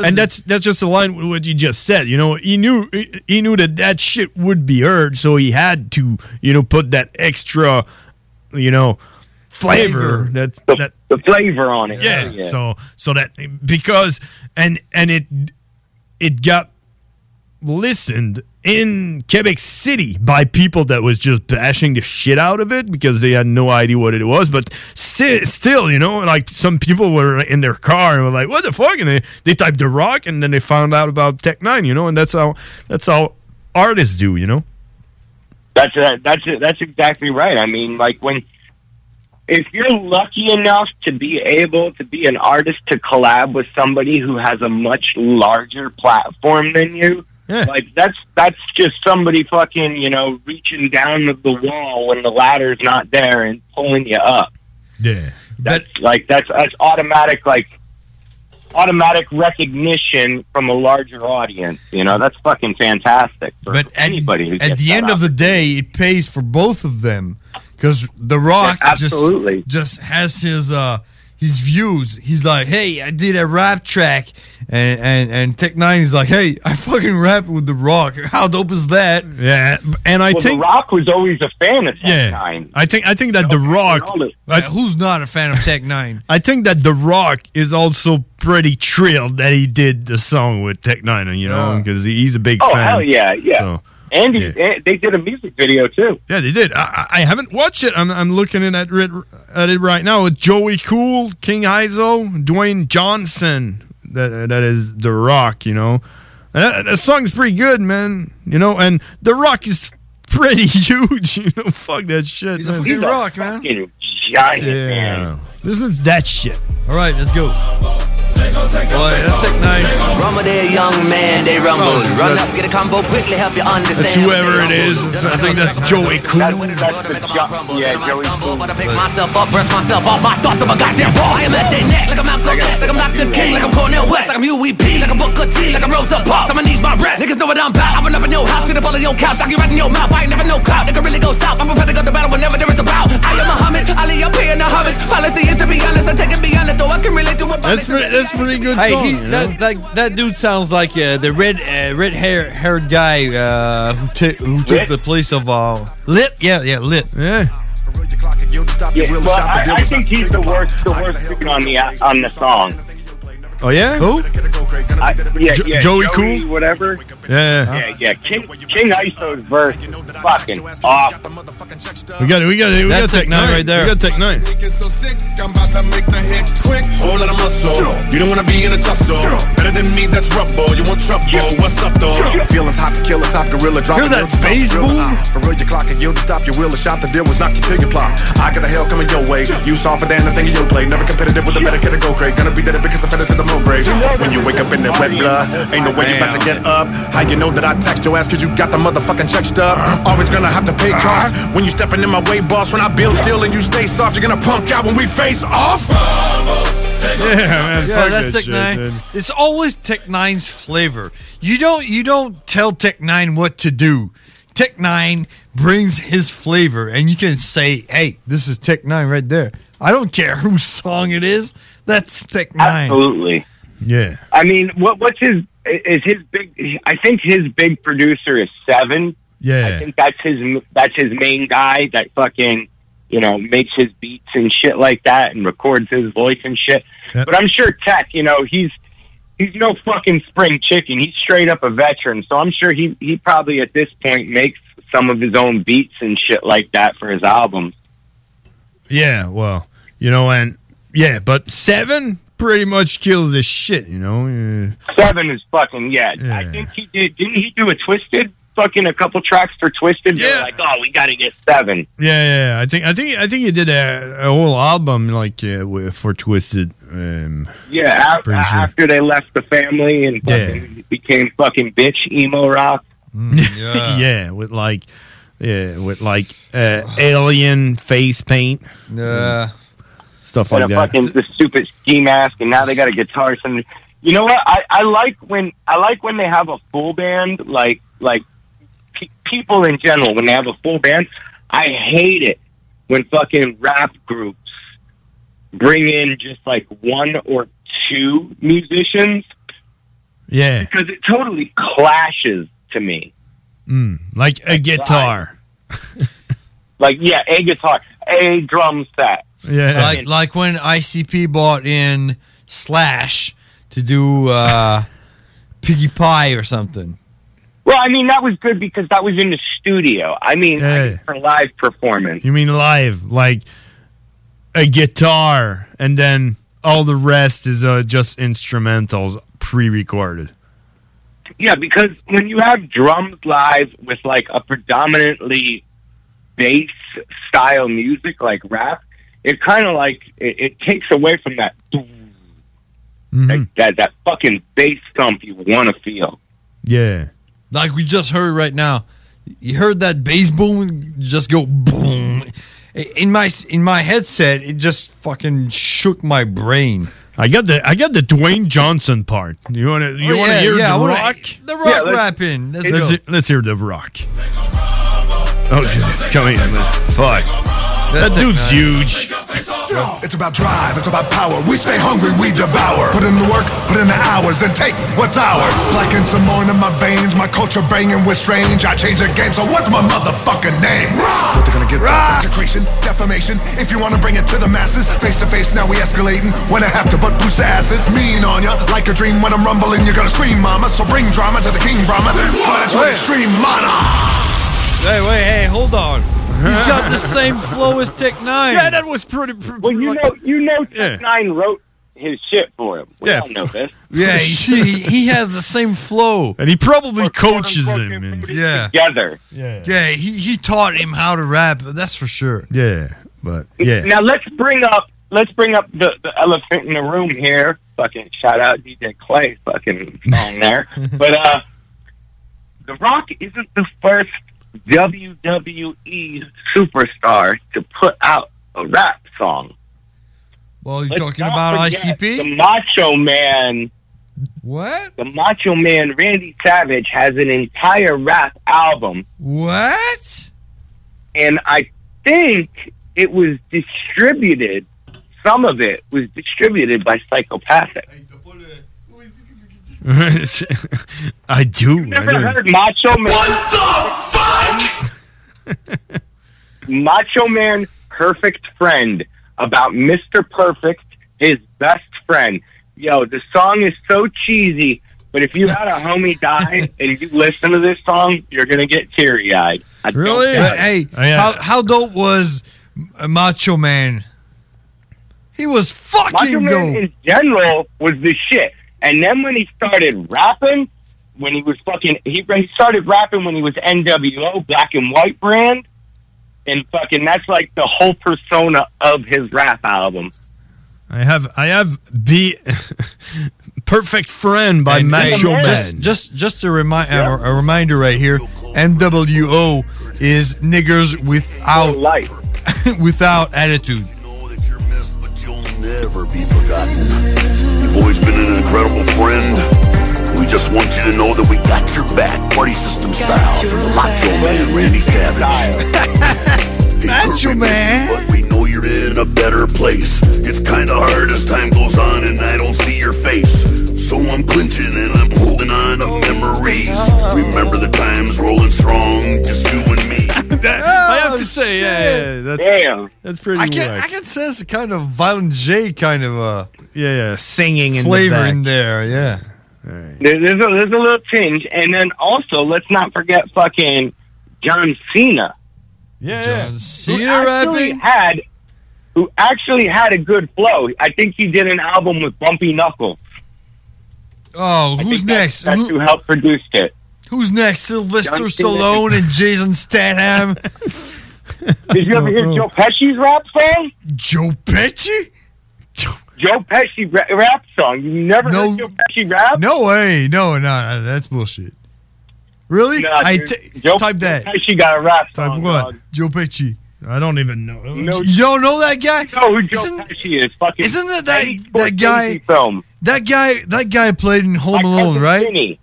S7: and that's that's just a line with what you just said. You know, he knew he- he knew that that shit would be heard, so he had to you know put that extra, you know, flavor, that
S30: the,
S7: that
S30: the flavor on it.
S7: Oh, yeah,
S30: Hell
S7: So so that because and and it it got listened in Quebec City by people that was just bashing the shit out of it because they had no idea what it was. But si- still, you know, like some people were in their car and were like, "What the fuck?" And they, they typed the rock, and then they found out about Tech Nine, you know, and that's how that's how artists do, you know.
S30: That's uh that's that's exactly right. I mean, like when if you're lucky enough to be able to be an artist to collab with somebody who has a much larger platform than you, like that's that's just somebody fucking you know reaching down the wall when the ladder's not there and pulling you up.
S7: Yeah.
S30: That's like that's that's automatic like automatic recognition from a larger audience. You know that's fucking fantastic for anybody. Who
S8: At
S30: gets
S8: the
S30: that
S8: end of the day, it pays for both of them because The Rock
S30: Yeah, absolutely.
S8: just just has his uh his views. He's like, hey, I did a rap track, and and and Tech Nine is like, hey, I fucking rap with The Rock. How dope is that?
S7: Yeah, and I
S8: Well,
S7: think
S8: The
S30: Rock was always a fan of Tech
S7: Nine. I think I think that The Rock. I,
S8: who's not a fan of Tech Nine?
S7: I think that The Rock is also pretty thrilled that he did the song with Tech Nine, you know, because he's a big
S30: oh
S7: fan.
S30: hell yeah, yeah.
S7: So,
S30: Andy, <laughs> and they did a music video too.
S7: yeah, they did. I, I I haven't watched it. I'm, I'm looking in at, it- at it right now with Joey Cool, King Iso, Dwayne Johnson. That that is The Rock, you know. And that, that song's pretty good, man. You know, and The Rock is pretty <laughs> huge. You know, fuck that shit. He's
S8: a fucking He's a rock, man.
S30: fucking
S7: Giant man. Listen to that shit.
S8: All right, let's go.
S29: Boy,
S8: that's Tech Nine.
S29: Rumble there, young man, they rumble.
S7: Oh, that's-
S29: Run up, get a combo quickly, help you understand.
S7: That's whoever it is. I
S30: <laughs>
S7: think that's Joey Cool.
S29: Yeah, Joey Cool. But I pick myself up, brush myself off my thoughts of a goddamn ball. I am at their neck, like I'm Malcolm X, like I'm Dr. King, like I'm Cornel West, like I'm UEP, like I'm Booker T, like I'm Rosa Parks. I'ma need my rest. Niggas know what I'm about. I'm up in your house, get up all in your couch, I get right in your mouth. I ain't never no clout. Nigga really go south. I'm prepared to go to battle whenever there is a bout. I am Muhammad Ali, I'm paying the homage. Policy is to be honest, I take it beyond it, though I can relate to what.
S7: That's pretty, that's pretty good
S8: Hey,
S7: song.
S8: he,
S7: you know?
S8: that, that, that dude sounds like uh, the red uh, red hair haired guy uh, who, t- who took
S30: Lit?
S8: the place of uh, lit. Yeah, yeah, lit.
S7: <laughs> Yeah.
S30: Yeah, well, I, I think he's the worst, the worst dude on the on the song.
S7: Oh yeah. Who?
S30: I, yeah,
S7: Jo-
S30: yeah,
S7: Joey Cool?
S30: whatever.
S7: Yeah.
S30: yeah, yeah. King, King Iso's verse, is fucking awful.
S7: We got it. We got it. We
S30: That's
S7: got Tech
S30: Tech Nine
S7: Nine
S30: right there.
S7: We got Tech Nine.
S24: I'm about to make the hit quick. Whole lot of muscle. You don't wanna be in a tussle. Better than me, that's rubble. You want trouble? What's up though? Feelings hot to kill a top gorilla. Drop
S8: Hear that bass boom?
S24: For real, your clock and you to stop your wheel. A shot the deal was knock you till you plop. I got a hell coming your way. You softer than the thing in your play. Never competitive with a better kid to go great. Gonna be dead because I fed it to the mo grave. When you wake up in that wet blood, ain't no way you about to get up. How you know that I text your ass cause you got the motherfucking check stub? Always gonna have to pay cost. When you stepping in my way, boss, when I build still and you stay soft, you're gonna punk out when we face off.
S7: man,
S8: yeah,
S24: fuck
S8: that's
S24: that
S8: Tech
S24: shit,
S8: Nine.
S24: man.
S8: It's always Tech Nine's flavor. You don't you don't tell Tech Nine what to do. Tech Nine brings his flavor, and you can say, "Hey, this is Tech Nine right there." I don't care <laughs> whose song it is. That's Tech Nine.
S30: Absolutely.
S7: Yeah.
S30: I mean, what what's his is his big? I think his big producer is Seven. I
S7: Yeah.
S30: think that's his that's his main guy that fucking you know makes his beats and shit like that and records his voice and shit. But
S7: <laughs>
S30: I'm sure Tech, you know, he's he's no fucking spring chicken. He's straight up a veteran, so I'm sure he he probably at this point makes some of his own beats and shit like that for his albums.
S7: Yeah. Well, you know, and yeah, but seven pretty much kills this shit. You know. Yeah.
S30: Seven is fucking yeah. I think he did. Didn't he do a Twisted? Fucking a couple tracks for Twisted. They're like, oh, we got to get Seven.
S7: Yeah, yeah, I think I think I think he did a, a whole album like uh, wi- for Twisted. Um,
S30: Yeah, a-
S7: Pretty sure.
S30: after they left the family and fucking became fucking bitch emo rock.
S7: Hmm, <laughs> yeah. with like, yeah, with like uh, alien face paint.
S8: Yeah,
S7: stuff
S30: and
S7: like
S30: a
S7: that.
S30: fucking the stupid ski mask, and now they got a guitar. Some, you know what? I, I like when I like when they have a full band. Like like pe- people in general, when they have a full band, I hate it when fucking rap groups bring in just like one or two musicians
S7: yeah,
S30: because it totally clashes to me.
S7: mm, like a guitar.
S30: Like yeah, a guitar, a drum set.
S7: Yeah.
S8: like like when ICP bought in Slash to do uh, <laughs> Piggy Pie or something.
S30: Well, I mean that was good because that was in the studio. I mean
S7: Yeah.
S30: for live performance.
S7: You mean live, like a guitar, and then all the rest is uh, just instrumentals pre-recorded.
S30: Yeah, because when you have drums live with like a predominantly bass style music like rap, it kind of like it, it takes away from that
S7: Mm-hmm.
S30: that that fucking bass thump you want to feel.
S7: Yeah.
S8: Like we just heard right now. You heard that bass boom just go boom. I- In my in my headset, it just fucking shook my brain.
S7: I got the I got the Dwayne Johnson part. You want to you
S8: Oh,
S7: want to hear the rock?
S8: The rock
S7: Yeah, let's-
S8: rapping. Let's,
S7: let's,
S8: go.
S7: hear, let's hear the rock. Oh, shit, it's coming. in. Fuck. That dude's huge. <laughs>
S4: It's about drive, it's about power. We stay hungry, we devour. Put in the work, put in the hours, and take what's ours. Like in some more in my veins, my culture banging with strange. I change the game, so what's my motherfucking name? Raw! But they're gonna get that desecration, defamation. If you wanna bring it to the masses, face to face, now we escalating. When I have to butt boost the asses, mean on ya. Like a dream when I'm rumbling, you're gonna scream, mama. So bring drama to the king, Brahma. But it's
S32: Wait.
S4: extreme mana.
S32: Hey, wait, hey, hold on. He's got
S7: <laughs>
S32: the same flow as Tech Nine. Yeah, that was pretty. well, you know,
S30: you know, Tech Nine wrote his shit for him. We all know this. <laughs>
S32: Yeah, he, he has the same flow, and he probably coaches him.
S8: Yeah.
S30: Together.
S32: Yeah.
S8: Yeah, he, he taught him how to rap, that's for sure.
S7: Yeah, but yeah.
S30: Now let's bring up let's bring up the, the elephant in the room here. Fucking shout out DJ Clay, fucking song there. but uh, The Rock isn't the first WWE superstar to put out a rap song.
S8: Well, you're
S30: Let's
S8: talking
S30: not
S8: about
S30: forget
S8: ICP?
S30: The Macho Man.
S8: What?
S30: The Macho Man Randy Savage has an entire rap album.
S8: What?
S30: And I think it was distributed. Some of it was distributed by Psychopathic.
S7: I do. I
S30: Never
S7: do.
S30: heard Macho Man. What the fuck? Macho Man Perfect Friend about Mr. Perfect, his best friend. Yo, the song is so cheesy, but if you had a homie
S8: <laughs>
S30: die and you listen to this song, you're going to get teary eyed.
S7: Oh,
S8: Really? But, hey, how, how dope was M- Macho Man? He was
S30: Macho
S8: fucking
S30: Man
S8: dope.
S30: in general was the shit. And then when he started rapping, when he was fucking, he, he started rapping when he was NWO, black and white brand. And fucking, that's like the whole persona of his rap album.
S7: I have I have the <laughs> perfect friend by
S8: And
S7: Macho
S8: hey,
S7: Man.
S8: Just, just, just a, remi- a, a reminder right here. NWO is niggers without
S30: life,
S8: <laughs> without attitude.
S5: never be forgotten. You've always been an incredible friend. We just want you to know that we got your back, party system style, from the Macho Man, Randy <laughs> Savage. Macho Man. But we know you're in a better place. It's kind of hard as time goes on and I don't see your face. So I'm clinching and I'm holding on to memories. Remember the times rolling strong, just you and
S7: <laughs>
S5: me.
S7: I have
S5: Oh,
S7: to say, yeah, yeah, that's,
S30: Damn.
S7: that's pretty.
S8: I can I can sense a kind of violent J kind of uh
S7: yeah, yeah singing in the
S8: flavor
S7: back.
S8: in there. Yeah,
S30: There, there's, a, there's a little tinge. And then also, let's not forget fucking John Cena.
S7: Yeah.
S8: John
S30: who
S8: Cena
S30: actually
S8: rapping.
S30: had who actually had a good flow. I think he did an album with Bumpy Knuckles.
S8: Oh, who's next?
S30: That's who helped produce it.
S8: Who's next? Sylvester
S30: John Cena.
S8: Stallone and Jason Statham.
S30: <laughs> Did you ever hear Joe Pesci's rap song?
S8: Oh. Joe Pesci?
S30: Joe Pesci ra- rap song. You never heard Joe Pesci rap?
S8: No way. Oh, No, no, no that's bullshit. Really?
S30: Nah,
S8: I
S30: dude.
S8: t-
S30: Joe
S8: type that.
S30: Pesci got a rap song.
S8: Type what?
S30: dog.
S8: Joe Pesci.
S7: I don't even know.
S30: No-
S8: you don't know that guy?
S30: No, who Joe Pesci is? Fucking
S8: Isn't that that,
S30: Scorsese
S8: that guy?
S30: film.
S8: That guy. That guy played in Home Alone, right?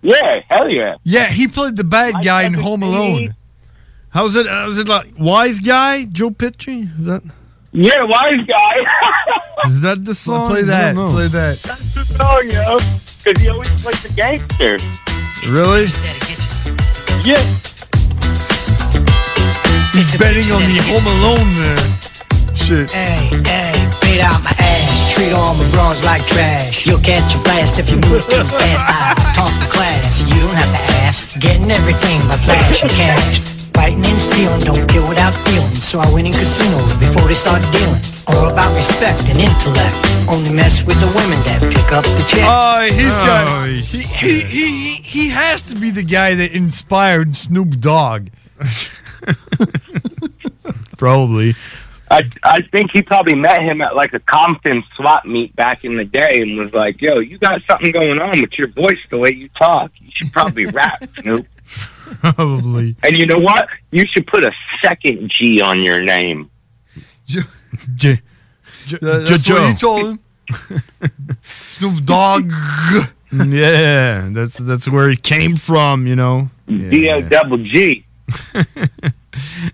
S30: Yeah, hell yeah.
S8: Yeah, he played the bad guy in Home Alone.
S7: How's it? How's it like wise guy Joe Pitchy? Is that
S30: Yeah, wise guy.
S7: <laughs> is that the song?
S8: play
S7: I don't
S8: that.
S7: know.
S8: Play that.
S30: That's the song, yo. Because he always plays the gangster.
S8: <laughs>
S7: Really?
S30: Yeah.
S8: He's betting on the Home Alone uh, shit.
S33: Hey, hey, beat out my ass. Treat all my bras like trash. You'll catch a blast if you move too fast. I talk to class, you don't have to ask. Getting everything by flash and cash. Fighting and stealing, don't kill without feeling. So I win in casinos before they start dealing. All about respect and intellect. Only mess with the women that pick up the check.
S8: Oh, he's got.
S33: Oh,
S8: He, he, he, he- he has to be the guy that inspired Snoop Dogg. <laughs>
S7: Probably.
S30: I I think he probably met him at like a Compton swap meet back in the day and was like, "Yo, you got something going on with your voice, the way you talk. You should probably rap, Snoop.
S7: Probably.
S30: And you know what? You should put a second G on your name."
S7: J- <laughs> J-
S8: That-
S7: J-
S8: that's
S7: Joe.
S8: what he told him. Snoop Dogg.
S7: Mm, yeah, that's that's where he came from. You know.
S30: D O double G.
S7: <laughs>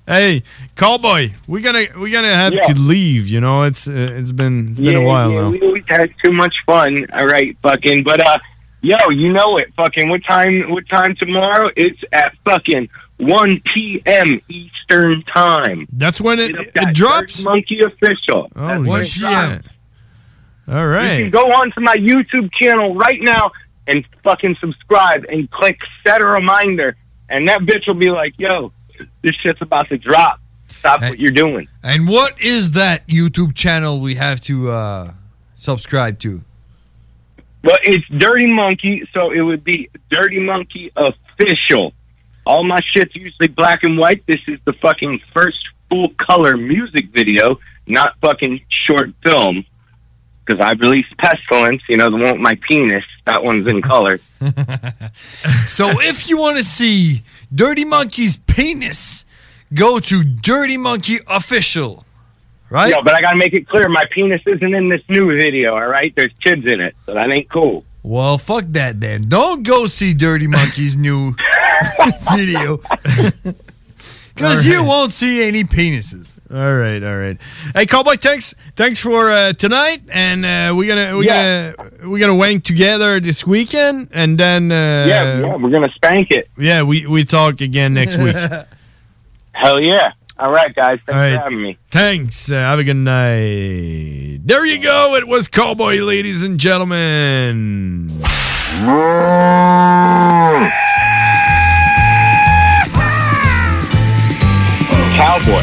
S7: hey, cowboy, we're gonna we're gonna have
S30: Yeah.
S7: to leave. You know, it's uh, it's been it's been a while now.
S30: We, we had too much fun. All right, fucking. But uh, yo, you know it, fucking. What time? What time tomorrow? It's at fucking one p.m. Eastern time.
S7: That's when it,
S30: drops. Monkey official.
S7: Oh,
S30: one
S7: All
S30: You can
S7: right.
S30: go onto my YouTube channel right now and fucking subscribe and click set a reminder, and that bitch will be like, yo, this shit's about to drop. Stop what you're doing.
S27: And what is that YouTube channel we have to uh, subscribe to?
S30: Well, it's Dirty Monkey, so it would be Dirty Monkey Official. All my shit's usually black and white. This is the fucking first full color music video, not fucking short film. Because I released Pestilence, you know, the one with my penis. That one's in color.
S27: So
S7: <laughs>
S27: if you want to see Dirty Monkey's penis, go to Dirty Monkey Official. Right?
S30: Yo, but I gotta make it clear, my penis isn't in this new video. All right, there's kids in it, so that ain't cool.
S27: Well, fuck that then. Don't go see Dirty Monkey's
S7: <laughs>
S27: new video. Because you won't see any penises.
S7: All right, all right. Hey, cowboy, thanks, thanks for uh, tonight, and uh, we're gonna we're gonna we're gonna wank together this weekend, and then uh,
S30: Yeah, yeah, we're gonna spank it.
S7: Yeah, we we talk again next week.
S30: <laughs> Hell yeah! All right, guys, thanks
S7: All right.
S30: for having me.
S7: Thanks. Uh, have a good night. There you go. It was Cowboy, ladies and gentlemen.
S30: Cowboy,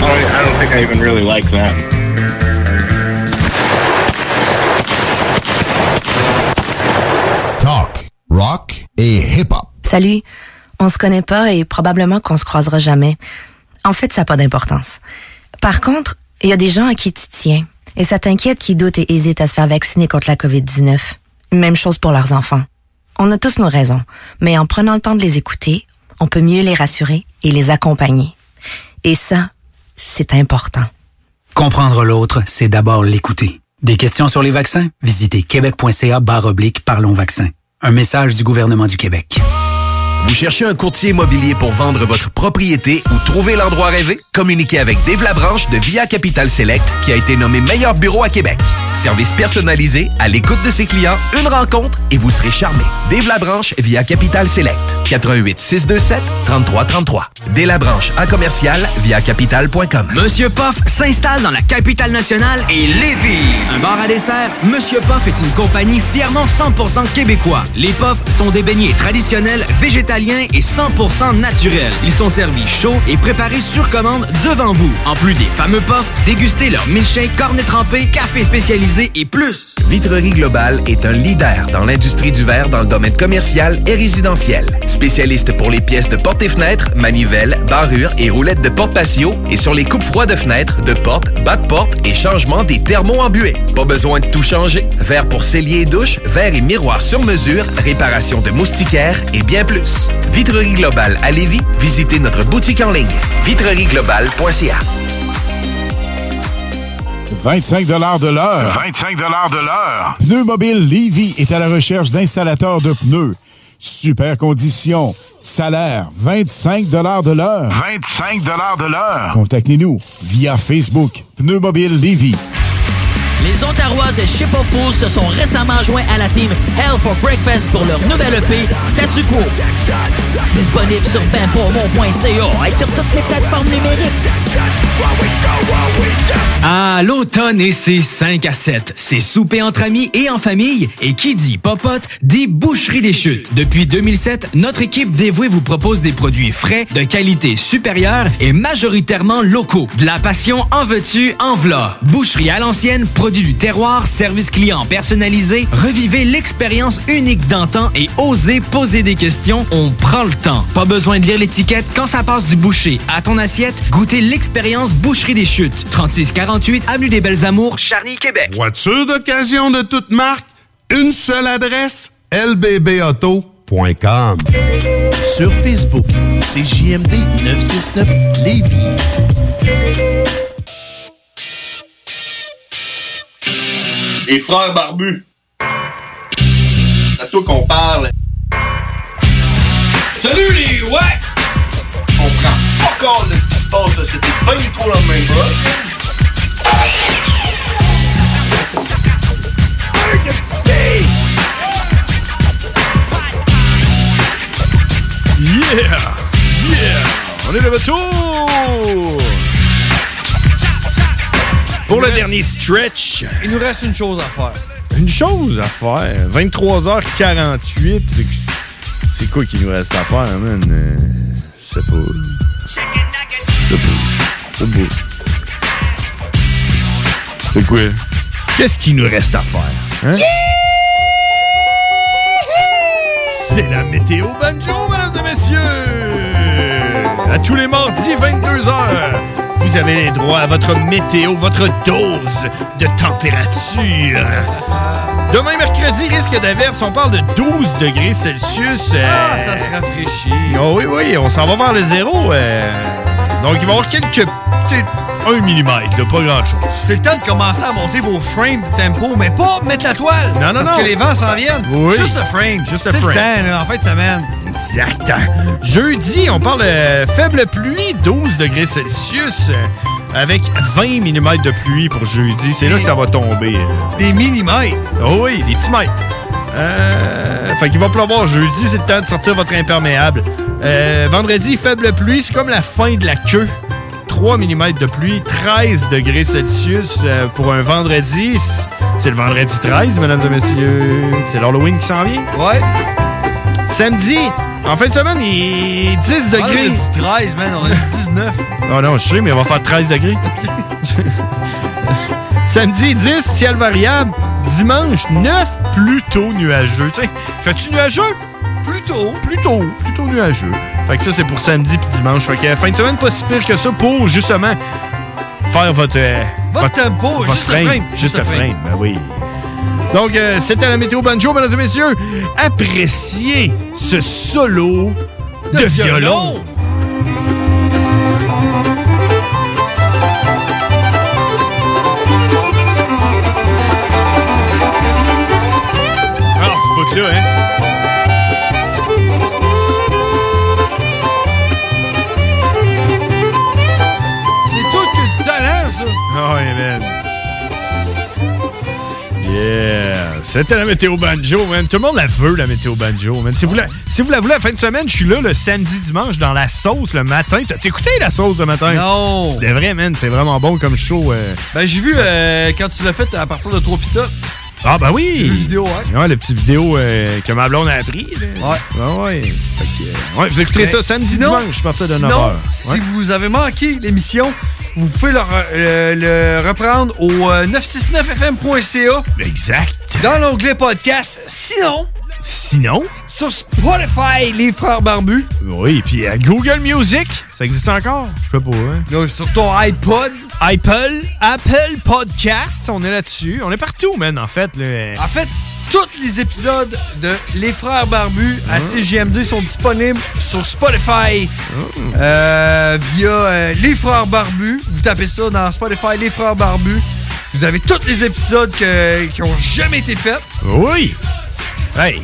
S30: Oh, I don't think I even really like them.
S23: Talk, rock et hip-hop.
S17: Salut, on se connaît pas et probablement qu'on se croisera jamais. En fait, ça n'a pas d'importance. Par contre, il y a des gens à qui tu tiens et ça t'inquiète qui doutent et hésitent à se faire vacciner contre la COVID-19. Même chose pour leurs enfants. On a tous nos raisons, mais en prenant le temps de les écouter, on peut mieux les rassurer et les accompagner. Et ça, c'est important.
S18: Comprendre l'autre, c'est d'abord l'écouter. Des questions sur les vaccins? Visitez québec.ca barre oblique Parlons vaccin. Un message du gouvernement du Québec.
S3: Vous cherchez un courtier immobilier pour vendre votre propriété ou trouver l'endroit rêvé? Communiquez avec Dave Labranche de Via Capital Select qui a été nommé meilleur bureau à Québec. Service personnalisé, à l'écoute de ses clients, une rencontre et vous serez charmé. Dave Labranche via Capital Select. 88 627 3333. Dave Labranche à commercial via capital.com.
S29: Monsieur Poff s'installe dans la capitale nationale et Lévis.
S20: Un bar à dessert, Monsieur Poff est une compagnie fièrement 100% québécois. Les Poffs sont des beignets traditionnels, végétaliens et 100% naturels. Ils sont servis chauds et préparés sur commande devant vous. En plus des fameux Poffs, dégustez leur milkshake, cornet trempé, café spécialisé et plus.
S3: Vitrerie Globale est un leader dans l'industrie du verre dans le domaine commercial et résidentiel. Spécialiste pour les pièces de portes et fenêtres, manivelles, barrures et roulettes de porte patio et sur les coupes froides de fenêtres, de portes, bas de porte et changement des thermos embués. Pas besoin de tout changer. Verre pour cellier et douche, verre et miroir sur mesure, réparation de moustiquaires et bien plus. Vitrerie Globale à Lévis, visitez notre boutique en ligne vitrerieglobale.ca.
S12: 25 de
S23: Euh,
S12: l'heure.
S19: 25 de l'heure.
S12: Pneus Mobile Levy est à la recherche d'installateurs de pneus. Super conditions. Salaire 25 de l'heure.
S19: 25 de l'heure.
S12: Contactez-nous via Facebook. Pneus Mobile Levy.
S21: Les Ontarois de Ship of Fools se sont récemment joints à la team Hell for Breakfast pour leur nouvelle EP Statu Quo. Disponible sur benpourmont.ca et sur toutes les plateformes numériques.
S20: Ah, l'automne et ses 5 à 7. C'est souper entre amis et en famille. Et qui dit popote, dit boucherie des chutes. Depuis 2007, notre équipe dévouée vous propose des produits frais, de qualité supérieure et majoritairement locaux. De la passion en veux-tu, en v'là. Boucherie à l'ancienne, produits du terroir, service client personnalisé. Revivez l'expérience unique d'antan et osez poser des questions. On prend le temps. Pas besoin de lire l'étiquette quand ça passe du boucher à ton assiette. Goûtez l'expérience Boucherie des Chutes. 3648 Avenue des Belles Amours, Charny, Québec.
S34: Voiture d'occasion de toute marque, une seule adresse, lbbauto.com.
S5: Sur Facebook, c'est JMD 969 Lévis.
S11: Les frères barbus. C'est à toi qu'on parle. Salut les ouais! On prend pas compte de ce qui se passe, là. c'était bien trop la même
S7: Yeah! Yeah! On est de retour! Pour le dernier stretch.
S8: Il nous reste une chose à faire.
S7: Une chose à faire. 23h48. c'est- C'est quoi qu'il nous reste à faire, man? Euh, Je sais pas. Je sais pas. Je sais pas. C'est quoi? Qu'est-ce qu'il nous reste à faire? Hein? C'est la météo banjo, mesdames et messieurs! À tous les mardis, 22h, vous avez les droits à votre météo, votre dose de température. Demain, mercredi, risque d'averse, on parle de 12 degrés Celsius.
S8: Ah,
S7: euh,
S8: ça se rafraîchit.
S7: Oh oui, oui, on s'en va vers le zéro. euh. Donc, il va y avoir quelques. peut-être Un millimètre, là, pas grand-chose.
S8: C'est le temps de commencer à monter vos frames de tempo, mais pas mettre la toile.
S7: Non, non,
S8: parce
S7: non.
S8: que les vents s'en viennent.
S7: Oui.
S8: Juste le frame.
S7: Juste le
S8: C'est
S7: frame.
S8: temps, là, en fin de semaine.
S7: Exact. Jeudi, on parle de faible pluie, 12 degrés Celsius, euh, avec 20 mm de pluie pour jeudi. C'est là que ça va tomber.
S8: Des millimètres?
S7: Oh oui, des petits mètres. Euh, fait qu'il va pleuvoir jeudi, c'est le temps de sortir votre imperméable. Euh, vendredi, faible pluie, c'est comme la fin de la queue. 3 mm de pluie, 13 degrés Celsius euh, pour un vendredi. C'est le vendredi 13, mesdames et messieurs. C'est l'Halloween qui s'en vient.
S8: Ouais.
S7: Samedi, en fin de semaine, il est 10 degrés.
S27: Ah
S8: Vendredi 13, man, on a 19.
S7: Oh non, je sais, mais on va faire 13 <laughs> degrés. Samedi 10, ciel variable. Dimanche 9, plutôt nuageux. Tiens, fais-tu nuageux?
S8: Plutôt.
S7: Plutôt, plutôt nuageux. Fait que ça, c'est pour samedi puis dimanche. Fait que euh, fin de semaine, pas si pire que ça pour justement faire votre. euh,
S8: Votre tempo, juste le
S7: frein,
S8: frame,
S7: Juste le frame, ben oui. Donc, euh, c'était la météo banjo, mesdames et messieurs. Appréciez ce solo de, violon. Ah, ce bout-là, hein?
S8: C'est tout que du talent, ça.
S7: Oh, man. Yeah! C'était la météo banjo, man. Tout le monde la veut, la météo banjo, man. Si vous la, si vous la voulez, la fin de semaine, je suis là le samedi, dimanche, dans la sauce le matin. T'as écouté la sauce le matin?
S8: Non!
S7: C'est vrai, man. C'est vraiment bon comme show. euh.
S8: Ben, j'ai vu euh, quand tu l'as fait à partir de trois pistoles.
S7: Ah, ben oui!
S8: J'ai vu vidéo, ouais.
S7: Ouais, le petit vidéo euh, que ma blonde a appris. là. Ouais. ouais. Fait que, euh, ouais, vous écouterez
S8: Ben,
S7: ça samedi,
S8: sinon-
S7: dimanche, à partir de
S8: sinon,
S7: 9h.
S8: Si vous avez manqué l'émission, vous pouvez le, re- le- le reprendre au euh, 969fm.ca.
S7: Exact.
S8: Dans l'onglet podcast. Sinon,
S7: Sinon,
S8: sur Spotify, les frères barbus.
S7: Oui, puis à Google Music, ça existe encore? Je sais pas, hein?
S8: sur ton iPod.
S7: Apple, Apple Podcast, on est là-dessus. On est partout, man, en fait. là.
S8: En fait, tous les épisodes de Les Frères Barbus
S7: Ah.
S8: à CGMD sont disponibles sur Spotify
S7: Ah.
S8: euh, via euh, Les Frères Barbus. Vous tapez ça dans Spotify, Les Frères Barbus. Vous avez tous les épisodes que- qui ont jamais été faits.
S7: Oui! Hey!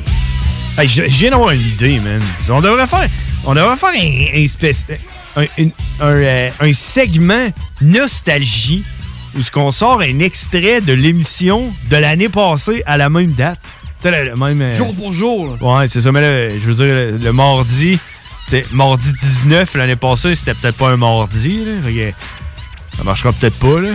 S7: Hey, je, je viens d'avoir une idée, man. On devrait faire, on devrait faire un, un spéc- un- une- un, euh, un segment nostalgie où ce qu'on sort un extrait de l'émission de l'année passée à la même date. Tu sais, le- le même, euh,
S8: Jour pour jour. là.
S7: Ouais, c'est ça, mais là, je veux dire, le, le mardi, tu sais, mardi 19 l'année passée, c'était peut-être pas un mardi, là. Fait que ça marchera peut-être pas, là.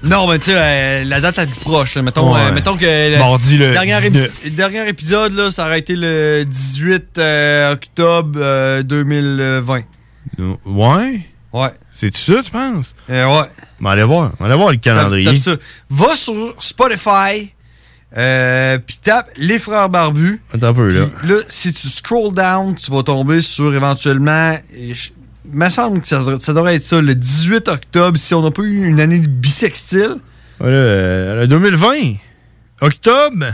S8: Non, mais tu sais, la, la date la plus proche. là. Mettons,
S7: Ouais.
S8: euh, mettons que. la-
S7: Mardi, le
S8: dernière
S7: 19.
S8: épi- dernier épisode, là, ça aurait été le 18 euh, octobre euh, 2020.
S7: Ouais?
S8: Ouais. Euh,
S7: C'est ça, tu penses?
S8: ouais.
S7: Mais allez voir, allez voir le calendrier.
S8: Tape ça. Va sur Spotify, Euh, puis tape les frères barbus.
S7: Attends un peu, là.
S8: Là, si tu scroll down, tu vas tomber sur éventuellement. et je- Il me semble que ça, ça devrait être ça, le 18 octobre, si on n'a pas eu une année de bisextile.
S7: Voilà, euh, 2020, octobre,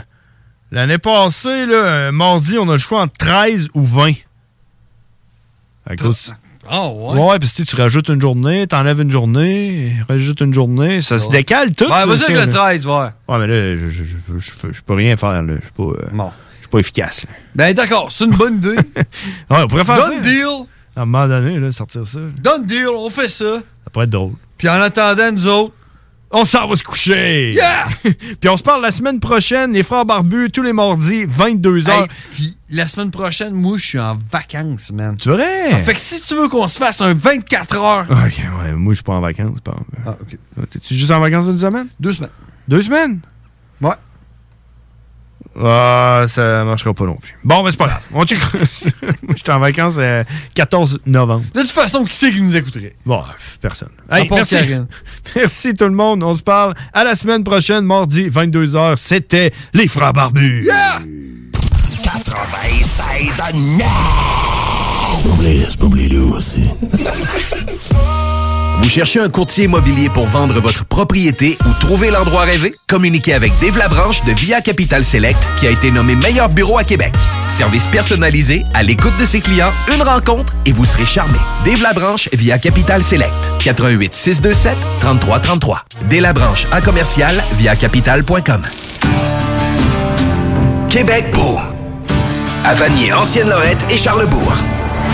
S7: l'année passée, là, euh, mardi, on a le choix entre 13 ou 20. Fait que là, tu-
S8: Oh,
S7: ouais. puis si tu rajoutes une journée, t'enlèves une journée, rajoutes une journée, ça se décale tout.
S8: Ah Ouais, vas-y
S7: ça,
S8: avec
S7: ça,
S8: le
S7: là.
S8: 13, ouais.
S7: Ouais, mais là, je, je, je, je- je- je peux rien faire, là. Je suis pas, euh, je suis pas efficace.
S8: Ben d'accord, c'est une bonne idée.
S7: <laughs> Ouais, on pourrait faire ça.
S8: Done deal.
S7: À un moment donné, là, sortir ça, là.
S8: Done deal, on fait ça.
S7: ça pourrait être drôle.
S8: Puis en attendant, nous autres,
S7: on s'en va se coucher.
S8: Yeah!
S7: <laughs> Puis on se parle la semaine prochaine, les frères barbus, tous les mardis, 22h.
S8: Hey, puis la semaine prochaine, moi, je suis en vacances, man.
S7: Tu vrai?
S8: Ça fait que si tu veux qu'on se fasse un 24 heures,
S7: Ok, ouais, moi je suis pas en vacances, pas.
S8: Ah, ok.
S7: T'es-tu juste en vacances une semaine?
S8: Deux semaines.
S7: Deux semaines?
S8: Ouais.
S7: Ah, ça marchera pas non plus. Bon, ben c'est pas grave. On check. <laughs> Moi j'étais en vacances le 14 novembre.
S8: de toute façon, qui c'est qui nous écouterait?
S7: Bon, pff, personne.
S8: À
S7: Hey,
S8: part
S7: merci.
S8: Karine.
S7: merci tout le monde. On se parle à la semaine prochaine, mardi 22h. C'était les frères barbus.
S5: 96 à C'est pas oublier, aussi.
S3: Vous cherchez un courtier immobilier pour vendre votre propriété ou trouver l'endroit rêvé? Communiquez avec Dave Labranche de Via Capital Select qui a été nommé meilleur bureau à Québec. Service personnalisé, à l'écoute de ses clients, une rencontre et vous serez charmé. Dave Labranche via Capital Select. 88 627 3333. Dave Labranche à commercial via capital.com. Québec beau. À Vanier, Ancienne-Lorette et Charlebourg.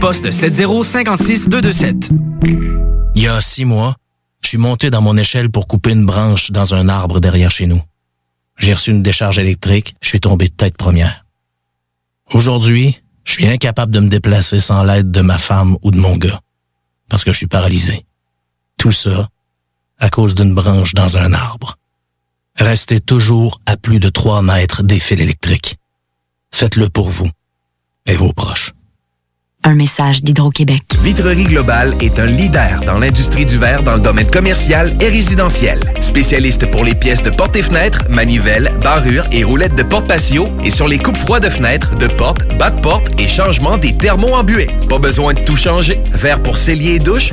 S20: poste 7056 227.
S28: Il y a six mois, je suis monté dans mon échelle pour couper une branche dans un arbre derrière chez nous. J'ai reçu une décharge électrique, je suis tombé de tête première. Aujourd'hui, je suis incapable de me déplacer sans l'aide de ma femme ou de mon gars, parce que je suis paralysé. Tout ça à cause d'une branche dans un arbre. Restez toujours à plus de trois mètres des fils électriques. Faites-le pour vous et vos proches.
S17: Un message d'Hydro-Québec.
S3: Vitrerie Globale est un leader dans l'industrie du verre dans le domaine commercial et résidentiel. Spécialiste pour les pièces de portes et fenêtres, manivelles, barrures et roulettes de porte patio et sur les coupes froides de fenêtres, de portes, bas de portes et changement des thermos en buée. Pas besoin de tout changer. Verre pour cellier et douche,